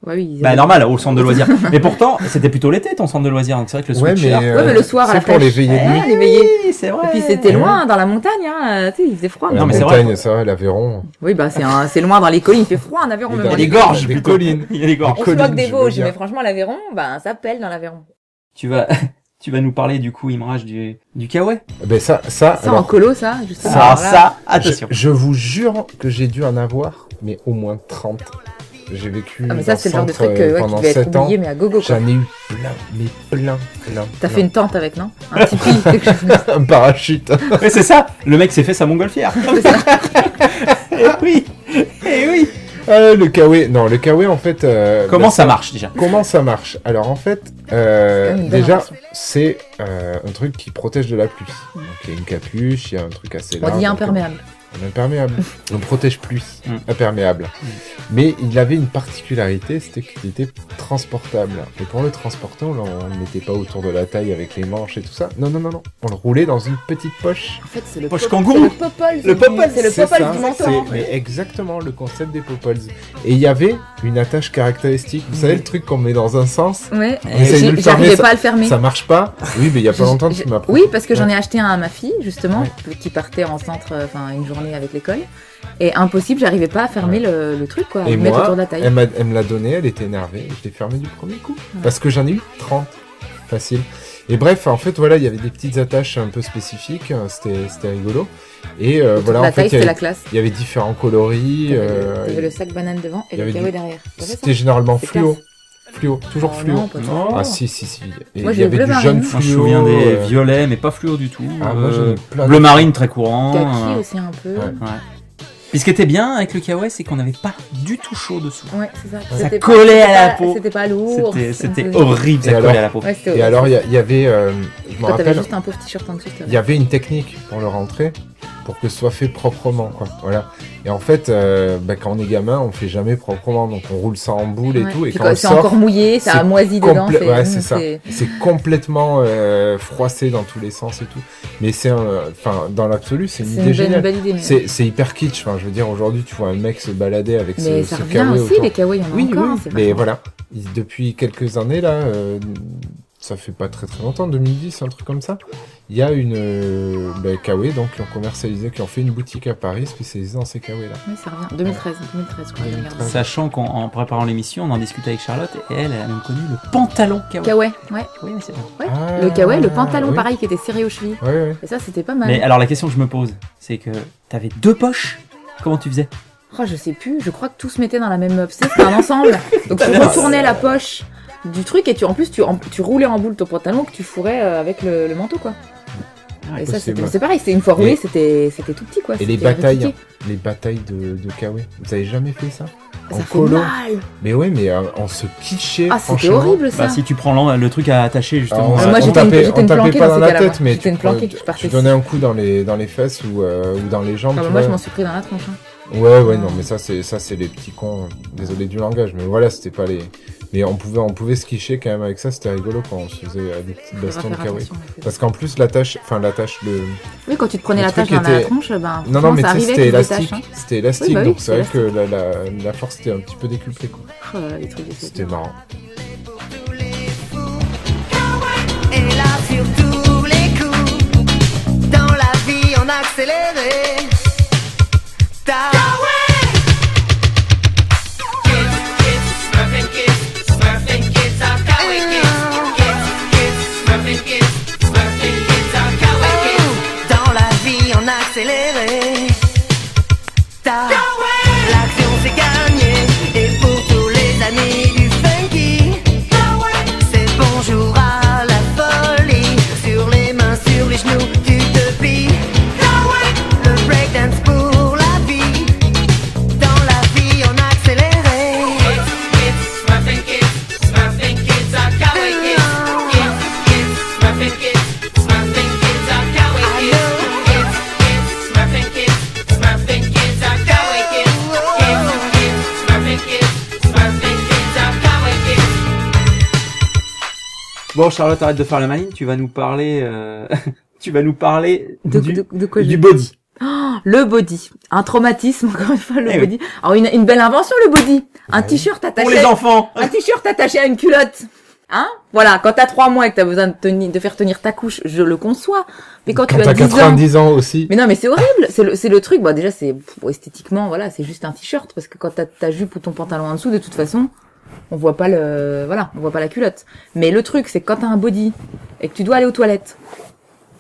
Speaker 2: Ouais, oui. ils
Speaker 1: Bah,
Speaker 2: avaient-
Speaker 1: normal, au centre de loisirs. Mais pourtant, c'était plutôt l'été, ton centre de loisirs, donc c'est vrai que le
Speaker 3: Ouais, mais,
Speaker 1: sweatshirt. Ah
Speaker 3: euh,
Speaker 2: Ouais, mais euh, le soir à
Speaker 3: c'est
Speaker 2: la
Speaker 3: pour les
Speaker 2: plage.
Speaker 3: veillées de
Speaker 2: Ouais,
Speaker 3: nuit.
Speaker 2: les veillées.
Speaker 1: Oui, c'est vrai.
Speaker 2: Et puis c'était
Speaker 3: Ouais.
Speaker 2: loin dans la montagne, hein. euh, Tu sais, il faisait froid.
Speaker 1: Non,
Speaker 3: la
Speaker 1: mais c'est vrai.
Speaker 3: montagne, ça va, l'Aveyron.
Speaker 2: Oui, bah c'est un- c'est loin dans les collines. Il fait froid en Aveyron.
Speaker 3: Oui,
Speaker 2: même
Speaker 3: bah,
Speaker 2: en
Speaker 1: Il y a des
Speaker 3: les
Speaker 2: hiver.
Speaker 1: gorges,
Speaker 3: Des
Speaker 1: plutôt.
Speaker 3: collines.
Speaker 1: Il y a des gorges.
Speaker 2: On se moque
Speaker 3: collines,
Speaker 2: des
Speaker 3: je veux
Speaker 2: Vosges,
Speaker 3: dire.
Speaker 2: mais franchement, l'Aveyron, ben, ça pèle dans l'Aveyron.
Speaker 1: Tu vas, tu vas nous parler, du coup, Imrage, du, du kawaii.
Speaker 3: Ben, ça, ça,
Speaker 2: Ça en
Speaker 3: alors,
Speaker 2: colo, ça, justement.
Speaker 1: Alors
Speaker 2: voilà.
Speaker 1: ça, attention.
Speaker 3: Je, je vous jure que j'ai dû en avoir, mais au moins 30. J'ai vécu
Speaker 2: Ah, mais
Speaker 3: dans
Speaker 2: ça, c'est le genre de
Speaker 3: centre,
Speaker 2: truc que,
Speaker 3: euh,
Speaker 2: ouais, qui
Speaker 3: pendant
Speaker 2: devait
Speaker 3: 7
Speaker 2: être
Speaker 3: ans.
Speaker 2: oublié, mais à gogo, quoi.
Speaker 3: J'en ai eu plein, mais plein, plein.
Speaker 2: T'as fait
Speaker 3: plein.
Speaker 2: une tente avec, non? Un tipi, quelque chose.
Speaker 3: un parachute.
Speaker 1: Ouais, c'est ça. Le mec s'est fait sa montgolfière.
Speaker 2: C'est ça.
Speaker 1: Eh oui. Eh oui.
Speaker 3: Ah, le kawé. Non, le kawé, en fait. euh,
Speaker 1: Comment
Speaker 3: bah,
Speaker 1: ça marche déjà
Speaker 3: Comment ça marche Alors en fait,
Speaker 2: C'est
Speaker 3: euh,
Speaker 2: quand même une bonne
Speaker 3: déjà,
Speaker 2: invention.
Speaker 3: c'est euh, un truc qui protège de la pluie. Donc il y a une capuche, il y a un truc assez large.
Speaker 2: On dit
Speaker 3: donc, euh,
Speaker 2: imperméable.
Speaker 3: Un imperméable. On protège pluie,
Speaker 1: Mm.
Speaker 3: imperméable. Mais il avait une particularité, c'était qu'il était transportable. Et pour le transporter, on l'en- on le mettait pas autour de la taille avec les manches et tout ça. Non, non, non, non. On le roulait dans une petite poche.
Speaker 2: En fait, c'est le
Speaker 1: Poche
Speaker 2: pop-
Speaker 1: kangourou.
Speaker 2: c'est Le popol.
Speaker 1: Le popol,
Speaker 2: C'est le
Speaker 3: C'est ça,
Speaker 2: popol du menton.
Speaker 3: c'est- mais exactement le concept des popoles. Et il y avait une attache caractéristique.
Speaker 2: Mm.
Speaker 3: Vous savez le truc qu'on met dans un sens
Speaker 2: Ouais,
Speaker 3: On essaye de
Speaker 2: j'ai-
Speaker 3: le fermer,
Speaker 2: j'arrivais
Speaker 3: ça-
Speaker 2: pas à le fermer.
Speaker 3: Ça marche pas Oui, mais il y a pas
Speaker 2: Je-
Speaker 3: longtemps que
Speaker 2: je-
Speaker 3: tu m'as
Speaker 2: Oui, parce que j'en ai acheté un à ma fille, justement, qui partait en centre, euh, enfin, une journée avec l'école. Et impossible, j'arrivais pas à fermer le, le truc, quoi. à
Speaker 3: Et
Speaker 2: le mettre
Speaker 3: moi,
Speaker 2: autour de la taille.
Speaker 3: Elle m'a- elle me l'a donné, elle était énervée, je l'ai fermé du premier coup. Parce que j'en ai eu 30. Facile. Et bref, en fait, voilà, il y avait des petites attaches un peu spécifiques, euh, c'était c'était rigolo. Et euh,
Speaker 2: Autour de
Speaker 3: voilà, en
Speaker 2: la
Speaker 3: fait,
Speaker 2: taille,
Speaker 3: il y,
Speaker 2: c'est la
Speaker 3: avait,
Speaker 2: classe.
Speaker 3: il y avait différents coloris.
Speaker 2: T'avais
Speaker 3: euh,
Speaker 2: le- t'avais le sac banane devant et
Speaker 3: il y
Speaker 2: le
Speaker 3: avait
Speaker 2: carreau
Speaker 3: du-
Speaker 2: derrière. T'as fait ça
Speaker 3: C'était généralement
Speaker 2: C'est
Speaker 3: fluo. Fluo, toujours
Speaker 2: Oh
Speaker 3: fluo.
Speaker 2: non, pas du tout.
Speaker 3: Ah si, si, si. Et
Speaker 2: Moi,
Speaker 3: il
Speaker 2: j'ai
Speaker 3: y avait
Speaker 2: bleu
Speaker 3: du
Speaker 2: marine.
Speaker 3: jaune
Speaker 1: Moi,
Speaker 3: fluo.
Speaker 1: je me souviens des
Speaker 3: euh,
Speaker 1: violets, mais pas fluo du tout.
Speaker 3: Ah, moi, j'en ai
Speaker 1: Euh,
Speaker 3: plein de-
Speaker 1: bleu marine très courant.
Speaker 2: Kaki
Speaker 1: euh,
Speaker 2: aussi un peu.
Speaker 3: hein. Ouais.
Speaker 1: ouais. Mais ce qui était bien avec le kawaii, c'est qu'on n'avait pas du tout chaud dessous.
Speaker 2: Ouais, c'est ça.
Speaker 1: Ça
Speaker 2: C'était pas-
Speaker 1: collait à
Speaker 2: c'était
Speaker 1: la
Speaker 2: pas-
Speaker 1: peau.
Speaker 2: C'était pas lourd.
Speaker 1: C'était c'était
Speaker 2: Ouais.
Speaker 1: horrible, ça
Speaker 3: Et
Speaker 1: collait
Speaker 3: alors
Speaker 1: à la peau.
Speaker 2: Ouais, c'était
Speaker 3: Et alors, il y, a- il y avait, euh, je me
Speaker 2: Toi, t'avais
Speaker 3: rappelle,
Speaker 2: juste un pauvre t-shirt en dessous. t'avais-
Speaker 3: il y avait une technique pour le rentrer, pour que ce soit fait proprement, quoi. Voilà. Et en fait, euh, bah, quand on est gamin, on fait jamais proprement, donc on roule ça en boule et
Speaker 2: Ouais.
Speaker 3: tout, et
Speaker 2: Puis
Speaker 3: quand on le
Speaker 2: c'est
Speaker 3: sort,
Speaker 2: encore mouillé, ça a
Speaker 3: c'est
Speaker 2: moisi dedans.
Speaker 3: complè- ouais, c'est
Speaker 2: hum,
Speaker 3: ça. c'est complètement euh, froissé dans tous les sens et tout. Mais c'est, un- enfin, dans l'absolu, c'est une
Speaker 2: C'est
Speaker 3: idée
Speaker 2: une bonne,
Speaker 3: géniale.
Speaker 2: bonne idée. mais-
Speaker 3: C'est c'est hyper kitsch. Enfin, je veux dire, aujourd'hui, tu vois un mec se balader avec
Speaker 2: Mais
Speaker 3: ce,
Speaker 2: ça
Speaker 3: ce
Speaker 2: revient
Speaker 3: kawaii
Speaker 2: aussi,
Speaker 3: autour.
Speaker 2: les kawaii, il y en a
Speaker 3: Oui,
Speaker 2: encore.
Speaker 3: oui,
Speaker 2: hein, c'est
Speaker 3: mais
Speaker 2: vachement-
Speaker 3: voilà. Il- Depuis quelques années, là, euh, ça fait pas très très longtemps, 2010, un truc comme ça, il y a une euh, bah, Kawaii, donc, qui ont commercialisé, qui ont fait une boutique à Paris spécialisée dans ces Kawaii-là.
Speaker 2: Oui, ça revient. 2013, 2013, quoi, j'ai regardé.
Speaker 3: 2013.
Speaker 1: Sachant qu'en en préparant l'émission, on en discutait avec Charlotte et elle, elle a même connu le pantalon kawaii.
Speaker 2: Kawaii, ouais.
Speaker 1: Oui, mais c'est vrai.
Speaker 2: Ouais,
Speaker 3: Ah,
Speaker 2: le kawaii, le pantalon
Speaker 3: oui.
Speaker 2: pareil qui était serré aux chevilles.
Speaker 3: Ouais, ouais.
Speaker 2: Et ça, c'était pas mal.
Speaker 1: Mais alors la question que je me pose, c'est que t'avais deux poches. Comment tu faisais
Speaker 2: Oh, je sais plus, je crois que tout se mettait dans la même meuf. Tu sais, C'était un ensemble. Donc tu retournais la poche du truc et tu en plus tu, en- tu roulais en boule ton pantalon que tu fourrais euh, avec le, le manteau quoi. Ah, et ça
Speaker 3: possible.
Speaker 2: c'était c'est pareil, c'était une fois roulé,
Speaker 3: Et-
Speaker 2: c'était c'était tout petit quoi.
Speaker 3: Et les
Speaker 2: c'était
Speaker 3: batailles,
Speaker 2: répliqué.
Speaker 3: les batailles de, de Kawaii. Vous avez jamais fait ça
Speaker 2: Ça
Speaker 3: En
Speaker 2: fait
Speaker 3: colo
Speaker 2: mal.
Speaker 3: Mais ouais, mais euh, on se quichait.
Speaker 2: Ah, c'était
Speaker 3: franchement.
Speaker 2: horrible ça.
Speaker 1: Bah si tu prends l'en- le truc à attacher justement.
Speaker 3: Alors,
Speaker 2: Ah,
Speaker 1: euh,
Speaker 2: moi,
Speaker 1: on
Speaker 2: j'étais
Speaker 1: tape-
Speaker 2: une-
Speaker 3: tapait,
Speaker 2: j'étais
Speaker 3: on tapait
Speaker 2: planquée
Speaker 3: pas
Speaker 2: dans ces
Speaker 3: dans la
Speaker 2: cas-là,
Speaker 3: tête,
Speaker 2: moi.
Speaker 3: mais
Speaker 2: J'étais
Speaker 3: tu,
Speaker 2: une
Speaker 3: prenais-
Speaker 2: planquée, je
Speaker 3: tu
Speaker 2: partais
Speaker 3: donnais un coup dans les, dans les fesses ou, euh, ou dans les jambes.
Speaker 2: Ah, bah,
Speaker 3: tu
Speaker 2: moi
Speaker 3: vois.
Speaker 2: je m'en suis pris dans la tronche. hein.
Speaker 3: Ouais, ouais, non, mais ça, c'est, ça, c'est les petits cons. Désolé du langage, mais voilà, c'était pas les. Mais on pouvait, on pouvait se quicher quand même avec ça, c'était rigolo quand on se faisait euh, des petites
Speaker 2: Faudra
Speaker 3: bastons de
Speaker 2: faire
Speaker 3: kawaii.
Speaker 2: attention, ouais.
Speaker 3: Parce qu'en plus, la tâche, enfin, la tâche, le.
Speaker 2: Oui, quand tu te prenais
Speaker 3: Le
Speaker 2: la tâche
Speaker 3: truc
Speaker 2: dans la
Speaker 3: était-
Speaker 2: tronche, ben
Speaker 3: Non, non,
Speaker 2: franchement, ça
Speaker 3: mais tu sais,
Speaker 2: arrivait
Speaker 3: c'était
Speaker 2: avec des
Speaker 3: élastique.
Speaker 2: tâches. hein.
Speaker 3: C'était élastique,
Speaker 2: Oui, bah oui,
Speaker 3: donc c'est
Speaker 2: c'est
Speaker 3: vrai que la, la, la force était un petit peu décuplée, quoi.
Speaker 2: Oh là là, les trucs de cette-
Speaker 3: C'était marrant.
Speaker 5: Et là sur tous les coups, dans la vie en accéléré. Ta
Speaker 6: Kids, kids, smurfing kids, smurfing kids are kawaii kids. Kids, kids, smurfing kids, smurfing kids are kawaii kids.
Speaker 5: Oh, dans la vie en accéléré. Ta l'action c'est gagné et pour tous les amis du funky. C'est bonjour à la folie sur les mains sur les genoux tu te plies. Le breakdance pour la vie dans la vie en accéléré.
Speaker 6: Kids, kids, smurfing kids, smurfing kids are kawaii kids. Kids, kids, smurfing kids, smurfing kids are kawaii kids. Kids, kids, smurfing kids, smurfing kids are kawaii kids. Kids, kids, smurfing kids, smurfing kids are kawaii kids.
Speaker 1: Bon Charlotte, arrête de faire la maline. Tu vas nous parler. euh, tu vas nous parler
Speaker 2: De,
Speaker 1: du,
Speaker 2: de- de quoi je Ah,
Speaker 1: du body.
Speaker 2: Le body. Un traumatisme, encore une fois, le
Speaker 1: Eh oui.
Speaker 2: body. Alors, une, une belle invention, le body.
Speaker 3: Ah
Speaker 2: Un t-shirt
Speaker 1: Pour
Speaker 2: attaché.
Speaker 1: les enfants.
Speaker 2: Un t-shirt attaché à une culotte. Hein Voilà, quand t'as trois mois et que t'as besoin de, tenir, de faire tenir ta couche, je le conçois. Mais quand,
Speaker 3: Quand
Speaker 2: tu as
Speaker 3: t'as
Speaker 2: 10 ans...
Speaker 3: 90 ans aussi.
Speaker 2: Mais non, mais c'est horrible. C'est le, c'est le truc. Bah, déjà, c'est pff, esthétiquement, voilà, c'est juste un t-shirt parce que quand t'as ta jupe ou ton pantalon en dessous, de toute façon, on voit pas le, voilà, on voit pas la culotte. Mais le truc, c'est que quand t'as un body et que tu dois aller aux toilettes,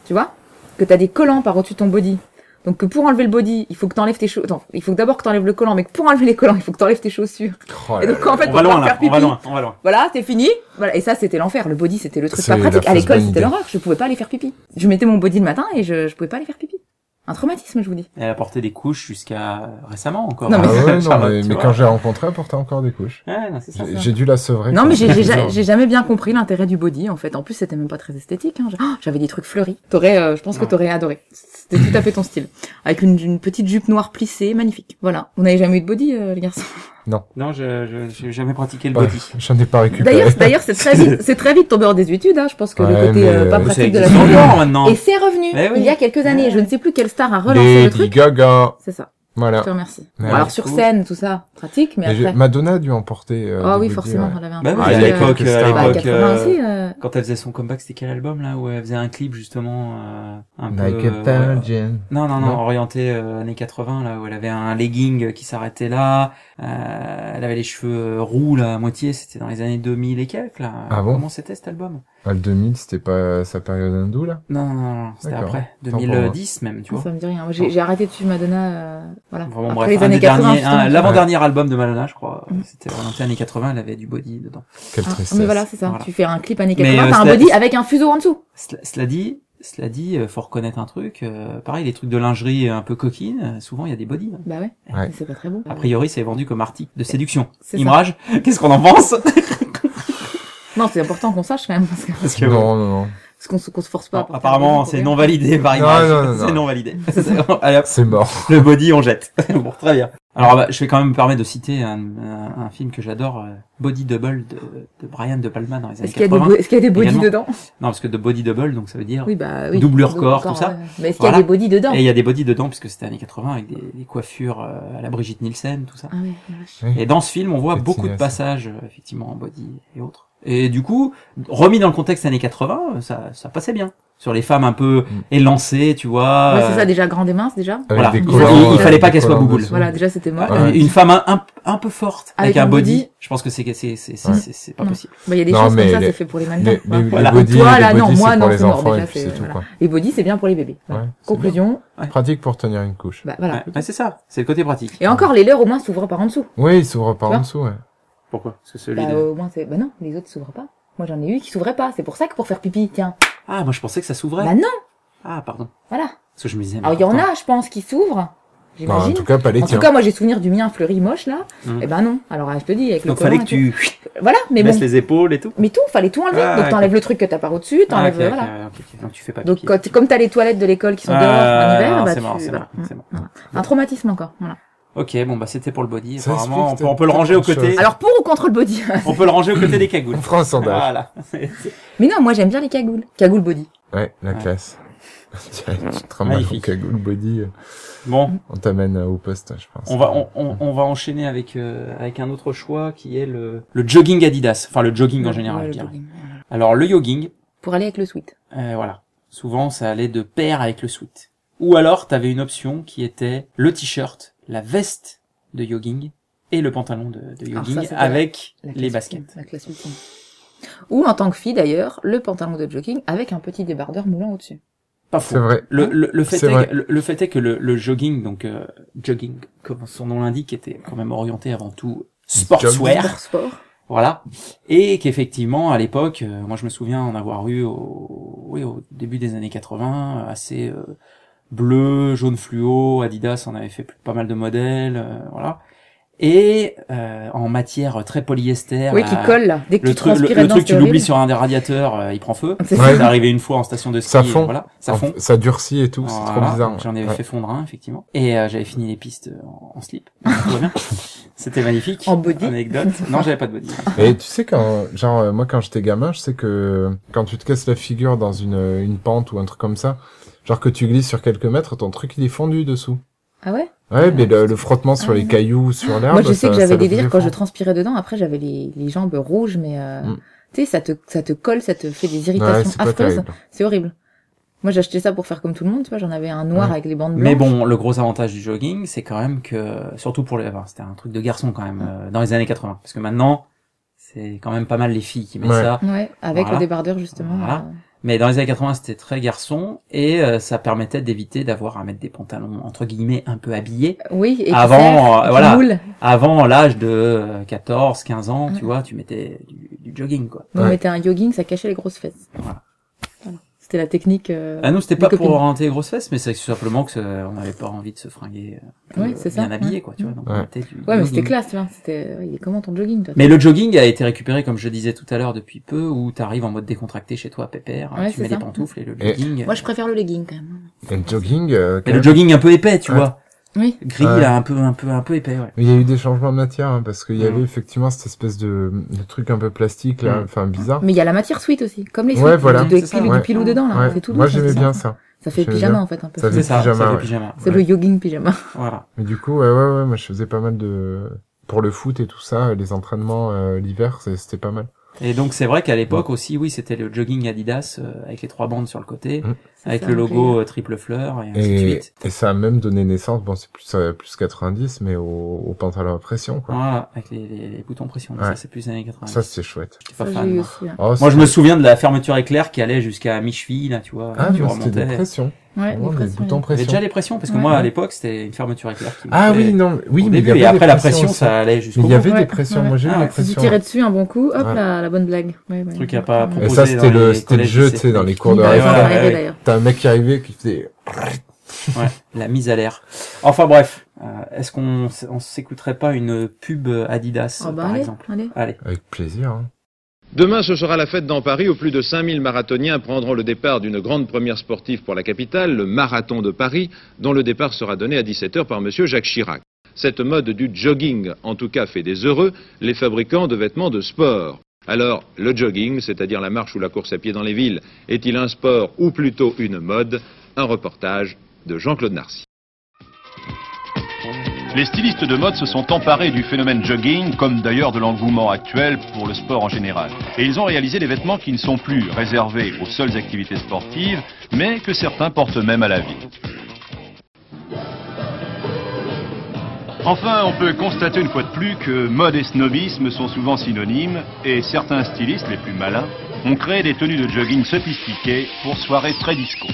Speaker 2: tu vois, que t'as des collants par-dessus ton body. Donc que pour enlever le body, il faut que t'enlèves tes chaussures. Attends, il faut que d'abord que t'enlèves le collant, mais que pour enlever les collants, il faut que t'enlèves tes chaussures.
Speaker 3: Oh là
Speaker 2: Et donc en fait,
Speaker 1: on va
Speaker 2: pour pas
Speaker 1: loin là.
Speaker 2: faire pipi,
Speaker 1: On va loin. On va loin.
Speaker 2: voilà, c'est fini. Voilà, et ça c'était l'enfer. Le body c'était le truc
Speaker 3: C'est
Speaker 2: pas
Speaker 3: la
Speaker 2: pratique. À
Speaker 3: fausse
Speaker 2: l'école
Speaker 3: bonne
Speaker 2: c'était
Speaker 3: idée.
Speaker 2: l'horreur. Je pouvais pas aller faire pipi. Je mettais mon body le matin et je, je pouvais pas aller faire pipi. Un traumatisme, je vous dis.
Speaker 1: Elle a porté des couches jusqu'à récemment encore. hein,
Speaker 2: Non,
Speaker 3: Ah
Speaker 2: mais-
Speaker 3: ouais, non,
Speaker 1: Charlotte,
Speaker 3: mais,
Speaker 1: tu
Speaker 3: mais
Speaker 1: vois.
Speaker 3: quand j'ai rencontré, elle portait encore des couches.
Speaker 1: Ouais, non, c'est ça.
Speaker 3: J'ai
Speaker 2: ça.
Speaker 3: j'ai dû la sevrer.
Speaker 2: Non,
Speaker 3: quoi.
Speaker 2: mais j'ai- j'ai
Speaker 3: C'est
Speaker 2: ja-
Speaker 3: bizarre.
Speaker 2: j'ai jamais bien compris l'intérêt du body en fait. En plus, c'était même pas très esthétique. hein. J- oh, J'avais des trucs fleuris. T'aurais, euh, je pense que
Speaker 3: Ah.
Speaker 1: Ouais.
Speaker 2: t'aurais adoré. C'était tout à fait ton style. Avec une, une petite jupe noire plissée, magnifique. Voilà. Vous n'avez jamais eu de body, euh, les garçons.
Speaker 1: Non, je, je, j'ai jamais pratiqué le
Speaker 3: Ouais,
Speaker 1: body.
Speaker 3: J'en ai pas récupéré.
Speaker 2: D'ailleurs, d'ailleurs, c'est très vite, c'est très vite tombé hors désuétude. Hein. Je pense que
Speaker 3: Ouais,
Speaker 2: le côté
Speaker 3: mais,
Speaker 2: euh, pas
Speaker 3: euh,
Speaker 1: Ça
Speaker 2: pratique de la
Speaker 1: existe encore maintenant.
Speaker 2: Et c'est revenu
Speaker 1: Eh oui.
Speaker 2: il y a quelques années. Je ne sais plus quelle star a relancé le
Speaker 3: Lady
Speaker 2: truc.
Speaker 3: Gaga.
Speaker 2: C'est ça.
Speaker 3: Voilà.
Speaker 2: Je te remercie.
Speaker 3: Ouais.
Speaker 2: Alors sur
Speaker 1: Cool.
Speaker 2: scène, tout ça, pratique, mais
Speaker 3: Mais je-
Speaker 2: après.
Speaker 3: Madonna a dû emporter. euh,
Speaker 2: Ah
Speaker 3: des
Speaker 2: oui,
Speaker 3: body,
Speaker 2: forcément,
Speaker 3: ouais.
Speaker 2: elle avait un
Speaker 1: Bah
Speaker 2: peu
Speaker 1: oui,
Speaker 3: Ah,
Speaker 2: de-
Speaker 1: à
Speaker 3: il y a
Speaker 1: l'époque,
Speaker 3: quelques
Speaker 1: à
Speaker 3: stars.
Speaker 2: Bah,
Speaker 1: l'époque,
Speaker 2: 80
Speaker 1: euh,
Speaker 2: aussi, euh,
Speaker 1: quand elle faisait son comeback, c'était quel album là où elle faisait un clip justement euh, un
Speaker 3: Like
Speaker 1: peu
Speaker 3: a
Speaker 1: euh,
Speaker 3: virgin.
Speaker 1: non non non,
Speaker 3: Non.
Speaker 1: orienté euh, années 80 là où elle avait un legging qui s'arrêtait là, euh, elle avait les cheveux euh, roux là à moitié, c'était dans les années 2000 et quelques là.
Speaker 3: Ah bon
Speaker 1: Comment c'était cet album
Speaker 3: Ah, le 2000, c'était pas sa période hindoue, là
Speaker 1: Non non non, non, c'était
Speaker 3: D'accord.
Speaker 1: après
Speaker 3: Tant pour moi.
Speaker 1: 2010 même, tu vois.
Speaker 2: Ça me dit rien. Moi, J'ai j'ai arrêté de suivre Madonna, euh, voilà.
Speaker 1: Vraiment
Speaker 2: Après
Speaker 1: bref,
Speaker 2: les
Speaker 1: un
Speaker 2: années
Speaker 1: des derniers-
Speaker 2: 80.
Speaker 1: un-
Speaker 2: justement.
Speaker 1: l'avant-dernier album de Madonna, je crois,
Speaker 2: Mm.
Speaker 1: c'était orienté années 80, elle avait du body dedans.
Speaker 3: Quelle
Speaker 2: Ah,
Speaker 3: tristesse.
Speaker 2: mais voilà, c'est ça.
Speaker 1: Voilà.
Speaker 2: Tu fais un clip années
Speaker 1: Mais,
Speaker 2: 80,
Speaker 1: euh,
Speaker 2: t'as un
Speaker 1: cela-
Speaker 2: body avec un fuseau en dessous.
Speaker 1: Cela, cela dit, Cela dit, euh, faut reconnaître un truc. euh, pareil, les trucs de lingerie un peu coquines, euh, souvent il y a des bodies. hein.
Speaker 2: Bah ouais,
Speaker 3: Ouais.
Speaker 2: mais c'est pas très bon.
Speaker 1: A priori, c'est vendu comme article de séduction.
Speaker 2: Ah C'est ça.
Speaker 1: Imrage, qu'est-ce qu'on en pense
Speaker 2: Non, c'est important qu'on sache quand même, parce que-
Speaker 1: Parce que,
Speaker 3: Non, non, non.
Speaker 2: parce qu'on se, qu'on se force pas.
Speaker 1: bon,
Speaker 2: pour
Speaker 1: apparemment,
Speaker 2: faire des
Speaker 1: c'est
Speaker 2: bons
Speaker 1: non validé par
Speaker 3: Non,
Speaker 1: Imrage.
Speaker 3: non, non,
Speaker 1: c'est
Speaker 3: non.
Speaker 1: non validé. Allez, hop,
Speaker 3: C'est mort.
Speaker 1: le body, on jette. bon, très bien. Alors, bah, je vais quand même me permettre de citer un, un- un film que j'adore, euh, Body Double de, de Brian De Palma dans les années
Speaker 2: Est-ce qu'il y a des,
Speaker 1: 80.
Speaker 2: bo- est-ce qu'il y a des bodies
Speaker 1: également.
Speaker 2: dedans
Speaker 1: Non, parce que de Body Double, donc ça veut dire
Speaker 2: Oui, bah oui.
Speaker 1: Doublure corps, tout ça.
Speaker 2: ouais. Mais est-ce qu'il y a
Speaker 1: Voilà.
Speaker 2: des bodies dedans
Speaker 1: Et il y a des bodies dedans, puisque c'était années 80, avec des, des coiffures euh, à la Brigitte Nielsen, tout ça.
Speaker 2: Ah ouais, la vache.
Speaker 1: Et dans ce film, on voit
Speaker 3: Petit
Speaker 1: beaucoup de
Speaker 3: cinéaste.
Speaker 1: passages, euh, effectivement, en body et autres. Et du coup, remis dans le contexte années 80, euh, ça, ça passait bien. Sur les femmes un peu
Speaker 3: Mm.
Speaker 1: élancées, tu vois.
Speaker 2: Ouais, c'est ça,
Speaker 1: euh,
Speaker 2: déjà grande et mince, déjà.
Speaker 3: Avec
Speaker 1: Voilà.
Speaker 3: des
Speaker 1: Il-
Speaker 3: collants,
Speaker 2: il- il
Speaker 3: euh,
Speaker 1: fallait pas
Speaker 3: des
Speaker 1: qu'elle soit
Speaker 3: collants
Speaker 1: bouboule.
Speaker 3: dessous.
Speaker 2: Voilà, déjà, c'était mort.
Speaker 1: ouais,
Speaker 3: Ouais.
Speaker 1: Euh, Une femme un, un, un peu forte, avec, un body, je pense que c'est c'est c'est c'est
Speaker 3: Ouais.
Speaker 1: c'est- c'est pas
Speaker 2: Non.
Speaker 1: possible.
Speaker 2: Bah, il y a des
Speaker 3: Non,
Speaker 2: choses comme
Speaker 3: mais
Speaker 2: ça,
Speaker 3: les-
Speaker 2: c'est fait pour les mannequins.
Speaker 3: Les, les,
Speaker 1: Voilà.
Speaker 3: les bodies,
Speaker 2: Toi,
Speaker 3: les
Speaker 2: là, non,
Speaker 3: bodies,
Speaker 2: moi,
Speaker 3: c'est pour
Speaker 2: non,
Speaker 3: les
Speaker 2: c'est mort,
Speaker 3: enfants
Speaker 2: déjà,
Speaker 3: et puis
Speaker 2: c'est-
Speaker 3: c'est tout,
Speaker 2: voilà.
Speaker 3: quoi.
Speaker 2: Les bodies, c'est bien pour les bébés. Voilà.
Speaker 3: Ouais, c'est
Speaker 2: Conclusion,
Speaker 3: Pratique pour tenir une couche.
Speaker 2: bah voilà.
Speaker 1: Ouais, ouais, c'est ça, c'est le côté pratique.
Speaker 2: Et encore, les leurs, au moins, s'ouvrent par en dessous.
Speaker 3: Oui, il s'ouvre par
Speaker 2: Tu vois
Speaker 3: en dessous, ouais.
Speaker 1: Pourquoi Parce que celui
Speaker 2: Bah,
Speaker 1: de-
Speaker 2: au moins, c'est, bah non, les autres s'ouvrent pas. Moi, j'en ai eu qui s'ouvraient pas. C'est pour ça que pour faire pipi, tiens.
Speaker 1: Ah, moi je pensais que ça s'ouvrait.
Speaker 2: Bah non,
Speaker 1: Ah, pardon.
Speaker 2: voilà.
Speaker 1: Parce que je me disais. mais
Speaker 2: Alors, il y en
Speaker 1: pourtant-
Speaker 2: a, je pense, qui s'ouvrent.
Speaker 3: Bah, en
Speaker 2: J'imagine.
Speaker 3: tout cas, pas les
Speaker 2: En tout
Speaker 3: tiens.
Speaker 2: cas, moi, j'ai souvenir du mien fleuri moche, là.
Speaker 1: Mm.
Speaker 2: Et ben non. Alors, je te dis, avec le
Speaker 1: Donc fallait que
Speaker 2: collant et
Speaker 1: tu
Speaker 2: tout. Voilà, mais bon.
Speaker 1: baisses les épaules et tout.
Speaker 2: Mais tout, fallait tout enlever.
Speaker 1: Ah,
Speaker 2: Donc,
Speaker 1: ok.
Speaker 2: t'enlèves le truc que t'as par au-dessus,
Speaker 1: Ah,
Speaker 2: t'enlèves,
Speaker 1: ok, ok,
Speaker 2: voilà.
Speaker 1: ok, ok. Donc tu fais pas
Speaker 2: Donc,
Speaker 1: pipi.
Speaker 2: quand- comme t'as les toilettes de l'école qui sont dehors en
Speaker 1: Ah,
Speaker 2: hiver,
Speaker 1: non,
Speaker 2: bah,
Speaker 1: c'est
Speaker 2: tu-
Speaker 1: marrant, c'est
Speaker 2: voilà.
Speaker 1: marrant, c'est marrant.
Speaker 2: Un traumatisme encore, voilà.
Speaker 1: Ok, bon bah c'était pour le body.
Speaker 3: Ça
Speaker 1: Apparemment, on peut,
Speaker 3: explique
Speaker 1: on peut le ranger au
Speaker 3: tellement de
Speaker 1: côté.
Speaker 3: choses.
Speaker 2: Alors, pour ou contre le body
Speaker 1: On peut le ranger au côté des cagoules.
Speaker 3: On fera un sondage.
Speaker 1: Voilà.
Speaker 2: Mais non, moi, j'aime bien les cagoules. Cagoule body.
Speaker 3: Ouais, la
Speaker 1: Ah. Ouais.
Speaker 3: classe. Tiens, tu te ramènes au
Speaker 1: Magnifique.
Speaker 3: cagoule body. euh,
Speaker 1: Bon,
Speaker 3: On t'amène euh, au poste, je pense.
Speaker 1: on va on, on, on va enchaîner avec euh, avec un autre choix qui est le le jogging Adidas, enfin le jogging en général,
Speaker 2: Ouais,
Speaker 1: je
Speaker 2: le
Speaker 1: dirais.
Speaker 2: jogging.
Speaker 1: Alors le jogging,
Speaker 2: Pour aller avec le sweat.
Speaker 1: euh, voilà. Souvent, ça allait de pair avec le sweat. Ou alors, t'avais une option qui était le t-shirt, la veste de jogging et le pantalon de, de
Speaker 2: Alors Ah, ça,
Speaker 1: jogging
Speaker 2: c'était la-
Speaker 1: avec
Speaker 2: La
Speaker 1: les
Speaker 2: classe
Speaker 1: baskets.
Speaker 2: ultime, La classe ultime. Ou en tant que fille d'ailleurs, le pantalon de jogging avec un petit débardeur moulant au-dessus.
Speaker 1: Pas fou.
Speaker 3: C'est vrai.
Speaker 1: Le, le, le fait
Speaker 3: C'est
Speaker 1: est
Speaker 3: vrai.
Speaker 1: que, le, le fait est que le, le jogging, donc euh, jogging, comme son nom l'indique, était quand même orienté avant tout sportswear,
Speaker 2: Sport, sport.
Speaker 1: voilà, et qu'effectivement à l'époque, euh, moi je me souviens en avoir eu au, oui, au début des années 80, euh, assez euh, bleu, jaune fluo, Adidas en avait fait plus- pas mal de modèles, euh, voilà, et euh, en matière très polyester,
Speaker 2: Oui, qui
Speaker 1: euh,
Speaker 2: colle là. Dès que
Speaker 1: le
Speaker 2: tu
Speaker 1: truc, le,
Speaker 2: transpires
Speaker 1: le
Speaker 2: dedans,
Speaker 1: truc
Speaker 2: c'est
Speaker 1: tu l'oublies
Speaker 2: horrible.
Speaker 1: sur un des radiateurs, euh, il prend feu.
Speaker 2: C'est
Speaker 3: Ouais.
Speaker 1: C'est arrivé une fois en station de ski,
Speaker 3: Ça fond.
Speaker 1: euh, voilà, ça
Speaker 3: En-
Speaker 1: fond.
Speaker 3: Ça durcit et tout, c'est
Speaker 1: Voilà,
Speaker 3: trop bizarre.
Speaker 1: donc J'en avais
Speaker 3: ouais.
Speaker 1: fait fondre un, effectivement. Et euh, j'avais fini les pistes euh, en, en slip. Tout va bien. C'était magnifique.
Speaker 2: En body.
Speaker 1: Anecdote. Non, j'avais pas de body.
Speaker 3: Et tu sais quand genre euh, moi quand j'étais gamin, je sais que quand tu te casses la figure dans une euh, une pente ou un truc comme ça, genre que tu glisses sur quelques mètres, ton truc il est fondu dessous.
Speaker 2: Ah ouais
Speaker 3: Ouais, mais le, le frottement sur
Speaker 2: Ah,
Speaker 3: les
Speaker 2: ouais.
Speaker 3: cailloux, sur l'herbe.
Speaker 1: bah
Speaker 2: Moi, je sais
Speaker 3: ça-
Speaker 2: que
Speaker 3: ça
Speaker 2: j'avais
Speaker 3: le
Speaker 2: des délires
Speaker 3: faisait
Speaker 2: quand je
Speaker 3: fondre.
Speaker 2: transpirais dedans. Après, j'avais les, les jambes rouges, mais euh,
Speaker 3: Mm.
Speaker 2: tu sais, ça te, ça te colle, ça te fait des
Speaker 3: Ouais,
Speaker 2: irritations
Speaker 3: c'est pas
Speaker 2: affreuses.
Speaker 3: terrible.
Speaker 2: C'est horrible. Moi, j'achetais ça pour faire comme tout le monde, tu vois. J'en avais un noir
Speaker 3: Ouais.
Speaker 2: avec les bandes blanches.
Speaker 1: Mais bon, le gros avantage du jogging, c'est quand même que, surtout pour les, enfin, c'était un truc de garçon quand même, euh, dans les années 80. Parce que maintenant, c'est quand même pas mal les filles qui mettent
Speaker 3: Ouais.
Speaker 1: ça.
Speaker 2: Ouais, avec
Speaker 1: Voilà.
Speaker 2: le débardeur justement.
Speaker 1: Voilà.
Speaker 2: euh,
Speaker 1: Mais dans les années 80, c'était très garçon et euh, ça permettait d'éviter d'avoir à mettre des pantalons entre guillemets un peu habillés.
Speaker 2: Oui, et qui
Speaker 1: Avant,
Speaker 2: serre,
Speaker 1: euh,
Speaker 2: qui
Speaker 1: voilà.
Speaker 2: moule.
Speaker 1: Avant l'âge de euh, 14, 15 ans,
Speaker 2: Ouais.
Speaker 1: tu vois, tu mettais du, du jogging quoi.
Speaker 2: Nous, On
Speaker 3: Ouais.
Speaker 2: mettait un jogging, ça cachait les grosses fesses.
Speaker 1: Voilà.
Speaker 2: Voilà. C'était la technique. euh,
Speaker 1: Ah nous c'était
Speaker 2: des
Speaker 1: pas
Speaker 2: copines.
Speaker 1: pour orienter les grosses fesses, mais c'est simplement que euh, on n'avait pas envie de se fringuer euh,
Speaker 2: Ouais,
Speaker 1: euh,
Speaker 2: c'est ça,
Speaker 1: bien habillé
Speaker 2: ouais.
Speaker 1: quoi, tu vois. Donc,
Speaker 3: Ouais.
Speaker 1: on était du
Speaker 2: Ouais, mais
Speaker 1: jogging.
Speaker 2: c'était classe, tu vois. C'était, il est comment ton jogging, toi
Speaker 1: mm. Mais le jogging a été récupéré comme je disais tout à l'heure depuis peu, où t'arrives en mode décontracté chez toi, pépère,
Speaker 2: Ouais,
Speaker 1: tu
Speaker 2: c'est
Speaker 1: mets
Speaker 2: ça.
Speaker 1: des pantoufles et le
Speaker 3: Et-
Speaker 1: jogging.
Speaker 2: Moi, je préfère le legging quand même.
Speaker 3: Et le jogging. euh, quand
Speaker 1: Mais le
Speaker 3: même,
Speaker 1: jogging un peu épais, tu
Speaker 3: Ouais.
Speaker 1: vois.
Speaker 2: Oui.
Speaker 1: Gris
Speaker 3: Ouais.
Speaker 1: là, un peu, un peu, un peu épais, ouais.
Speaker 3: Il y a eu des changements de matière hein, parce qu'il y
Speaker 1: Mm.
Speaker 3: avait effectivement cette espèce de, de truc un peu plastique là,
Speaker 1: Mm.
Speaker 3: enfin bizarre.
Speaker 2: Mais il y a la matière sweat aussi, comme les
Speaker 3: Ouais,
Speaker 2: sweats.
Speaker 3: voilà.
Speaker 2: Du,
Speaker 1: C'est ça,
Speaker 2: pilou,
Speaker 3: ouais.
Speaker 2: du pilou dedans, là.
Speaker 3: Ouais.
Speaker 2: Mm. C'est tout
Speaker 3: Moi
Speaker 2: doux, ça,
Speaker 3: j'aimais
Speaker 2: c'est
Speaker 3: bien
Speaker 2: ça.
Speaker 3: ça.
Speaker 2: Ça fait
Speaker 3: J'aimais
Speaker 2: pyjama,
Speaker 3: bien.
Speaker 2: en fait, un peu.
Speaker 3: Ça
Speaker 1: C'est
Speaker 3: faisait
Speaker 2: C'est
Speaker 1: ça,
Speaker 3: pyjama,
Speaker 1: ça fait
Speaker 3: ouais.
Speaker 1: pyjama.
Speaker 2: le jogging pyjama.
Speaker 1: Voilà.
Speaker 3: Mais du coup, ouais, ouais, ouais, moi je faisais pas mal de pour le foot et tout ça, les entraînements euh, l'hiver, c'est- c'était pas mal.
Speaker 1: Et donc c'est vrai qu'à l'époque aussi, oui, c'était le jogging Adidas euh, avec les trois bandes sur le côté,
Speaker 3: Mm.
Speaker 2: C'est
Speaker 1: avec
Speaker 2: ça,
Speaker 1: le
Speaker 2: j'ai-
Speaker 1: logo euh, triple fleur et ainsi de
Speaker 3: Et,
Speaker 1: suite.
Speaker 3: et ça a même donné naissance, bon c'est plus euh, plus 90, mais au, au pantalon à pression quoi.
Speaker 1: Voilà, avec les, les- les boutons pression.
Speaker 3: Ouais.
Speaker 1: Ça c'est plus années 80.
Speaker 3: Ça c'était chouette.
Speaker 1: J'étais pas
Speaker 2: Ça,
Speaker 1: fan,
Speaker 2: j'ai eu
Speaker 1: moi.
Speaker 2: aussi, hein.
Speaker 3: Oh,
Speaker 1: Moi, je
Speaker 3: c'est-
Speaker 1: me souviens de la fermeture éclair qui allait jusqu'à mi-cheville, là, tu vois.
Speaker 3: ah
Speaker 1: tu
Speaker 3: mais c'était des
Speaker 1: remontais.
Speaker 3: pressions.
Speaker 2: Ouais, euh,
Speaker 3: Vraiment,
Speaker 2: les
Speaker 3: le
Speaker 2: pressions,
Speaker 3: bouton
Speaker 2: il-
Speaker 1: J'avais
Speaker 3: pression.
Speaker 1: déjà les pressions parce que
Speaker 2: Ouais.
Speaker 1: moi à l'époque c'était une fermeture éclair qui me
Speaker 3: Ah
Speaker 1: faisait
Speaker 3: oui, non, mais- oui,
Speaker 1: au
Speaker 3: mais il y
Speaker 1: début et
Speaker 3: avait
Speaker 1: après
Speaker 3: des
Speaker 1: la
Speaker 3: pressions
Speaker 1: pression
Speaker 3: aussi.
Speaker 1: ça allait jusqu'au
Speaker 3: Mais il y
Speaker 1: bout.
Speaker 3: avait
Speaker 2: Ouais,
Speaker 3: des pressions.
Speaker 2: ouais.
Speaker 3: Moi, j'ai eu
Speaker 1: Ah,
Speaker 3: des
Speaker 1: ouais.
Speaker 2: Si tu
Speaker 3: pressions.
Speaker 2: tirais dessus un bon coup, hop,
Speaker 3: Ouais.
Speaker 2: la, la bonne blague. Ouais, ouais.
Speaker 1: Truc à pas
Speaker 2: Ouais.
Speaker 3: Et
Speaker 1: proposer.
Speaker 3: ça,
Speaker 1: dans
Speaker 3: c'était le,
Speaker 1: les
Speaker 3: c'était le
Speaker 1: collèges,
Speaker 3: jeu,
Speaker 1: lycées.
Speaker 3: tu sais, dans les cours
Speaker 2: Qui
Speaker 3: de
Speaker 2: va
Speaker 1: Ouais,
Speaker 2: faire
Speaker 3: récré.
Speaker 1: ouais,
Speaker 2: arriver,
Speaker 1: ouais.
Speaker 2: d'ailleurs.
Speaker 3: T'as un mec qui arrivait qui faisait, euh,
Speaker 1: Ouais, la mise à l'air. Enfin bref, euh, est-ce qu'on s- on s'écouterait pas une pub Adidas
Speaker 2: Oh, bah,
Speaker 1: par
Speaker 2: allez,
Speaker 1: exemple
Speaker 2: allez.
Speaker 1: Allez,
Speaker 3: avec plaisir, hein.
Speaker 7: Demain, ce sera la fête dans Paris où plus de 5000 marathoniens prendront le départ d'une grande première sportive pour la capitale, le Marathon de Paris, dont le départ sera donné à 17h par M. Jacques Chirac. Cette mode du jogging, en tout cas, fait des heureux les fabricants de vêtements de sport. Alors, le jogging, c'est-à-dire la marche ou la course à pied dans les villes, est-il un sport ou plutôt une mode Un reportage de Jean-Claude Narcy.
Speaker 8: Les stylistes de mode se sont emparés du phénomène jogging, comme d'ailleurs de l'engouement actuel pour le sport en général. Et ils ont réalisé des vêtements qui ne sont plus réservés aux seules activités sportives, mais que certains portent même à la vie. Enfin, on peut constater une fois de plus que mode et snobisme sont souvent synonymes, et certains stylistes, les plus malins, ont créé des tenues de jogging sophistiquées pour soirées très disco.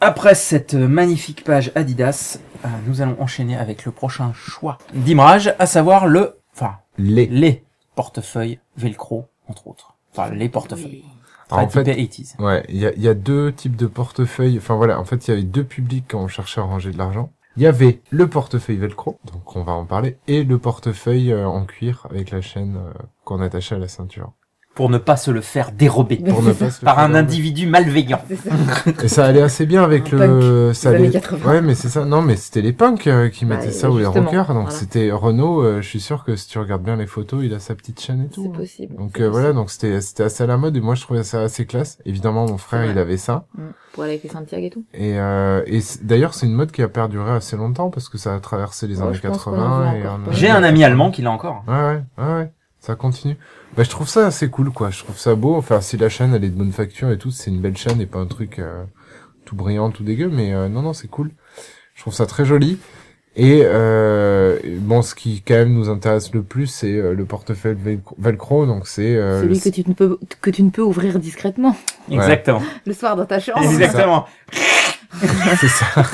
Speaker 1: après cette magnifique page Adidas, euh, nous allons enchaîner avec le prochain choix d'Imrage, à savoir le, enfin
Speaker 3: les.
Speaker 1: les portefeuilles Velcro entre autres. Enfin les portefeuilles.
Speaker 3: Ah, en
Speaker 1: Enfin,
Speaker 3: fait,
Speaker 1: typé 80s.
Speaker 3: ouais, il y a, il y a deux types de portefeuilles. Enfin voilà, en fait, il y avait deux publics quand on cherchait à ranger de l'argent. Il y avait le portefeuille velcro, donc on va en parler, et le portefeuille euh, en cuir avec la chaîne euh, qu'on attachait à la ceinture.
Speaker 1: pour ne pas se le faire dérober
Speaker 2: Pour
Speaker 3: ne pas se le
Speaker 1: par
Speaker 3: faire
Speaker 1: un
Speaker 3: dérober.
Speaker 1: individu malveillant.
Speaker 2: C'est ça.
Speaker 3: Et ça allait assez bien avec
Speaker 2: Un
Speaker 3: le. ça
Speaker 2: des
Speaker 3: allait-
Speaker 2: années 80.
Speaker 3: Ouais, mais c'est ça. Non, mais c'était les punks euh, qui
Speaker 2: Bah,
Speaker 3: mettaient ça ou les
Speaker 2: justement,
Speaker 3: rockers. Donc
Speaker 2: voilà.
Speaker 3: c'était Renault. euh, je suis sûr que si tu regardes bien les photos, il a sa petite chaîne et
Speaker 2: C'est
Speaker 3: tout. hein.
Speaker 2: possible.
Speaker 3: Donc
Speaker 2: c'est
Speaker 3: euh, voilà,
Speaker 2: possible.
Speaker 3: donc c'était c'était assez à la mode et moi je trouvais ça assez classe. Évidemment, mon frère
Speaker 2: Ouais.
Speaker 3: il avait ça.
Speaker 2: Mm. Pour aller avec les Santiago et tout.
Speaker 3: Et, euh, et c- d'ailleurs, c'est une mode qui a perduré assez longtemps parce que ça a traversé les
Speaker 2: Ouais,
Speaker 3: années
Speaker 2: je pense qu'on en
Speaker 3: 80
Speaker 2: voit encore
Speaker 3: et on
Speaker 2: pas
Speaker 3: a-
Speaker 2: mal.
Speaker 1: J'ai un ami allemand qui l'a encore.
Speaker 3: Ouais, ouais, ouais, ouais. Ça continue. Bah, je trouve ça assez cool, quoi. Je trouve ça beau. Enfin, si la chaîne, elle est de bonne facture et tout, c'est une belle chaîne et pas un truc euh, tout brillant, tout dégueu. Mais euh, non, non, c'est cool. Je trouve ça très joli. Et euh, bon, ce qui quand même nous intéresse le plus, c'est euh, le portefeuille Velcro- Velcro. Donc c'est euh,
Speaker 2: Celui
Speaker 3: le-
Speaker 2: que tu ne peux que tu ne peux ouvrir discrètement
Speaker 3: Ouais.
Speaker 1: Exactement.
Speaker 2: le soir dans ta chambre.
Speaker 1: Exactement.
Speaker 3: C'est ça.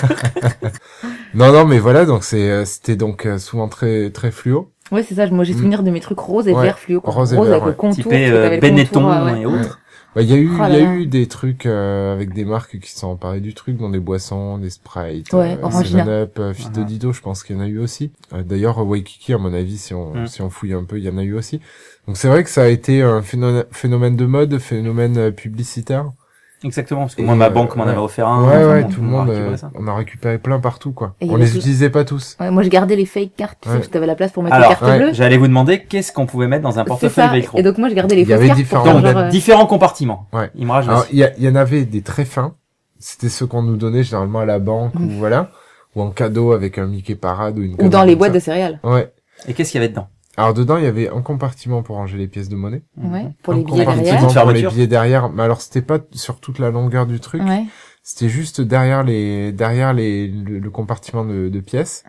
Speaker 3: non, non, mais voilà. Donc c'est, euh, c'était donc euh, souvent très, très fluo.
Speaker 2: Ouais, c'est ça. Moi, j'ai souvenir de mes trucs roses et
Speaker 3: Ouais,
Speaker 2: verts fluo. quoi.
Speaker 3: rose et vert,
Speaker 2: avec le
Speaker 3: ouais.
Speaker 2: contour.
Speaker 1: Typé
Speaker 2: parce que
Speaker 1: euh,
Speaker 2: t'avais le
Speaker 1: Benetton
Speaker 2: contour, ouais, ouais.
Speaker 1: et autres.
Speaker 3: Bah, Il y a eu,
Speaker 2: Oh
Speaker 3: il
Speaker 2: là
Speaker 3: y a
Speaker 2: là.
Speaker 3: eu des trucs euh, avec des marques qui se sont emparées du truc, dans des boissons, des sprites,
Speaker 2: Ouais, Orangina.
Speaker 3: Up, euh, Fit de
Speaker 1: Mhm.
Speaker 3: Dido, je pense qu'il y en a eu aussi. Euh, D'ailleurs, euh, Waikiki, à mon avis, si on
Speaker 1: Mhm.
Speaker 3: si on fouille un peu, il y en a eu aussi. Donc c'est vrai que ça a été un phénomène, phénomène de mode, phénomène euh, publicitaire.
Speaker 1: Exactement. Parce que
Speaker 3: Et,
Speaker 1: moi, ma
Speaker 3: euh,
Speaker 1: banque m'en
Speaker 3: ouais.
Speaker 1: avait offert un.
Speaker 3: ouais,
Speaker 1: Enfin,
Speaker 3: ouais,
Speaker 1: bon,
Speaker 3: tout le
Speaker 1: Ah, on aura
Speaker 3: monde,
Speaker 1: récupéré
Speaker 3: euh,
Speaker 1: ça.
Speaker 3: on a récupéré plein partout, quoi.
Speaker 2: Et il y
Speaker 3: on
Speaker 2: avait
Speaker 3: les
Speaker 2: tout-
Speaker 3: utilisait pas tous.
Speaker 2: Ouais, moi, je gardais les fake cartes, tu sais,
Speaker 3: Ouais.
Speaker 2: parce que t'avais la place pour mettre
Speaker 1: Alors,
Speaker 2: les cartes
Speaker 3: ouais,
Speaker 2: bleues.
Speaker 1: J'allais vous demander qu'est-ce qu'on pouvait mettre dans un
Speaker 2: C'est
Speaker 1: portefeuille
Speaker 2: ça.
Speaker 1: velcro.
Speaker 2: Et donc, moi, je gardais
Speaker 3: Il
Speaker 2: les
Speaker 3: y
Speaker 2: fausses
Speaker 3: avait
Speaker 2: cartes
Speaker 3: différents-
Speaker 2: pour
Speaker 1: Donc,
Speaker 2: faire genre, euh,
Speaker 1: différents compartiments.
Speaker 3: Ouais.
Speaker 1: Imrage
Speaker 3: Alors,
Speaker 1: aussi.
Speaker 3: il y, a- il y en avait des très fins. C'était ceux qu'on nous donnait généralement à la banque ou voilà, ou en cadeau avec un Mickey Parade ou une.
Speaker 2: Mm. ou
Speaker 3: connerie
Speaker 2: dans les
Speaker 3: comme
Speaker 2: boîtes
Speaker 3: ça.
Speaker 2: de céréales.
Speaker 3: Ouais.
Speaker 1: Et qu'est-ce qu'il y avait dedans
Speaker 3: Alors dedans, il y avait un compartiment pour ranger les pièces de monnaie,
Speaker 2: Ouais. Pour
Speaker 3: un
Speaker 2: les billets
Speaker 3: compartiment
Speaker 2: derrière.
Speaker 1: Petite
Speaker 3: pour les
Speaker 1: fermeture.
Speaker 3: billets derrière. Mais alors c'était pas sur toute la longueur du truc,
Speaker 2: Ouais.
Speaker 3: c'était juste derrière les derrière les le, le compartiment de, de pièces.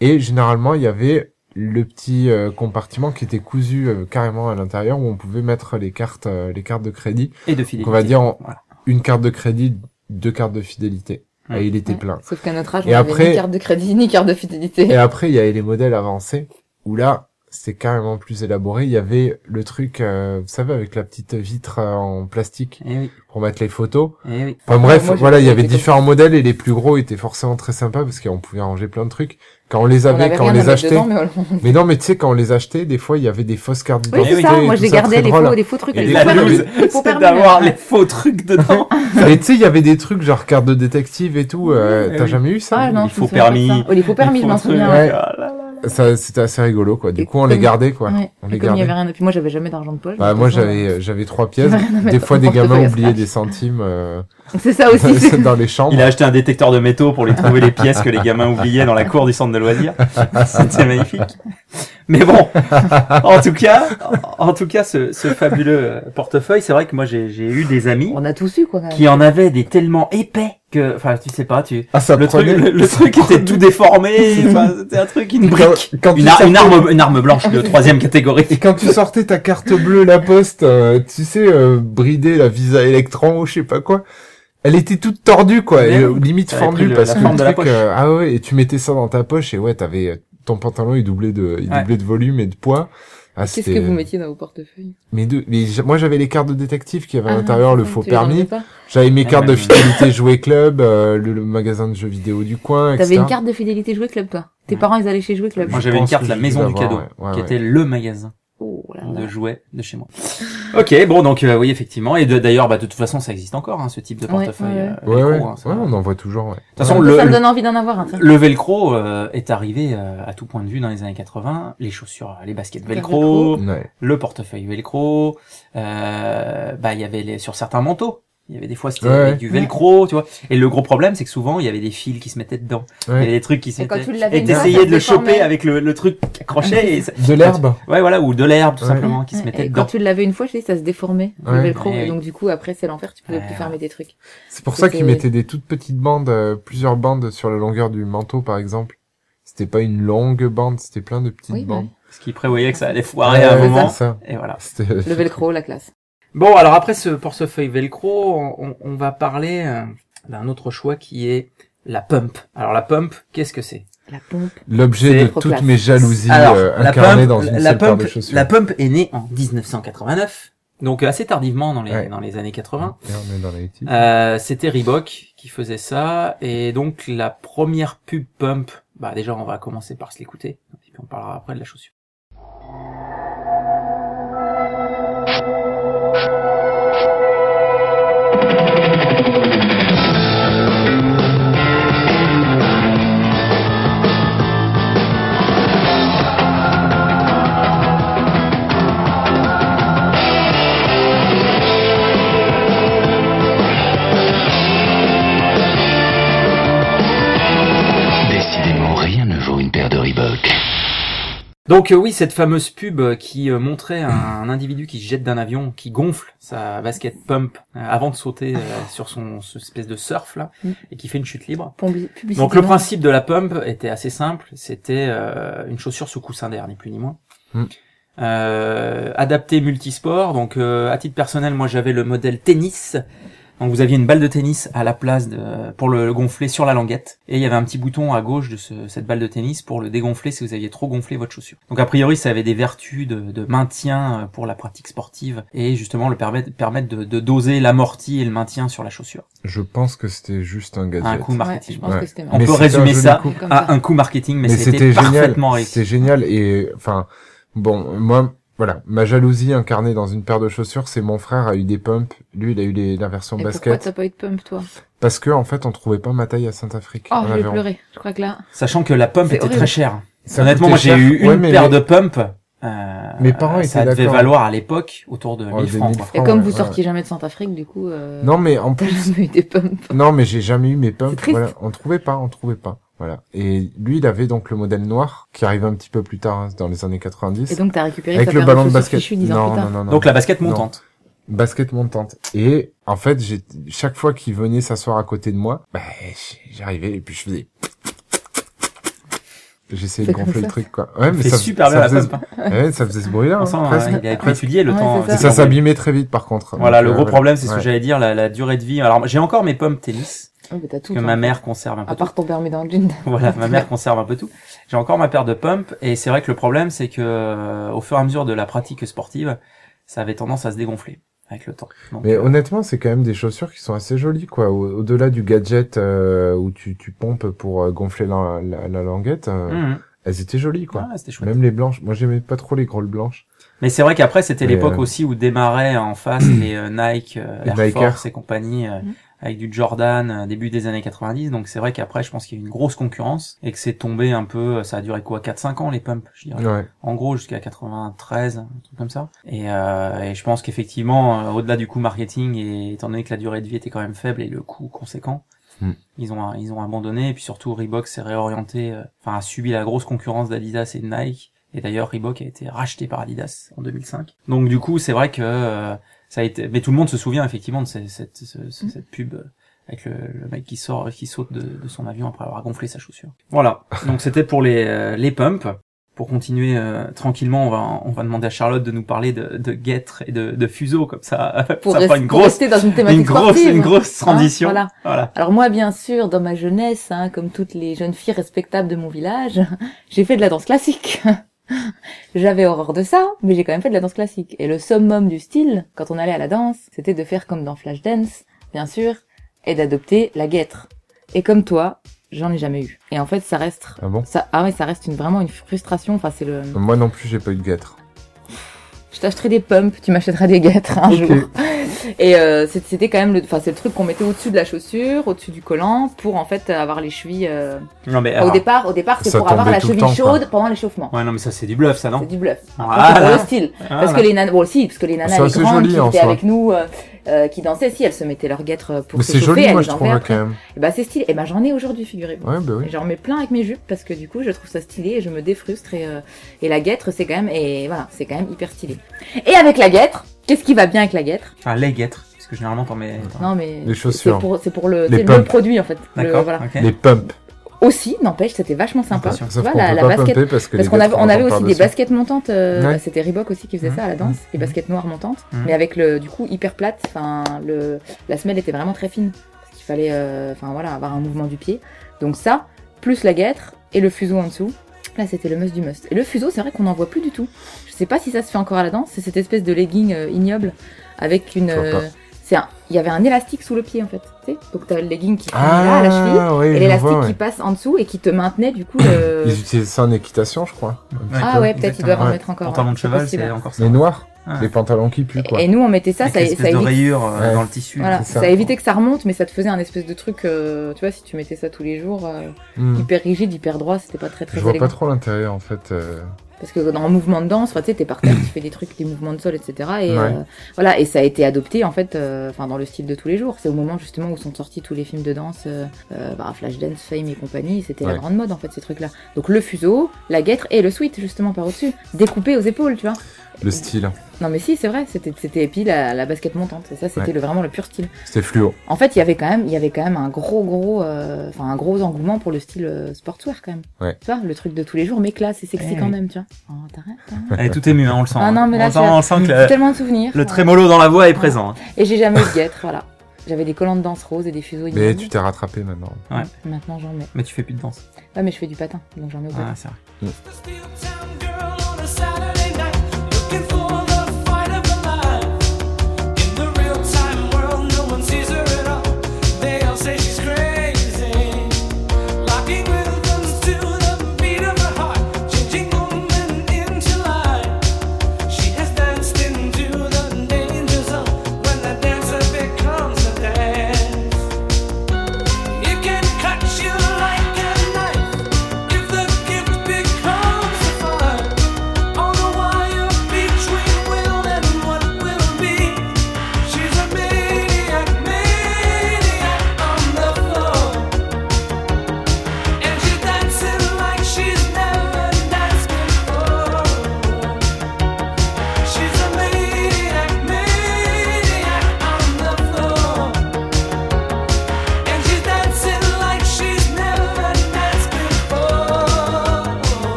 Speaker 3: Et généralement, il y avait le petit euh, compartiment qui était cousu euh, carrément à l'intérieur où on pouvait mettre les cartes euh, les cartes de crédit
Speaker 1: Et de fidélité.
Speaker 3: On va dire en-
Speaker 1: Voilà.
Speaker 3: une carte de crédit, deux cartes de fidélité.
Speaker 1: Ouais.
Speaker 3: Et il était
Speaker 2: Ouais.
Speaker 3: plein.
Speaker 2: Sauf qu'à notre âge,
Speaker 3: Et
Speaker 2: on n'avait
Speaker 3: après-
Speaker 2: ni carte de crédit, ni carte de
Speaker 3: Et
Speaker 2: fidélité.
Speaker 3: après, il y avait les modèles avancés, où là, c'est carrément plus élaboré. Il y avait le truc, euh, vous savez, avec la petite vitre euh, en plastique
Speaker 1: Eh oui.
Speaker 3: pour mettre les photos.
Speaker 1: Eh oui.
Speaker 3: Enfin
Speaker 2: Ouais,
Speaker 3: bref,
Speaker 2: Ah, moi, j'ai
Speaker 3: voilà, il y
Speaker 2: toujours
Speaker 3: avait
Speaker 2: été comme
Speaker 3: différents modèles et les plus gros étaient forcément très sympas parce qu'on pouvait ranger plein de trucs. Quand on les
Speaker 2: On
Speaker 3: avait,
Speaker 2: avait
Speaker 3: quand
Speaker 2: rien
Speaker 3: on
Speaker 2: à
Speaker 3: les
Speaker 2: mettre
Speaker 3: achetait.
Speaker 2: dedans, mais on-
Speaker 3: mais non, mais tu sais, quand on les achetait, des fois, il y avait des fausses cartes
Speaker 2: Oui,
Speaker 3: d'identité.
Speaker 2: c'est ça. Moi,
Speaker 3: et
Speaker 2: je
Speaker 3: tout
Speaker 2: les
Speaker 3: ça,
Speaker 2: gardais
Speaker 3: très
Speaker 2: les
Speaker 3: drôle.
Speaker 2: faux, les faux trucs.
Speaker 1: Et
Speaker 2: les
Speaker 3: la
Speaker 2: faux
Speaker 3: loose,
Speaker 2: permis, les faux
Speaker 1: C'est
Speaker 2: permis,
Speaker 1: d'avoir
Speaker 2: ouais.
Speaker 1: les faux trucs dedans.
Speaker 3: Mais tu sais, il y avait des trucs genre carte de détective et tout. euh,
Speaker 1: Ouais,
Speaker 3: T'as
Speaker 1: oui.
Speaker 3: jamais eu ça
Speaker 2: Ah non,
Speaker 1: Il
Speaker 2: je
Speaker 1: faut
Speaker 2: me souviens pas de
Speaker 1: permis.
Speaker 2: ça. Oh, les faux permis, je m'en
Speaker 1: trucs.
Speaker 2: souviens.
Speaker 3: ouais.
Speaker 1: Ah là là.
Speaker 3: Ça, c'était assez rigolo, quoi. Du
Speaker 2: Et
Speaker 3: coup, on les
Speaker 2: comme-
Speaker 3: gardait, quoi.
Speaker 2: Ouais.
Speaker 3: On
Speaker 2: Et comme il y
Speaker 3: les gardait.
Speaker 2: avait rien de plus, moi j'avais jamais d'argent de poche.
Speaker 3: Bah,
Speaker 2: donc,
Speaker 3: moi,
Speaker 2: de toute façon,
Speaker 3: j'avais, j'avais trois pièces.
Speaker 2: mettre
Speaker 3: Des fois,
Speaker 2: dans
Speaker 3: des
Speaker 2: mon
Speaker 3: gamins
Speaker 2: portefeuille,
Speaker 3: oubliaient
Speaker 2: ça.
Speaker 3: des centimes euh,
Speaker 2: euh, C'est ça aussi. c'est-
Speaker 3: dans les chambres.
Speaker 1: Il a acheté un détecteur de métaux pour les trouver les pièces que les gamins oubliaient dans la cour du centre de loisirs. C'était magnifique. Mais bon, en tout cas, en tout cas, ce, ce fabuleux euh, portefeuille, c'est vrai que moi j'ai j'ai eu des amis
Speaker 2: On a tous eu, quoi. quand même.
Speaker 1: qui en avaient des tellement épais que, enfin, tu sais pas, tu
Speaker 3: Ah, ça
Speaker 1: le truc,
Speaker 3: prenait-
Speaker 1: le, le
Speaker 3: ça
Speaker 1: truc était
Speaker 3: prenait-
Speaker 1: tout déformé. Enfin, c'était un truc, une
Speaker 3: Quand-
Speaker 1: brique,
Speaker 3: quand tu
Speaker 1: une, ar-
Speaker 3: sortais-
Speaker 1: une arme, une arme blanche de troisième
Speaker 3: Et
Speaker 1: catégorie.
Speaker 3: quand tu sortais ta carte bleue La Poste, euh, tu sais, euh, bridée, la Visa Electron, ou je sais pas quoi, elle était toute tordue, quoi,
Speaker 1: Mais
Speaker 3: et,
Speaker 1: oui.
Speaker 3: euh, limite
Speaker 1: Elle avait
Speaker 3: fendue,
Speaker 1: pris le-
Speaker 3: parce
Speaker 1: la
Speaker 3: que
Speaker 1: forme
Speaker 3: le
Speaker 1: de la
Speaker 3: truc,
Speaker 1: poche.
Speaker 3: euh, ah ouais, et tu mettais ça dans ta poche, et ouais, t'avais euh, ton pantalon, il doublait de, il
Speaker 1: Ouais.
Speaker 3: doublait de volume et de poids. Ah,
Speaker 2: Qu'est-ce
Speaker 3: c'était-
Speaker 2: que vous mettiez dans vos portefeuilles
Speaker 3: Mais deux, mais j'- moi j'avais les cartes de détective qui avaient à
Speaker 2: Ah,
Speaker 3: l'intérieur le
Speaker 2: tu
Speaker 3: faux
Speaker 2: les emmenais
Speaker 3: permis.
Speaker 2: pas
Speaker 3: J'avais mes
Speaker 1: Ah,
Speaker 3: cartes
Speaker 1: ouais.
Speaker 3: de fidélité jouet club, euh, le, le magasin de jeux vidéo du coin, etc.
Speaker 2: T'avais une carte de fidélité Jouet Club, toi. Tes
Speaker 1: Ouais.
Speaker 2: parents, ils allaient chez Jouet Club.
Speaker 1: Moi
Speaker 3: Je
Speaker 1: j'avais une
Speaker 3: pense
Speaker 1: carte
Speaker 3: que
Speaker 1: la
Speaker 3: je
Speaker 1: maison
Speaker 3: dois
Speaker 1: du
Speaker 3: l'avoir,
Speaker 1: cadeau,
Speaker 3: ouais, ouais,
Speaker 1: qui
Speaker 3: ouais.
Speaker 1: était le magasin
Speaker 2: Oh là là.
Speaker 1: de jouets de chez moi. Ok, bon donc euh, oui effectivement et de- d'ailleurs bah de toute façon ça existe encore hein, ce type de
Speaker 2: Ouais,
Speaker 1: portefeuille.
Speaker 2: ouais,
Speaker 1: euh,
Speaker 3: Ouais,
Speaker 1: velcro,
Speaker 3: ouais,
Speaker 1: hein, ça-
Speaker 3: ouais, on
Speaker 1: de
Speaker 3: en voit toujours, ouais.
Speaker 1: toute façon
Speaker 2: Ça me
Speaker 1: le,
Speaker 2: donne envie d'en avoir un. tiens.
Speaker 1: le velcro euh, est arrivé euh, à tout point de vue dans les années 80. Les chaussures, euh, les baskets
Speaker 2: Le
Speaker 1: velcro,
Speaker 3: Ouais.
Speaker 1: le portefeuille velcro. euh, bah il y avait les, sur certains manteaux. Il y avait des fois c'était
Speaker 3: Ouais,
Speaker 1: avec
Speaker 3: ouais.
Speaker 1: du velcro, tu vois. Et le gros problème, c'est que souvent il y avait des fils qui se mettaient dedans. Il y
Speaker 3: Ouais.
Speaker 1: avait des trucs qui se
Speaker 2: Et quand
Speaker 1: mettaient.
Speaker 2: tu l'avais
Speaker 1: Et
Speaker 2: une fois,
Speaker 1: t'essayais
Speaker 2: ça
Speaker 1: de le
Speaker 2: se déformait.
Speaker 1: choper avec le, le truc accroché. Et ça-
Speaker 3: De l'herbe.
Speaker 1: Ouais voilà ou de l'herbe tout
Speaker 3: Ouais.
Speaker 1: simplement qui se mettait
Speaker 2: Et
Speaker 1: dedans.
Speaker 2: quand tu l'avais une fois, je dis ça se déformait, le
Speaker 3: Ouais.
Speaker 2: velcro.
Speaker 1: Ouais,
Speaker 2: Et
Speaker 1: oui.
Speaker 2: donc, du coup, après, c'est l'enfer, tu pouvais
Speaker 1: Ouais,
Speaker 2: plus
Speaker 1: ouais.
Speaker 2: fermer des trucs.
Speaker 3: C'est pour ça qu'ils
Speaker 2: C'était-
Speaker 3: mettaient des toutes petites bandes, euh, plusieurs bandes sur la longueur du manteau, par exemple. C'était pas une longue bande, c'était plein de petites
Speaker 2: Oui, bah
Speaker 3: bandes.
Speaker 2: oui.
Speaker 1: Parce qu'il prévoyait que ça allait foirer à un
Speaker 3: Ouais,
Speaker 2: c'est
Speaker 1: moment.
Speaker 3: c'est ça.
Speaker 1: Et voilà.
Speaker 3: C'était-
Speaker 2: Le velcro, la classe.
Speaker 1: Bon, alors après ce portefeuille velcro, on, on- on va parler euh, d'un autre choix qui est la pump. Alors la pump, qu'est-ce que c'est
Speaker 2: La pompe.
Speaker 3: L'objet de
Speaker 2: C'est-
Speaker 3: toutes mes jalousies
Speaker 1: Alors
Speaker 3: euh,
Speaker 1: la
Speaker 3: incarnées
Speaker 1: pump,
Speaker 3: dans une
Speaker 1: la
Speaker 3: seule paire
Speaker 1: pump,
Speaker 3: de chaussures.
Speaker 1: la pump est née en 1989, donc euh, assez tardivement dans les
Speaker 3: Ouais.
Speaker 1: dans les années 80.
Speaker 3: Et on est dans les types.
Speaker 1: Euh, C'était Reebok qui faisait ça, et donc la première pub pump. Bah déjà, on va commencer par se l'écouter, et puis on parlera après de la chaussure.
Speaker 9: Décidément, rien ne vaut une paire de Reebok.
Speaker 1: Donc euh, oui, cette fameuse pub euh, qui euh, montrait un, un individu qui se jette d'un avion, qui gonfle sa basket pump euh, avant de sauter euh, sur son ce espèce de surf là,
Speaker 2: Mm.
Speaker 1: et qui fait une chute libre.
Speaker 2: Publicité.
Speaker 1: Donc le principe de la pump était assez simple, c'était euh, une chaussure sous coussin d'air, ni plus ni moins.
Speaker 3: Mm.
Speaker 1: Euh, adaptée multisport, donc euh, à titre personnel, moi j'avais le modèle tennis. Donc vous aviez une balle de tennis à la place de, pour le gonfler sur la languette. Et il y avait un petit bouton à gauche de ce- cette balle de tennis pour le dégonfler si vous aviez trop gonflé votre chaussure. Donc a priori ça avait des vertus de, de maintien euh, pour la pratique sportive et justement le permettre, permettre de, de doser l'amorti et le maintien sur la chaussure.
Speaker 3: Je pense que c'était juste un gadget.
Speaker 1: Un coup
Speaker 2: Ouais, je
Speaker 1: marketing.
Speaker 2: pense
Speaker 3: Ouais.
Speaker 2: que c'était
Speaker 1: On
Speaker 3: Mais
Speaker 1: peut
Speaker 3: c'était un
Speaker 1: résumer
Speaker 3: joli
Speaker 1: ça
Speaker 3: coup. ah,
Speaker 2: Comme
Speaker 1: à
Speaker 2: ça.
Speaker 1: un coup marketing, mais,
Speaker 3: mais
Speaker 1: c'était
Speaker 3: c'était génial.
Speaker 1: parfaitement réussi.
Speaker 3: C'était génial et enfin bon moi voilà ma jalousie incarnée dans une paire de chaussures c'est mon frère a eu des pumps lui il a eu les- la version
Speaker 2: Et pourquoi
Speaker 3: basket
Speaker 2: t'as pas eu de pompe, toi
Speaker 3: parce que en fait on trouvait pas ma taille à Saint-Afrique.
Speaker 2: Oh,
Speaker 3: en
Speaker 2: je vais
Speaker 3: Aveyron.
Speaker 2: pleurer. Je crois que là.
Speaker 1: Sachant que la pump
Speaker 2: C'est
Speaker 1: était
Speaker 2: horrible.
Speaker 1: très chère.
Speaker 3: Ça
Speaker 1: Honnêtement,
Speaker 3: coûtait
Speaker 1: moi j'ai
Speaker 3: cher.
Speaker 1: eu une
Speaker 3: Ouais, mais
Speaker 1: paire
Speaker 3: les-
Speaker 1: de pump. euh,
Speaker 3: Mes
Speaker 1: ça
Speaker 3: parents étaient
Speaker 1: devait
Speaker 3: d'accord.
Speaker 1: valoir à l'époque autour de
Speaker 3: Ouais,
Speaker 1: 1000
Speaker 3: des
Speaker 1: francs.
Speaker 3: 1000
Speaker 1: quoi.
Speaker 2: Et
Speaker 3: francs,
Speaker 2: comme
Speaker 3: ouais,
Speaker 2: vous
Speaker 3: ouais.
Speaker 2: sortiez jamais de Centrafrique, du coup, euh,
Speaker 3: Non mais en
Speaker 2: t'as
Speaker 3: plus
Speaker 2: jamais eu des pommes.
Speaker 3: non mais j'ai jamais eu mes
Speaker 2: C'est
Speaker 3: pumps
Speaker 2: triste.
Speaker 3: voilà on trouvait pas on trouvait pas voilà et lui il avait donc le modèle noir qui arrivait un petit peu plus tard hein, dans les années 90
Speaker 2: Et donc t'as récupéré
Speaker 3: avec
Speaker 2: ta
Speaker 3: le
Speaker 2: paire
Speaker 3: ballon de
Speaker 2: chaussures
Speaker 3: basket.
Speaker 2: fichues dix ans plus
Speaker 3: Non non
Speaker 2: tard.
Speaker 3: non non.
Speaker 1: Donc la basket
Speaker 3: Non.
Speaker 1: montante.
Speaker 3: basket montante. Et en fait, j'ai chaque fois qu'il venait s'asseoir à côté de moi, bah, j'arrivais et puis je faisais. J'essayais de
Speaker 2: C'est comme
Speaker 3: gonfler
Speaker 2: ça.
Speaker 3: le truc quoi. Ouais, mais
Speaker 1: fait
Speaker 3: ça
Speaker 1: super bien la
Speaker 3: ça faisait,
Speaker 1: pump. hein.
Speaker 3: ouais, ça faisait ce bruit là.
Speaker 1: On sent, hein, il avait pas étudié le
Speaker 2: Ouais,
Speaker 1: temps.
Speaker 2: c'est
Speaker 3: Et ça s'abîmait très vite par contre.
Speaker 1: Voilà,
Speaker 3: Donc,
Speaker 1: le
Speaker 3: euh,
Speaker 1: gros problème, c'est ce que
Speaker 3: ouais.
Speaker 1: j'allais dire, la, la durée de vie. Alors, j'ai encore mes pommes tennis
Speaker 2: Oh, mais t'as tout.
Speaker 1: que
Speaker 2: hein.
Speaker 1: ma mère conserve un peu.
Speaker 2: À part ton permis dans le jean.
Speaker 1: Voilà, ma mère conserve un peu tout. J'ai encore ma paire de pumps et c'est vrai que le problème c'est que euh, au fur et à mesure de la pratique sportive, ça avait tendance à se dégonfler avec le temps. Donc,
Speaker 3: Mais
Speaker 1: euh,
Speaker 3: honnêtement, c'est quand même des chaussures qui sont assez jolies quoi. Au- Au-delà du gadget euh, où tu, tu pompes pour euh, gonfler la, la, la languette, euh,
Speaker 1: hum,
Speaker 3: elles étaient jolies quoi.
Speaker 1: ouais, c'était Ah, chouette.
Speaker 3: Même les blanches. Moi, j'aimais pas trop les grosses blanches.
Speaker 1: Mais c'est vrai qu'après c'était
Speaker 3: Mais,
Speaker 1: l'époque
Speaker 3: euh,
Speaker 1: aussi où démarraient en face les euh, Nike, euh,
Speaker 3: Les
Speaker 1: Air
Speaker 3: Nike Air.
Speaker 1: Force et compagnie. euh,
Speaker 2: Mhm.
Speaker 1: avec du Jordan euh, début des années 90 donc c'est vrai qu'après je pense qu'il y a eu une grosse concurrence et que c'est tombé un peu euh, ça a duré quoi 4 5 ans les pumps je dirais
Speaker 3: Ouais.
Speaker 1: en gros jusqu'à 93, un truc comme ça. Et, euh, et je pense qu'effectivement, euh, au-delà du coût marketing, et étant donné que la durée de vie était quand même faible et le coût conséquent,
Speaker 3: Mm.
Speaker 1: ils ont ils ont abandonné. Et puis surtout, Reebok s'est réorienté, euh, enfin a subi la grosse concurrence d'Adidas et de Nike. Et d'ailleurs, Reebok a été racheté par Adidas en 2005. Donc du coup, c'est vrai que euh, ça a été. Mais tout le monde se souvient effectivement de ces- cette, ce-
Speaker 2: Mm.
Speaker 1: ce- cette pub euh, avec le, le mec qui sort, qui saute de, de son avion après avoir gonflé sa chaussure. Voilà. Donc c'était pour les euh, les pumps. Pour continuer euh, tranquillement, on va on va demander à Charlotte de nous parler de, de guêtre et de, de fuseau comme ça.
Speaker 2: pour,
Speaker 1: ça
Speaker 2: rester-
Speaker 1: fera une
Speaker 2: pour
Speaker 1: grosse
Speaker 2: rester dans une thématique
Speaker 1: une grosse
Speaker 2: sportive.
Speaker 1: une grosse
Speaker 2: hein,
Speaker 1: transition.
Speaker 2: voilà.
Speaker 1: voilà.
Speaker 2: Alors moi, bien sûr, dans ma jeunesse, hein, comme toutes les jeunes filles respectables de mon village, j'ai fait de la danse classique. J'avais horreur de ça, mais j'ai quand même fait de la danse classique. Et le summum du style, quand on allait à la danse, c'était de faire comme dans Flashdance, bien sûr, et d'adopter la guêtre. Et comme toi, j'en ai jamais eu. Et en fait, ça reste,
Speaker 3: Ah bon
Speaker 2: ça, ah ouais, ça reste une, vraiment une frustration. Enfin, c'est le,
Speaker 3: Moi non plus, j'ai pas eu de guêtre.
Speaker 2: je t'achèterai des pumps, tu m'achèteras des guêtres un
Speaker 3: Ok.
Speaker 2: jour. Et euh, c'est- c'était quand même le, enfin c'est le truc qu'on mettait au-dessus de la chaussure, au-dessus du collant, pour en fait avoir les chevilles. euh,
Speaker 1: Non mais
Speaker 2: Au
Speaker 1: alors-
Speaker 2: départ, au départ, c'est
Speaker 3: Ah. Ça
Speaker 2: pour avoir
Speaker 3: tombait
Speaker 2: la
Speaker 3: tout
Speaker 2: cheville
Speaker 3: le temps, Ah
Speaker 2: chaude pendant l'échauffement.
Speaker 1: Ouais non mais ça c'est du bluff ça
Speaker 2: C'est
Speaker 1: non.
Speaker 2: du bluff.
Speaker 1: Voilà.
Speaker 2: C'est pour le style. Parce
Speaker 1: Voilà.
Speaker 2: que les nanas, bon, si, parce que les nanas
Speaker 3: C'est
Speaker 2: les
Speaker 3: assez
Speaker 2: grandes
Speaker 3: joli, hein,
Speaker 2: qui
Speaker 3: en
Speaker 2: étaient
Speaker 3: soi.
Speaker 2: avec nous, euh, euh, qui dansaient, si elles se mettaient leurs guêtres euh, pour
Speaker 3: Mais
Speaker 2: se
Speaker 3: c'est
Speaker 2: chauffer,
Speaker 3: joli,
Speaker 2: elles
Speaker 3: moi, je
Speaker 2: en
Speaker 3: trouve,
Speaker 2: faisaient
Speaker 3: quand même.
Speaker 2: Et bah c'est stylé. Et bah j'en ai aujourd'hui, figurez-vous.
Speaker 3: Ouais, bah oui.
Speaker 2: J'en mets plein avec mes jupes parce que du coup je trouve ça stylé et je me défrustre et, euh, et la guêtre c'est quand même et voilà c'est quand même hyper stylé. Et avec la guêtre, qu'est-ce qui va bien avec la guêtre
Speaker 1: Enfin les guêtres parce que généralement t'en mets. t'en-
Speaker 2: Non mais
Speaker 3: Ah, Les chaussures.
Speaker 2: c'est pour c'est pour le,
Speaker 3: Les
Speaker 2: c'est le
Speaker 3: pumps.
Speaker 2: produit en fait. Le-
Speaker 1: D'accord.
Speaker 2: voilà.
Speaker 1: ok.
Speaker 3: Les pumps.
Speaker 2: Aussi n'empêche c'était vachement sympa.
Speaker 1: Attention,
Speaker 2: Tu
Speaker 3: Sauf
Speaker 2: vois,
Speaker 3: qu'on
Speaker 2: la,
Speaker 3: peut
Speaker 2: la
Speaker 3: pas
Speaker 2: basket
Speaker 3: pumper parce que
Speaker 2: parce
Speaker 3: les
Speaker 2: qu'on
Speaker 3: guêtres,
Speaker 2: avait, on
Speaker 3: rentre
Speaker 2: avait aussi des
Speaker 3: par-dessus.
Speaker 2: baskets montantes, euh,
Speaker 3: Ouais. Mmh.
Speaker 2: bah, c'était Reebok aussi qui faisait ça à la danse, des baskets noires montantes,
Speaker 1: Mhm.
Speaker 2: mais avec le du coup hyper plate, enfin le la semelle était vraiment très fine parce qu'il fallait euh, enfin voilà, avoir un mouvement du pied. Donc ça plus la guêtre et le fuseau en dessous. Là, c'était le must du must. Et le fuseau, c'est vrai qu'on n'en voit plus du tout. Je sais pas si ça se fait encore à la danse, c'est cette espèce de legging euh, ignoble avec une
Speaker 3: Je vois pas.
Speaker 2: euh, c'est un- il y avait un élastique sous le pied en fait, tu sais. Donc t'as le legging qui finit là à la cheville
Speaker 3: Ah, ouais,
Speaker 2: et
Speaker 3: je
Speaker 2: l'élastique
Speaker 3: vois,
Speaker 2: qui
Speaker 3: ouais.
Speaker 2: passe en dessous et qui te maintenait du coup le-
Speaker 3: Ils utilisent ça en équitation, je crois. un petit
Speaker 2: ah
Speaker 3: peu.
Speaker 2: ouais, peut-être ils
Speaker 1: Exactement.
Speaker 2: doivent en
Speaker 3: Ouais.
Speaker 2: mettre encore.
Speaker 1: Pantalon
Speaker 2: ouais,
Speaker 1: de cheval
Speaker 2: possible.
Speaker 1: c'est encore ça.
Speaker 3: Les noirs,
Speaker 1: Ouais.
Speaker 3: les pantalons qui puent, quoi.
Speaker 2: Et nous on mettait ça,
Speaker 1: Avec
Speaker 2: ça,
Speaker 1: l'espèce
Speaker 2: ça,
Speaker 1: de
Speaker 2: évite-
Speaker 1: rayures euh,
Speaker 3: Ouais.
Speaker 1: dans le tissu.
Speaker 2: voilà,
Speaker 3: c'est ça.
Speaker 2: ça évitait que ça remonte, mais ça te faisait un espèce de truc, euh, tu vois, si tu mettais ça tous les jours, euh,
Speaker 3: Hmm.
Speaker 2: hyper rigide, hyper droit, c'était pas très très
Speaker 3: Je vois
Speaker 2: élégant.
Speaker 3: pas trop l'intérêt, en fait. euh.
Speaker 2: Parce que dans le mouvement de danse, enfin, tu sais, t'es par terre, tu fais des trucs, des mouvements de sol, etc. Et
Speaker 3: Ouais.
Speaker 2: euh, voilà, et ça a été adopté en fait, euh, enfin dans le style de tous les jours. C'est au moment justement où sont sortis tous les films de danse, euh, euh, bah, Flashdance, Fame et compagnie. C'était la
Speaker 3: Ouais.
Speaker 2: grande mode en fait ces trucs-là. Donc le fuseau, la guêtre et le sweat justement par au-dessus, découpé aux épaules, tu vois.
Speaker 3: Le style.
Speaker 2: Non mais si, c'est vrai, c'était c'était et puis la, la basket montante, et ça c'était
Speaker 3: Ouais.
Speaker 2: le vraiment le pur style.
Speaker 3: C'était fluo.
Speaker 2: En fait, il y avait quand même il y avait quand même un gros gros euh, enfin un gros engouement pour le style euh, sportswear quand même.
Speaker 3: Ouais.
Speaker 2: Tu vois, le truc de tous les jours mais classe et sexy
Speaker 1: Eh
Speaker 2: quand
Speaker 1: oui.
Speaker 2: même, tu vois. Oh, t'arrêtes. hein.
Speaker 1: Elle est tout émue, hein, on le sent.
Speaker 2: Ah
Speaker 1: hein.
Speaker 2: non, mais là,
Speaker 1: on, le sent,
Speaker 2: c'est-
Speaker 1: on le sent que
Speaker 2: J'ai
Speaker 1: le,
Speaker 2: trémolo souvenirs.
Speaker 1: le
Speaker 2: voilà.
Speaker 1: trémolo dans la voix est présent. hein.
Speaker 2: Et j'ai jamais eu de guêtre, voilà. J'avais des collants de danse rose et des fuseaux
Speaker 3: Mais
Speaker 2: ignobles.
Speaker 3: tu t'es rattrapé maintenant.
Speaker 2: Maintenant, j'en mets.
Speaker 1: Mais tu fais plus de danse.
Speaker 2: Ouais, mais je fais du patin, donc j'en mets au patin.
Speaker 1: Ah, c'est vrai.
Speaker 6: You like a knife if the gift becomes a fire. On the wire between will and what will be. She's a maniac, maniac on the floor. And she's dancing like she's never danced before. She's a maniac, maniac on the floor. And she's dancing like she's never danced before.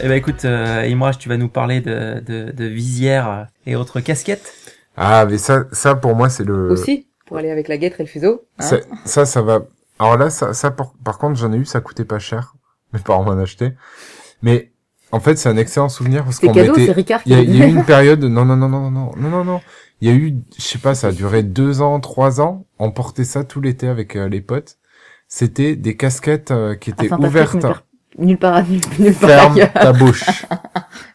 Speaker 1: Eh ben écoute, euh, Imraj, tu vas nous parler de, de, de visières et autres casquettes.
Speaker 3: Ah, mais ça, ça pour moi, c'est le.
Speaker 2: Aussi, pour aller avec la guêtre et le fuseau. hein.
Speaker 3: Euh, Ça, ça, ça va. Alors là, ça, ça par, par contre, j'en ai eu, ça coûtait pas cher. Mes parents m'en achetaient. Mais en fait, c'est un excellent souvenir parce
Speaker 2: C'est
Speaker 3: qu'on
Speaker 2: cadeau, c'est
Speaker 3: mettait.
Speaker 2: Ricard qui
Speaker 3: Il y, a- il y a eu
Speaker 2: l'a
Speaker 3: une période. Non, non, non, non, non, non, non, non. Il y a eu, je sais pas, ça a duré deux ans, trois ans. On portait ça tout l'été avec euh, les potes. C'était des casquettes euh, qui étaient
Speaker 2: Ah,
Speaker 3: ouvertes.
Speaker 2: Nulle part, nulle nulle part
Speaker 3: Ferme
Speaker 2: ailleurs.
Speaker 3: ta bouche.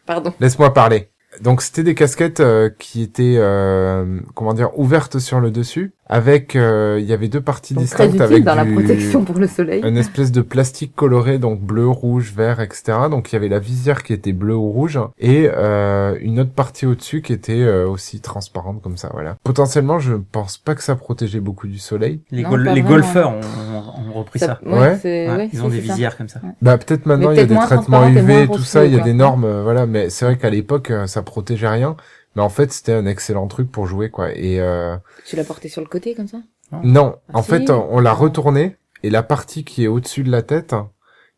Speaker 2: Pardon.
Speaker 3: Laisse-moi parler. Donc c'était des casquettes euh, qui étaient euh, comment dire ouvertes sur le dessus avec euh, il y avait deux parties
Speaker 2: Donc très
Speaker 3: distinctes
Speaker 2: utile
Speaker 3: avec
Speaker 2: dans la
Speaker 3: du-
Speaker 2: protection pour le soleil.
Speaker 3: une espèce de plastique coloré donc bleu rouge vert etc donc il y avait la visière qui était bleue ou rouge et euh, une autre partie au dessus qui était euh, aussi transparente comme ça voilà potentiellement je pense pas que ça protégeait beaucoup du soleil
Speaker 1: Les,
Speaker 2: Non,
Speaker 1: gol-
Speaker 2: pas
Speaker 1: les
Speaker 2: vraiment.
Speaker 1: golfeurs ont, ont- ont repris ça.
Speaker 2: ouais,
Speaker 3: Ouais.
Speaker 2: c'est-
Speaker 1: Ouais,
Speaker 2: ouais,
Speaker 1: ils ont
Speaker 2: c'est-
Speaker 1: des
Speaker 2: c'est ça.
Speaker 1: visières comme ça.
Speaker 3: Bah peut-être maintenant
Speaker 2: Mais
Speaker 3: il y a
Speaker 2: peut-être
Speaker 3: des
Speaker 2: moins
Speaker 3: traitements
Speaker 2: transparente et
Speaker 3: UV et
Speaker 2: moins
Speaker 3: tout ça, il y a
Speaker 2: reflou,
Speaker 3: des
Speaker 2: quoi.
Speaker 3: normes, euh, voilà. Mais c'est vrai qu'à l'époque euh, ça protégeait rien, mais en fait c'était un excellent truc pour jouer quoi. Et euh,
Speaker 2: Tu l'as porté sur le côté comme ça
Speaker 3: non,
Speaker 2: Ah,
Speaker 3: en
Speaker 2: si.
Speaker 3: fait on, on l'a retourné et la partie qui est au-dessus de la tête,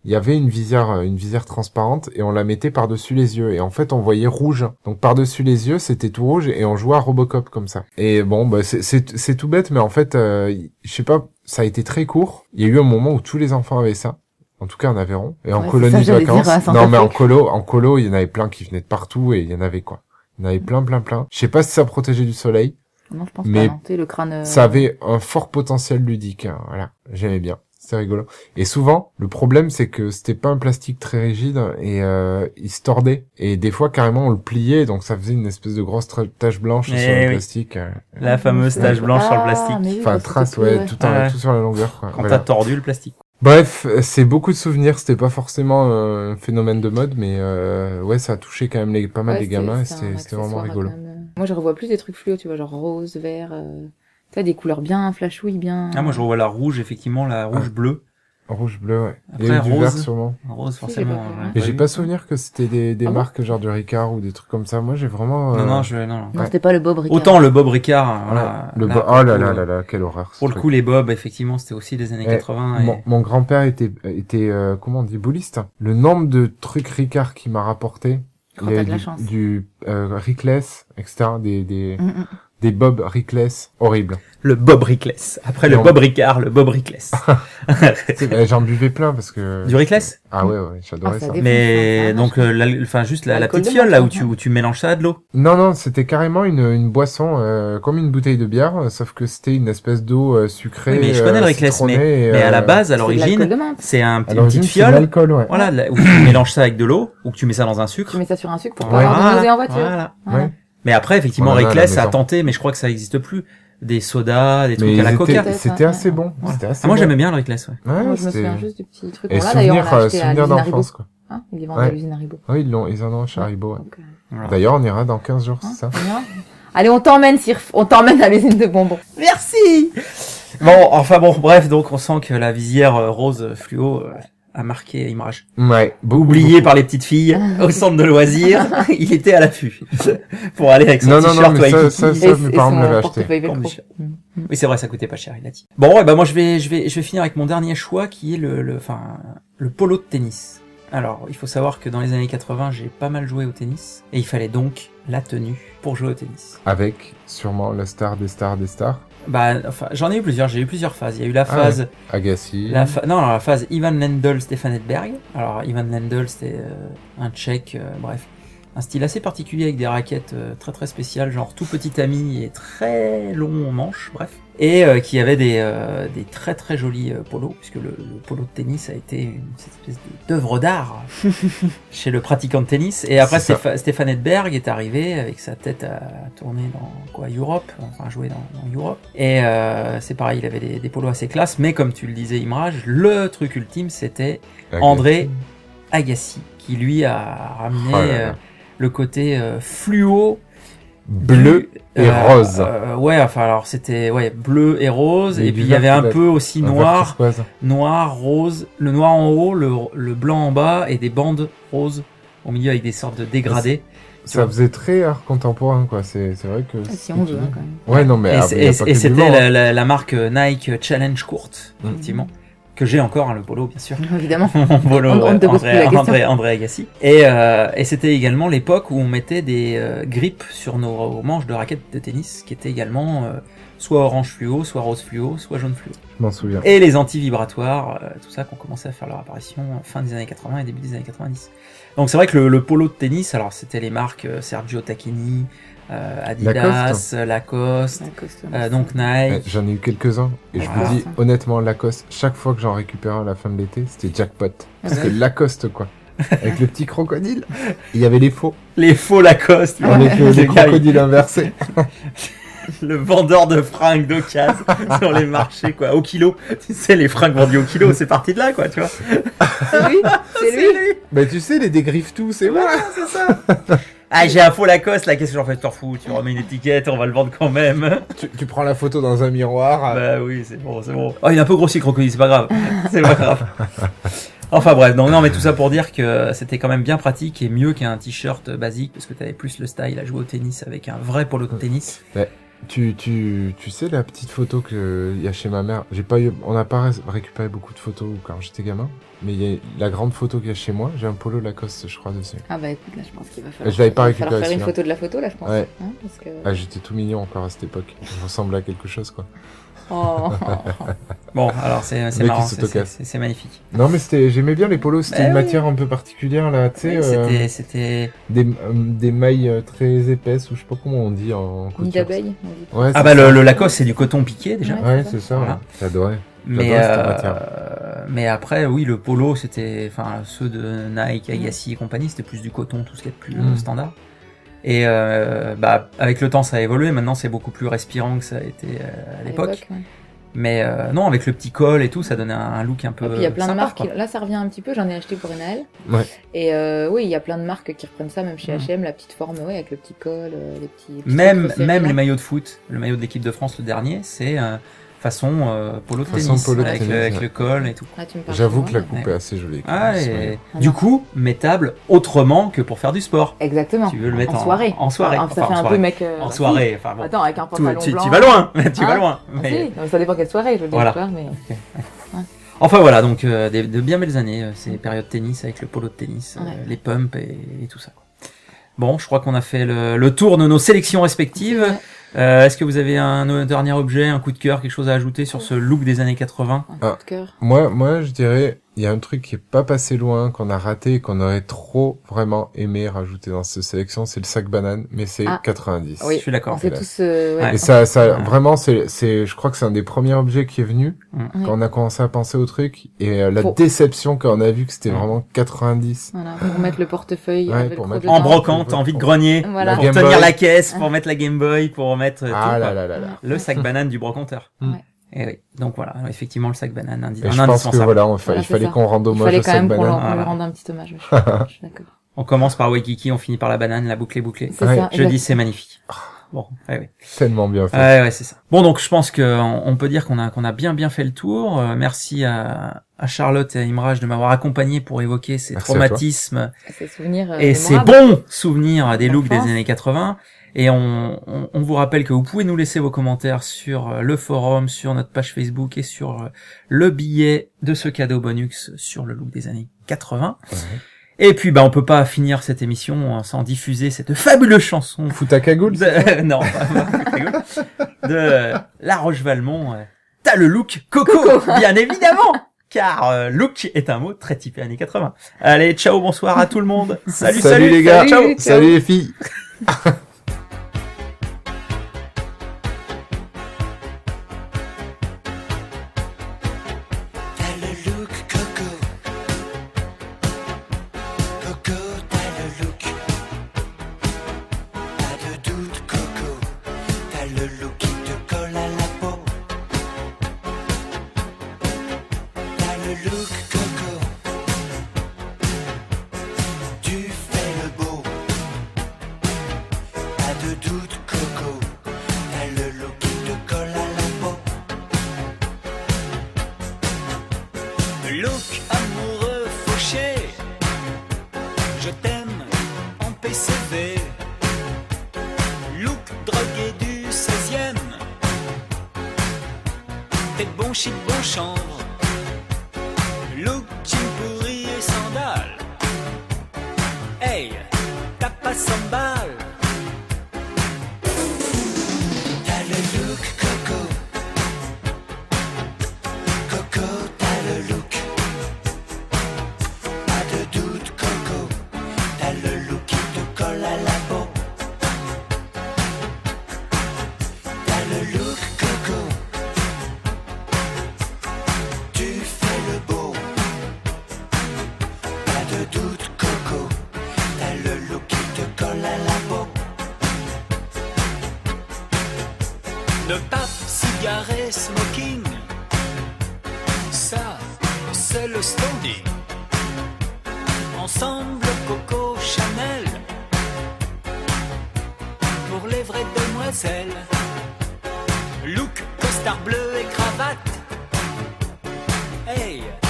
Speaker 3: il y avait une visière, euh, une visière transparente et on la mettait par-dessus les yeux et en fait on voyait rouge. Donc par-dessus les yeux c'était tout rouge et on jouait à Robocop comme ça. Et bon bah c'est- c'est c'est tout bête mais en fait euh, je sais pas, ça a été très court. Il y a eu un moment où tous les enfants avaient ça. En tout cas en Aveyron et en
Speaker 2: Ouais,
Speaker 3: colonie
Speaker 2: c'est ça,
Speaker 3: de
Speaker 2: j'allais dire,
Speaker 3: vacances.
Speaker 2: à Saint-Patrick.
Speaker 3: non mais en colo, en colo il y en avait plein qui venaient de partout et il y en avait quoi. Il y en avait plein plein plein. Je sais pas si ça protégeait du soleil.
Speaker 2: Non, je pense
Speaker 3: Mais
Speaker 2: pas. non. Tu sais, le crâne. euh,
Speaker 3: Ça avait un fort potentiel ludique, hein, voilà. J'aimais bien. C'était rigolo. Et souvent, le problème, c'est que c'était pas un plastique très rigide et euh, il se tordait. Et des fois, carrément, on le pliait, donc ça faisait une espèce de grosse tra- tache blanche
Speaker 1: Eh
Speaker 3: sur le
Speaker 1: oui.
Speaker 3: plastique. euh,
Speaker 1: La fameuse
Speaker 2: Ah,
Speaker 1: tache blanche sur le plastique.
Speaker 2: mais oui,
Speaker 3: Enfin,
Speaker 2: parce que
Speaker 3: trace,
Speaker 2: c'était
Speaker 3: ouais,
Speaker 2: plus,
Speaker 3: tout en
Speaker 1: Ouais.
Speaker 3: tout sur la longueur. Quoi.
Speaker 1: Quand
Speaker 3: Voilà.
Speaker 1: t'as tordu le plastique.
Speaker 3: Bref, euh, c'est beaucoup de souvenirs. C'était pas forcément euh, un phénomène de mode, mais euh, ouais, ça a touché quand même les, pas mal
Speaker 2: Ouais,
Speaker 3: des gamins. et
Speaker 2: c'est un
Speaker 3: C'était c'était vraiment
Speaker 2: accessoire,
Speaker 3: rigolo.
Speaker 2: quand même. Moi, je revois plus des trucs fluo, tu vois, genre rose, vert. Euh... Tu sais, des couleurs bien flashouilles, bien.
Speaker 1: Ah, moi, je revois la rouge, effectivement, la rouge bleue.
Speaker 3: Rouge, bleu, ouais. Il y
Speaker 1: Après,
Speaker 3: a eu du vert
Speaker 1: rose.
Speaker 3: sûrement.
Speaker 1: Rose,
Speaker 2: Si, j'ai pas
Speaker 1: forcément.
Speaker 2: vu.
Speaker 1: j'en ai
Speaker 3: Mais j'ai
Speaker 1: vu.
Speaker 3: pas souvenir que c'était des, des
Speaker 2: Ah bon
Speaker 3: marques genre du Ricard ou des trucs comme ça. Moi, j'ai vraiment. euh,
Speaker 1: Non, non, je, non, non.
Speaker 2: Non,
Speaker 3: Ouais.
Speaker 2: c'était pas le Bob Ricard.
Speaker 1: Autant le Bob Ricard, hein,
Speaker 3: ouais,
Speaker 1: voilà.
Speaker 3: le
Speaker 1: là,
Speaker 3: bo-
Speaker 1: pour
Speaker 3: oh
Speaker 1: le
Speaker 3: là
Speaker 1: coup,
Speaker 3: là là là, quelle horreur. ce
Speaker 1: Pour le
Speaker 3: truc.
Speaker 1: coup, les Bob, effectivement, c'était aussi des années
Speaker 3: Eh,
Speaker 1: 80.
Speaker 3: Mon,
Speaker 1: Et...
Speaker 3: mon grand-père était, était euh, comment on dit, bouliste. Le nombre de trucs Ricard qu'il m'a rapporté.
Speaker 2: Quand
Speaker 3: il y
Speaker 2: t'as
Speaker 3: avait
Speaker 2: de la
Speaker 3: du,
Speaker 2: chance.
Speaker 3: du euh, Rickless, etc. Des, des,
Speaker 2: Mm, mm.
Speaker 3: des Bob Rickless horribles.
Speaker 1: Le Bob Rickless. Après
Speaker 3: Et
Speaker 1: le
Speaker 3: on-
Speaker 1: Bob Ricard, le Bob Rickless.
Speaker 3: Eh, J'en buvais plein parce que.
Speaker 1: du Rickless
Speaker 3: Ah ouais, ouais j'adorais
Speaker 2: Ah, ça
Speaker 3: ça.
Speaker 2: dé-
Speaker 1: Mais
Speaker 2: Ah,
Speaker 1: donc, euh, la- enfin, juste la, la
Speaker 2: L'alcool
Speaker 1: petite
Speaker 2: de
Speaker 1: fiole là où
Speaker 2: menthe,
Speaker 1: tu,
Speaker 2: hein.
Speaker 1: où tu mélanges ça à de l'eau.
Speaker 3: Non, non, c'était carrément une, une boisson euh, comme une bouteille de bière, euh, sauf que c'était une espèce d'eau euh, sucrée.
Speaker 1: Oui, mais je connais le Rickless, Mais à la
Speaker 3: euh,
Speaker 1: base, à
Speaker 2: C'est de l'alcool
Speaker 1: l'origine,
Speaker 2: de menthe.
Speaker 1: c'est un, petit-
Speaker 3: à
Speaker 1: une
Speaker 3: l'origine,
Speaker 1: petite
Speaker 3: c'est de
Speaker 1: fiole.
Speaker 3: l'alcool, ouais.
Speaker 1: Voilà, là, où tu mélanges ça avec de l'eau ou que tu mets ça dans un
Speaker 2: Tu
Speaker 1: sucre.
Speaker 2: mets ça sur un sucre pour pas
Speaker 3: Ouais.
Speaker 2: avoir de nausée en
Speaker 1: Voilà,
Speaker 2: voiture.
Speaker 1: voilà.
Speaker 2: Ouais.
Speaker 3: Ouais.
Speaker 1: Mais après, effectivement,
Speaker 3: On en a à Oh la
Speaker 1: Rickless a
Speaker 3: maison.
Speaker 1: tenté, mais je crois que ça n'existe plus. Des sodas, des trucs
Speaker 3: Mais
Speaker 1: à la
Speaker 3: ils
Speaker 1: coca.
Speaker 3: étaient- C'était
Speaker 2: Peut-être,
Speaker 3: assez
Speaker 2: ouais.
Speaker 3: bon.
Speaker 1: Voilà.
Speaker 3: C'était assez
Speaker 1: Ah, moi,
Speaker 3: bon.
Speaker 1: j'aimais bien le Rickless, ouais.
Speaker 3: Ouais,
Speaker 2: Moi, je me
Speaker 3: c'était-
Speaker 2: souviens juste du petit truc.
Speaker 3: Et
Speaker 2: Bon, là, d'ailleurs,
Speaker 3: souvenirs,
Speaker 2: on l'a
Speaker 3: euh,
Speaker 2: acheté à
Speaker 3: souvenirs
Speaker 2: l'usine Haribo.
Speaker 3: d'enfance, quoi.
Speaker 2: Hein Il est vendu à
Speaker 3: Ouais.
Speaker 2: l'usine Haribo.
Speaker 3: Oui, ils l'ont, ils en ont chez
Speaker 2: Ouais.
Speaker 3: Haribo, ouais.
Speaker 2: Donc, euh,
Speaker 1: Voilà.
Speaker 3: D'ailleurs, on ira dans 15 jours,
Speaker 2: hein,
Speaker 3: c'est ça.
Speaker 2: on ira. Allez, on t'emmène, Sirf. On t'emmène à l'usine de bonbons.
Speaker 1: Merci. Bon, enfin bon, bref, donc on sent que la visière euh, rose fluo euh, a marqué Imrage.
Speaker 3: Ouais. beaucoup,
Speaker 1: Oublié par les petites filles au centre de loisirs, il était à l'affût pour aller avec
Speaker 3: beaucoup.
Speaker 1: son
Speaker 3: Non,
Speaker 1: t-shirt
Speaker 3: non, non, mais ça,
Speaker 1: Waikiki.
Speaker 3: ça,
Speaker 2: Et-
Speaker 3: ça, mes
Speaker 2: et
Speaker 3: parents
Speaker 2: son
Speaker 3: me l'avaient acheté.
Speaker 2: portefeuille
Speaker 1: Bon,
Speaker 2: velcro.
Speaker 1: monsieur.
Speaker 2: Mm.
Speaker 1: Oui, c'est vrai, ça coûtait pas cher, il a dit. Bon, ouais, bah moi je vais, je vais, je vais finir avec mon dernier choix qui est le, le, enfin, le polo de tennis. Alors, il faut savoir que dans les années 80, j'ai pas mal joué au tennis et il fallait donc la tenue pour jouer au tennis.
Speaker 3: Avec, sûrement, la star des stars des stars.
Speaker 1: Bah, enfin, j'en ai eu plusieurs, j'ai eu plusieurs phases. Il y a eu la
Speaker 3: Ah
Speaker 1: phase
Speaker 3: Agassi.
Speaker 1: La pha- Non, alors, la phase Ivan Lendl, Stefan Edberg. Alors, Ivan Lendl, c'était euh, un tchèque, euh, bref. Un style assez particulier avec des raquettes euh, très très spéciales, genre tout petit ami et très long manche, bref. Et euh, qui avait des, euh, des très très jolis euh, polos, puisque le, le polo de tennis a été une, cette espèce de- d'œuvre d'art chez le pratiquant de tennis. Et après,
Speaker 3: C'est ça.
Speaker 1: Stépha- Stéphane Edberg est arrivé avec sa tête à tourner dans quoi Europe, enfin jouer dans, dans Europe. Et euh, c'est pareil, il avait des, des polos assez classe, mais comme tu le disais, Imrage, le truc ultime, c'était
Speaker 3: Agassi.
Speaker 1: André Agassi, qui lui a ramené
Speaker 3: Oh là là.
Speaker 1: euh, le côté euh, fluo.
Speaker 3: Bleu
Speaker 1: du-
Speaker 3: et
Speaker 1: euh,
Speaker 3: rose.
Speaker 1: euh, ouais, enfin alors c'était ouais bleu et rose,
Speaker 3: Et
Speaker 1: et
Speaker 3: du
Speaker 1: puis il y avait
Speaker 3: vert
Speaker 1: un
Speaker 3: qui va-
Speaker 1: peu aussi
Speaker 3: Un vert
Speaker 1: noir
Speaker 3: turquoise.
Speaker 1: noir, rose, le noir en haut, le, le blanc en bas et des bandes roses au milieu avec des sortes de dégradés.
Speaker 3: Ça faisait très art contemporain, quoi. C'est, c'est vrai que.
Speaker 2: Si
Speaker 3: c'est-
Speaker 2: on veut, hein, quand même.
Speaker 3: Ouais, non, mais.
Speaker 1: et
Speaker 3: ah,
Speaker 1: c'est-
Speaker 3: mais y a pas
Speaker 1: et-
Speaker 3: que
Speaker 1: et
Speaker 3: du
Speaker 1: c'était
Speaker 3: blanc, hein.
Speaker 1: la, la- la marque Nike Challenge Court,
Speaker 3: Mhm.
Speaker 1: effectivement, que j'ai encore, hein, le polo bien sûr.
Speaker 2: Évidemment.
Speaker 1: Mon polo,
Speaker 2: On- on ne te
Speaker 1: ouais,
Speaker 2: pose plus la
Speaker 1: André,
Speaker 2: question.
Speaker 1: André, André Agassi. Et, euh, et c'était également l'époque où on mettait des euh, grippes sur nos manches de raquettes de tennis, qui étaient également euh, soit orange fluo, soit rose fluo, soit jaune fluo.
Speaker 3: Je m'en souviens.
Speaker 1: et les anti-vibratoires, euh, tout ça, qui ont commencé à faire leur apparition euh, fin des années 80 et début des années 90. Donc c'est vrai que le, le polo de tennis, alors c'était les marques euh, Sergio Tacchini, euh, Adidas,
Speaker 3: Lacoste.
Speaker 1: euh, Lacoste,
Speaker 2: La costume.
Speaker 1: euh, donc
Speaker 3: Ouais,
Speaker 1: Nike.
Speaker 3: Eh, J'en ai eu quelques-uns. Et je
Speaker 1: Ah.
Speaker 3: vous dis, honnêtement, Lacoste, chaque fois que j'en récupérais un à la fin de l'été, c'était jackpot. Parce que
Speaker 2: Ouais.
Speaker 3: Lacoste, quoi. Avec le petit crocodile. Il y avait les faux.
Speaker 1: Les faux Lacoste,
Speaker 3: Avec le,
Speaker 1: le,
Speaker 3: les
Speaker 1: gars,
Speaker 3: crocodiles inversés.
Speaker 1: il- le vendeur de fringues d'occasion sur les marchés, quoi, au kilo. Tu sais, les fringues vendues au kilo, c'est parti de là, quoi, tu vois.
Speaker 2: C'est lui, c'est lui.
Speaker 3: Bah tu sais, les dégriffes tout, c'est moi.
Speaker 1: Voilà, c'est ça. Ah, j'ai un faux Lacoste là, qu'est-ce que j'en fais Je T'en fous, tu remets une étiquette, on va le vendre quand même.
Speaker 3: Tu, tu prends la photo dans un miroir. euh,
Speaker 1: Bah oui, c'est bon, c'est bon. Oh, il est un peu grossi, le Crocodile, c'est pas grave. C'est pas grave. Enfin bref, donc non, mais tout ça pour dire que c'était quand même bien pratique et mieux qu'un t-shirt basique parce que t'avais plus le style à jouer au tennis avec un vrai polo de tennis.
Speaker 3: Tu, tu, tu sais la petite photo que il y a chez ma mère. J'ai pas eu, on n'a pas ré- récupéré beaucoup de photos quand j'étais gamin, mais il y a la grande photo qu'il y a chez moi. J'ai un polo Lacoste, je crois dessus.
Speaker 2: Ah bah écoute, là je pense qu'il va falloir,
Speaker 3: Je l'avais pas
Speaker 2: il va falloir
Speaker 3: récupéré,
Speaker 2: faire une
Speaker 3: celui-là.
Speaker 2: photo de la photo, là je pense.
Speaker 3: Ouais.
Speaker 2: Hein, parce que...
Speaker 3: Ah, j'étais tout mignon encore à cette époque. Je ressemblais à quelque chose quoi.
Speaker 2: Oh.
Speaker 1: Bon, alors c'est c'est
Speaker 3: Le mec
Speaker 1: marrant,
Speaker 3: qui
Speaker 1: c'est- c'est
Speaker 3: s'autocasse.
Speaker 1: c'est- c'est magnifique.
Speaker 3: Non mais c'était, j'aimais bien les polos. C'était
Speaker 1: Bah
Speaker 3: une
Speaker 1: oui.
Speaker 3: matière un peu particulière là, tu sais,
Speaker 1: Oui,
Speaker 3: euh,
Speaker 1: C'était, c'était.
Speaker 3: des, euh, des mailles euh, très épaisses ou je sais pas comment on dit en couture.
Speaker 2: Une d'abeille, on dit.
Speaker 3: Ouais.
Speaker 1: Ah
Speaker 3: c'est
Speaker 1: bah
Speaker 3: ça.
Speaker 1: le, le Lacoste, c'est du coton piqué déjà.
Speaker 2: Ouais.
Speaker 3: Ouais, c'est ça.
Speaker 1: Voilà.
Speaker 3: ouais. J'adorais.
Speaker 1: Mais
Speaker 3: J'adore cette
Speaker 1: euh,
Speaker 3: matière.
Speaker 1: mais après, oui, le polo, c'était, enfin, ceux de Nike, Agassi et compagnie, c'était plus du coton, tout ce qui est plus
Speaker 3: Mm.
Speaker 1: euh, standard. Et euh, bah, avec le temps, ça a évolué. Maintenant, c'est beaucoup plus respirant que ça a été euh, à l'époque.
Speaker 2: ouais.
Speaker 1: Mais euh, non, avec le petit col et tout, ça donnait un, un look un peu.
Speaker 2: Et puis il y a plein de
Speaker 1: sympa,
Speaker 2: marques.
Speaker 1: quoi.
Speaker 2: Là, ça revient un petit peu. J'en ai acheté pour une à elle.
Speaker 3: Ouais.
Speaker 2: Et euh, oui, il y a plein de marques qui reprennent ça, même chez
Speaker 1: Mhm.
Speaker 2: H&M, la petite forme, ouais, avec le petit col, euh, les petits. les petites
Speaker 1: Même,
Speaker 2: resserres,
Speaker 1: même
Speaker 2: là.
Speaker 1: les maillots de foot, le maillot de l'équipe de France, le dernier, c'est euh, façon euh, polo de
Speaker 3: Façon
Speaker 1: tennis,
Speaker 3: polo de
Speaker 1: avec, le,
Speaker 3: tennis,
Speaker 1: avec
Speaker 3: ouais.
Speaker 1: le col et tout.
Speaker 2: Là, Ah, tu me parles
Speaker 3: J'avoue
Speaker 2: de
Speaker 3: que la
Speaker 2: moi.
Speaker 3: coupe
Speaker 1: Ouais.
Speaker 3: est assez jolie. quand
Speaker 1: Ah,
Speaker 3: même, ce maillot.
Speaker 1: et du coup, mettable autrement que pour faire du sport.
Speaker 2: Exactement.
Speaker 1: Tu veux le mettre en,
Speaker 2: en soirée.
Speaker 1: En soirée.
Speaker 2: Ah,
Speaker 1: enfin,
Speaker 2: ça fait
Speaker 1: en
Speaker 2: un
Speaker 1: soirée.
Speaker 2: peu mec. euh,
Speaker 1: En
Speaker 2: si.
Speaker 1: soirée, enfin bon.
Speaker 2: Attends, avec un
Speaker 1: Tout-
Speaker 2: pantalon
Speaker 1: tu,
Speaker 2: blanc.
Speaker 1: tu vas loin, tu
Speaker 2: Hein
Speaker 1: vas loin.
Speaker 2: Ah,
Speaker 1: mais-
Speaker 2: si. Non, mais ça dépend quelle soirée, je veux dire.
Speaker 1: Voilà.
Speaker 2: tu vois, mais-
Speaker 1: Enfin voilà, donc euh, des- de bien belles années, euh, ces périodes tennis avec le polo de tennis, euh,
Speaker 2: Ouais.
Speaker 1: les pumps et, et tout ça. quoi. Bon, je crois qu'on a fait le, le tour de nos sélections respectives.
Speaker 2: Ouais.
Speaker 1: Euh, Est-ce que vous avez un, un dernier objet, un coup de cœur, quelque chose à ajouter sur ce look des années 80
Speaker 2: Un
Speaker 3: Ah.
Speaker 2: coup de cœur.
Speaker 3: Moi, moi, je dirais, il y a un truc qui est pas passé loin, qu'on a raté et qu'on aurait trop vraiment aimé rajouter dans cette sélection, c'est le sac banane, mais c'est
Speaker 2: Ah.
Speaker 3: 90.
Speaker 2: Oui.
Speaker 1: Je suis d'accord.
Speaker 2: On s'est
Speaker 3: là.
Speaker 2: tous. euh,
Speaker 1: Ouais.
Speaker 3: Et ça, ça,
Speaker 1: Ouais.
Speaker 3: vraiment, c'est, c'est, je crois que c'est un des premiers objets qui est venu
Speaker 1: Mm.
Speaker 3: quand on a commencé à penser au truc et euh, la
Speaker 2: Pour-
Speaker 3: déception quand on a vu que c'était
Speaker 1: Mm.
Speaker 3: vraiment 90.
Speaker 2: Voilà, pour mettre le portefeuille.
Speaker 3: Ouais,
Speaker 2: avec le
Speaker 3: pour
Speaker 2: croc
Speaker 3: mettre-
Speaker 1: En
Speaker 2: dedans.
Speaker 1: brocante, en vide-grenier,
Speaker 2: Voilà.
Speaker 1: pour
Speaker 3: La Game
Speaker 1: tenir
Speaker 3: Boy.
Speaker 1: la caisse, pour mettre la Game Boy, pour mettre euh,
Speaker 3: Ah
Speaker 1: tout,
Speaker 3: là
Speaker 1: quoi.
Speaker 3: là là là.
Speaker 1: le sac banane du brocanteur.
Speaker 3: Ouais.
Speaker 1: Et oui, donc voilà, effectivement le sac banane, un,
Speaker 3: Et
Speaker 1: un
Speaker 3: je pense que
Speaker 1: indispensable.
Speaker 3: voilà, enfin,
Speaker 2: Voilà,
Speaker 3: il
Speaker 2: c'est
Speaker 3: fallait
Speaker 2: ça.
Speaker 3: qu'on rende
Speaker 2: Il
Speaker 3: hommage
Speaker 2: fallait
Speaker 3: au
Speaker 2: quand
Speaker 3: sac
Speaker 2: même qu'on
Speaker 3: banane.
Speaker 2: leur- qu'on lui
Speaker 1: Voilà.
Speaker 2: rende un petit hommage. mais Je je suis d'accord.
Speaker 1: On commence par Waikiki, on finit par la banane, la boucle est bouclée.
Speaker 2: C'est
Speaker 3: Ouais.
Speaker 2: ça.
Speaker 1: Je
Speaker 2: exact-
Speaker 1: dis c'est magnifique. Bon, ouais, ouais.
Speaker 3: Tellement bien Ah. fait.
Speaker 1: Ouais, ouais, c'est ça. Bon, donc je pense qu'on on peut dire qu'on a qu'on a bien bien fait le tour. Euh, merci à, à Charlotte et à Imraj de m'avoir accompagné pour évoquer ces
Speaker 3: Merci à toi.
Speaker 1: traumatismes
Speaker 2: Ces souvenirs. euh,
Speaker 1: et ces
Speaker 2: mémorables.
Speaker 1: bons souvenirs des looks des
Speaker 2: Enfance.
Speaker 1: années 80. Et on, on, on vous rappelle que vous pouvez nous laisser vos commentaires sur euh, le forum, sur notre page Facebook et sur euh, le billet de ce cadeau bonus sur le look des années 80.
Speaker 3: Ouais.
Speaker 1: Et puis, bah, on peut pas finir cette émission euh, sans diffuser cette fabuleuse chanson
Speaker 3: Fouta cagoule.
Speaker 1: de... Non, pas- pas- ta gueule. de La Roche Valmont. euh, T'as le look coco, bien évidemment, car euh, look est un mot très typé années 80. Allez, ciao, bonsoir à tout le monde. Salut, salut,
Speaker 3: les gars.
Speaker 2: Salut, ciao.
Speaker 3: salut les filles.
Speaker 5: T'as le look coco Coco, t'as le look Pas de doute coco T'as le look qui te colle à la peau T'as le look coco Tu fais le beau Pas de doute coco T'as le look qui te colle à la peau Look amoureux fauché, je t'aime en PCV. Look drogué du 16e, t'es bon chic, bon chanvre. Look jean pourri et sandales. Hey, t'as pas 100 balles. T'as le look coco, coco, t'as le look. Pas de doute, coco, t'as le look qui te colle à la peau. T'as le look, coco, tu fais le beau. Pas de doute, coco, t'as le look qui te colle à la peau. Ne pas cigarer, smoking. Ça, c'est le standing. Ensemble, Coco Chanel.
Speaker 6: demoiselle. Look, costard bleu et cravate. Hey!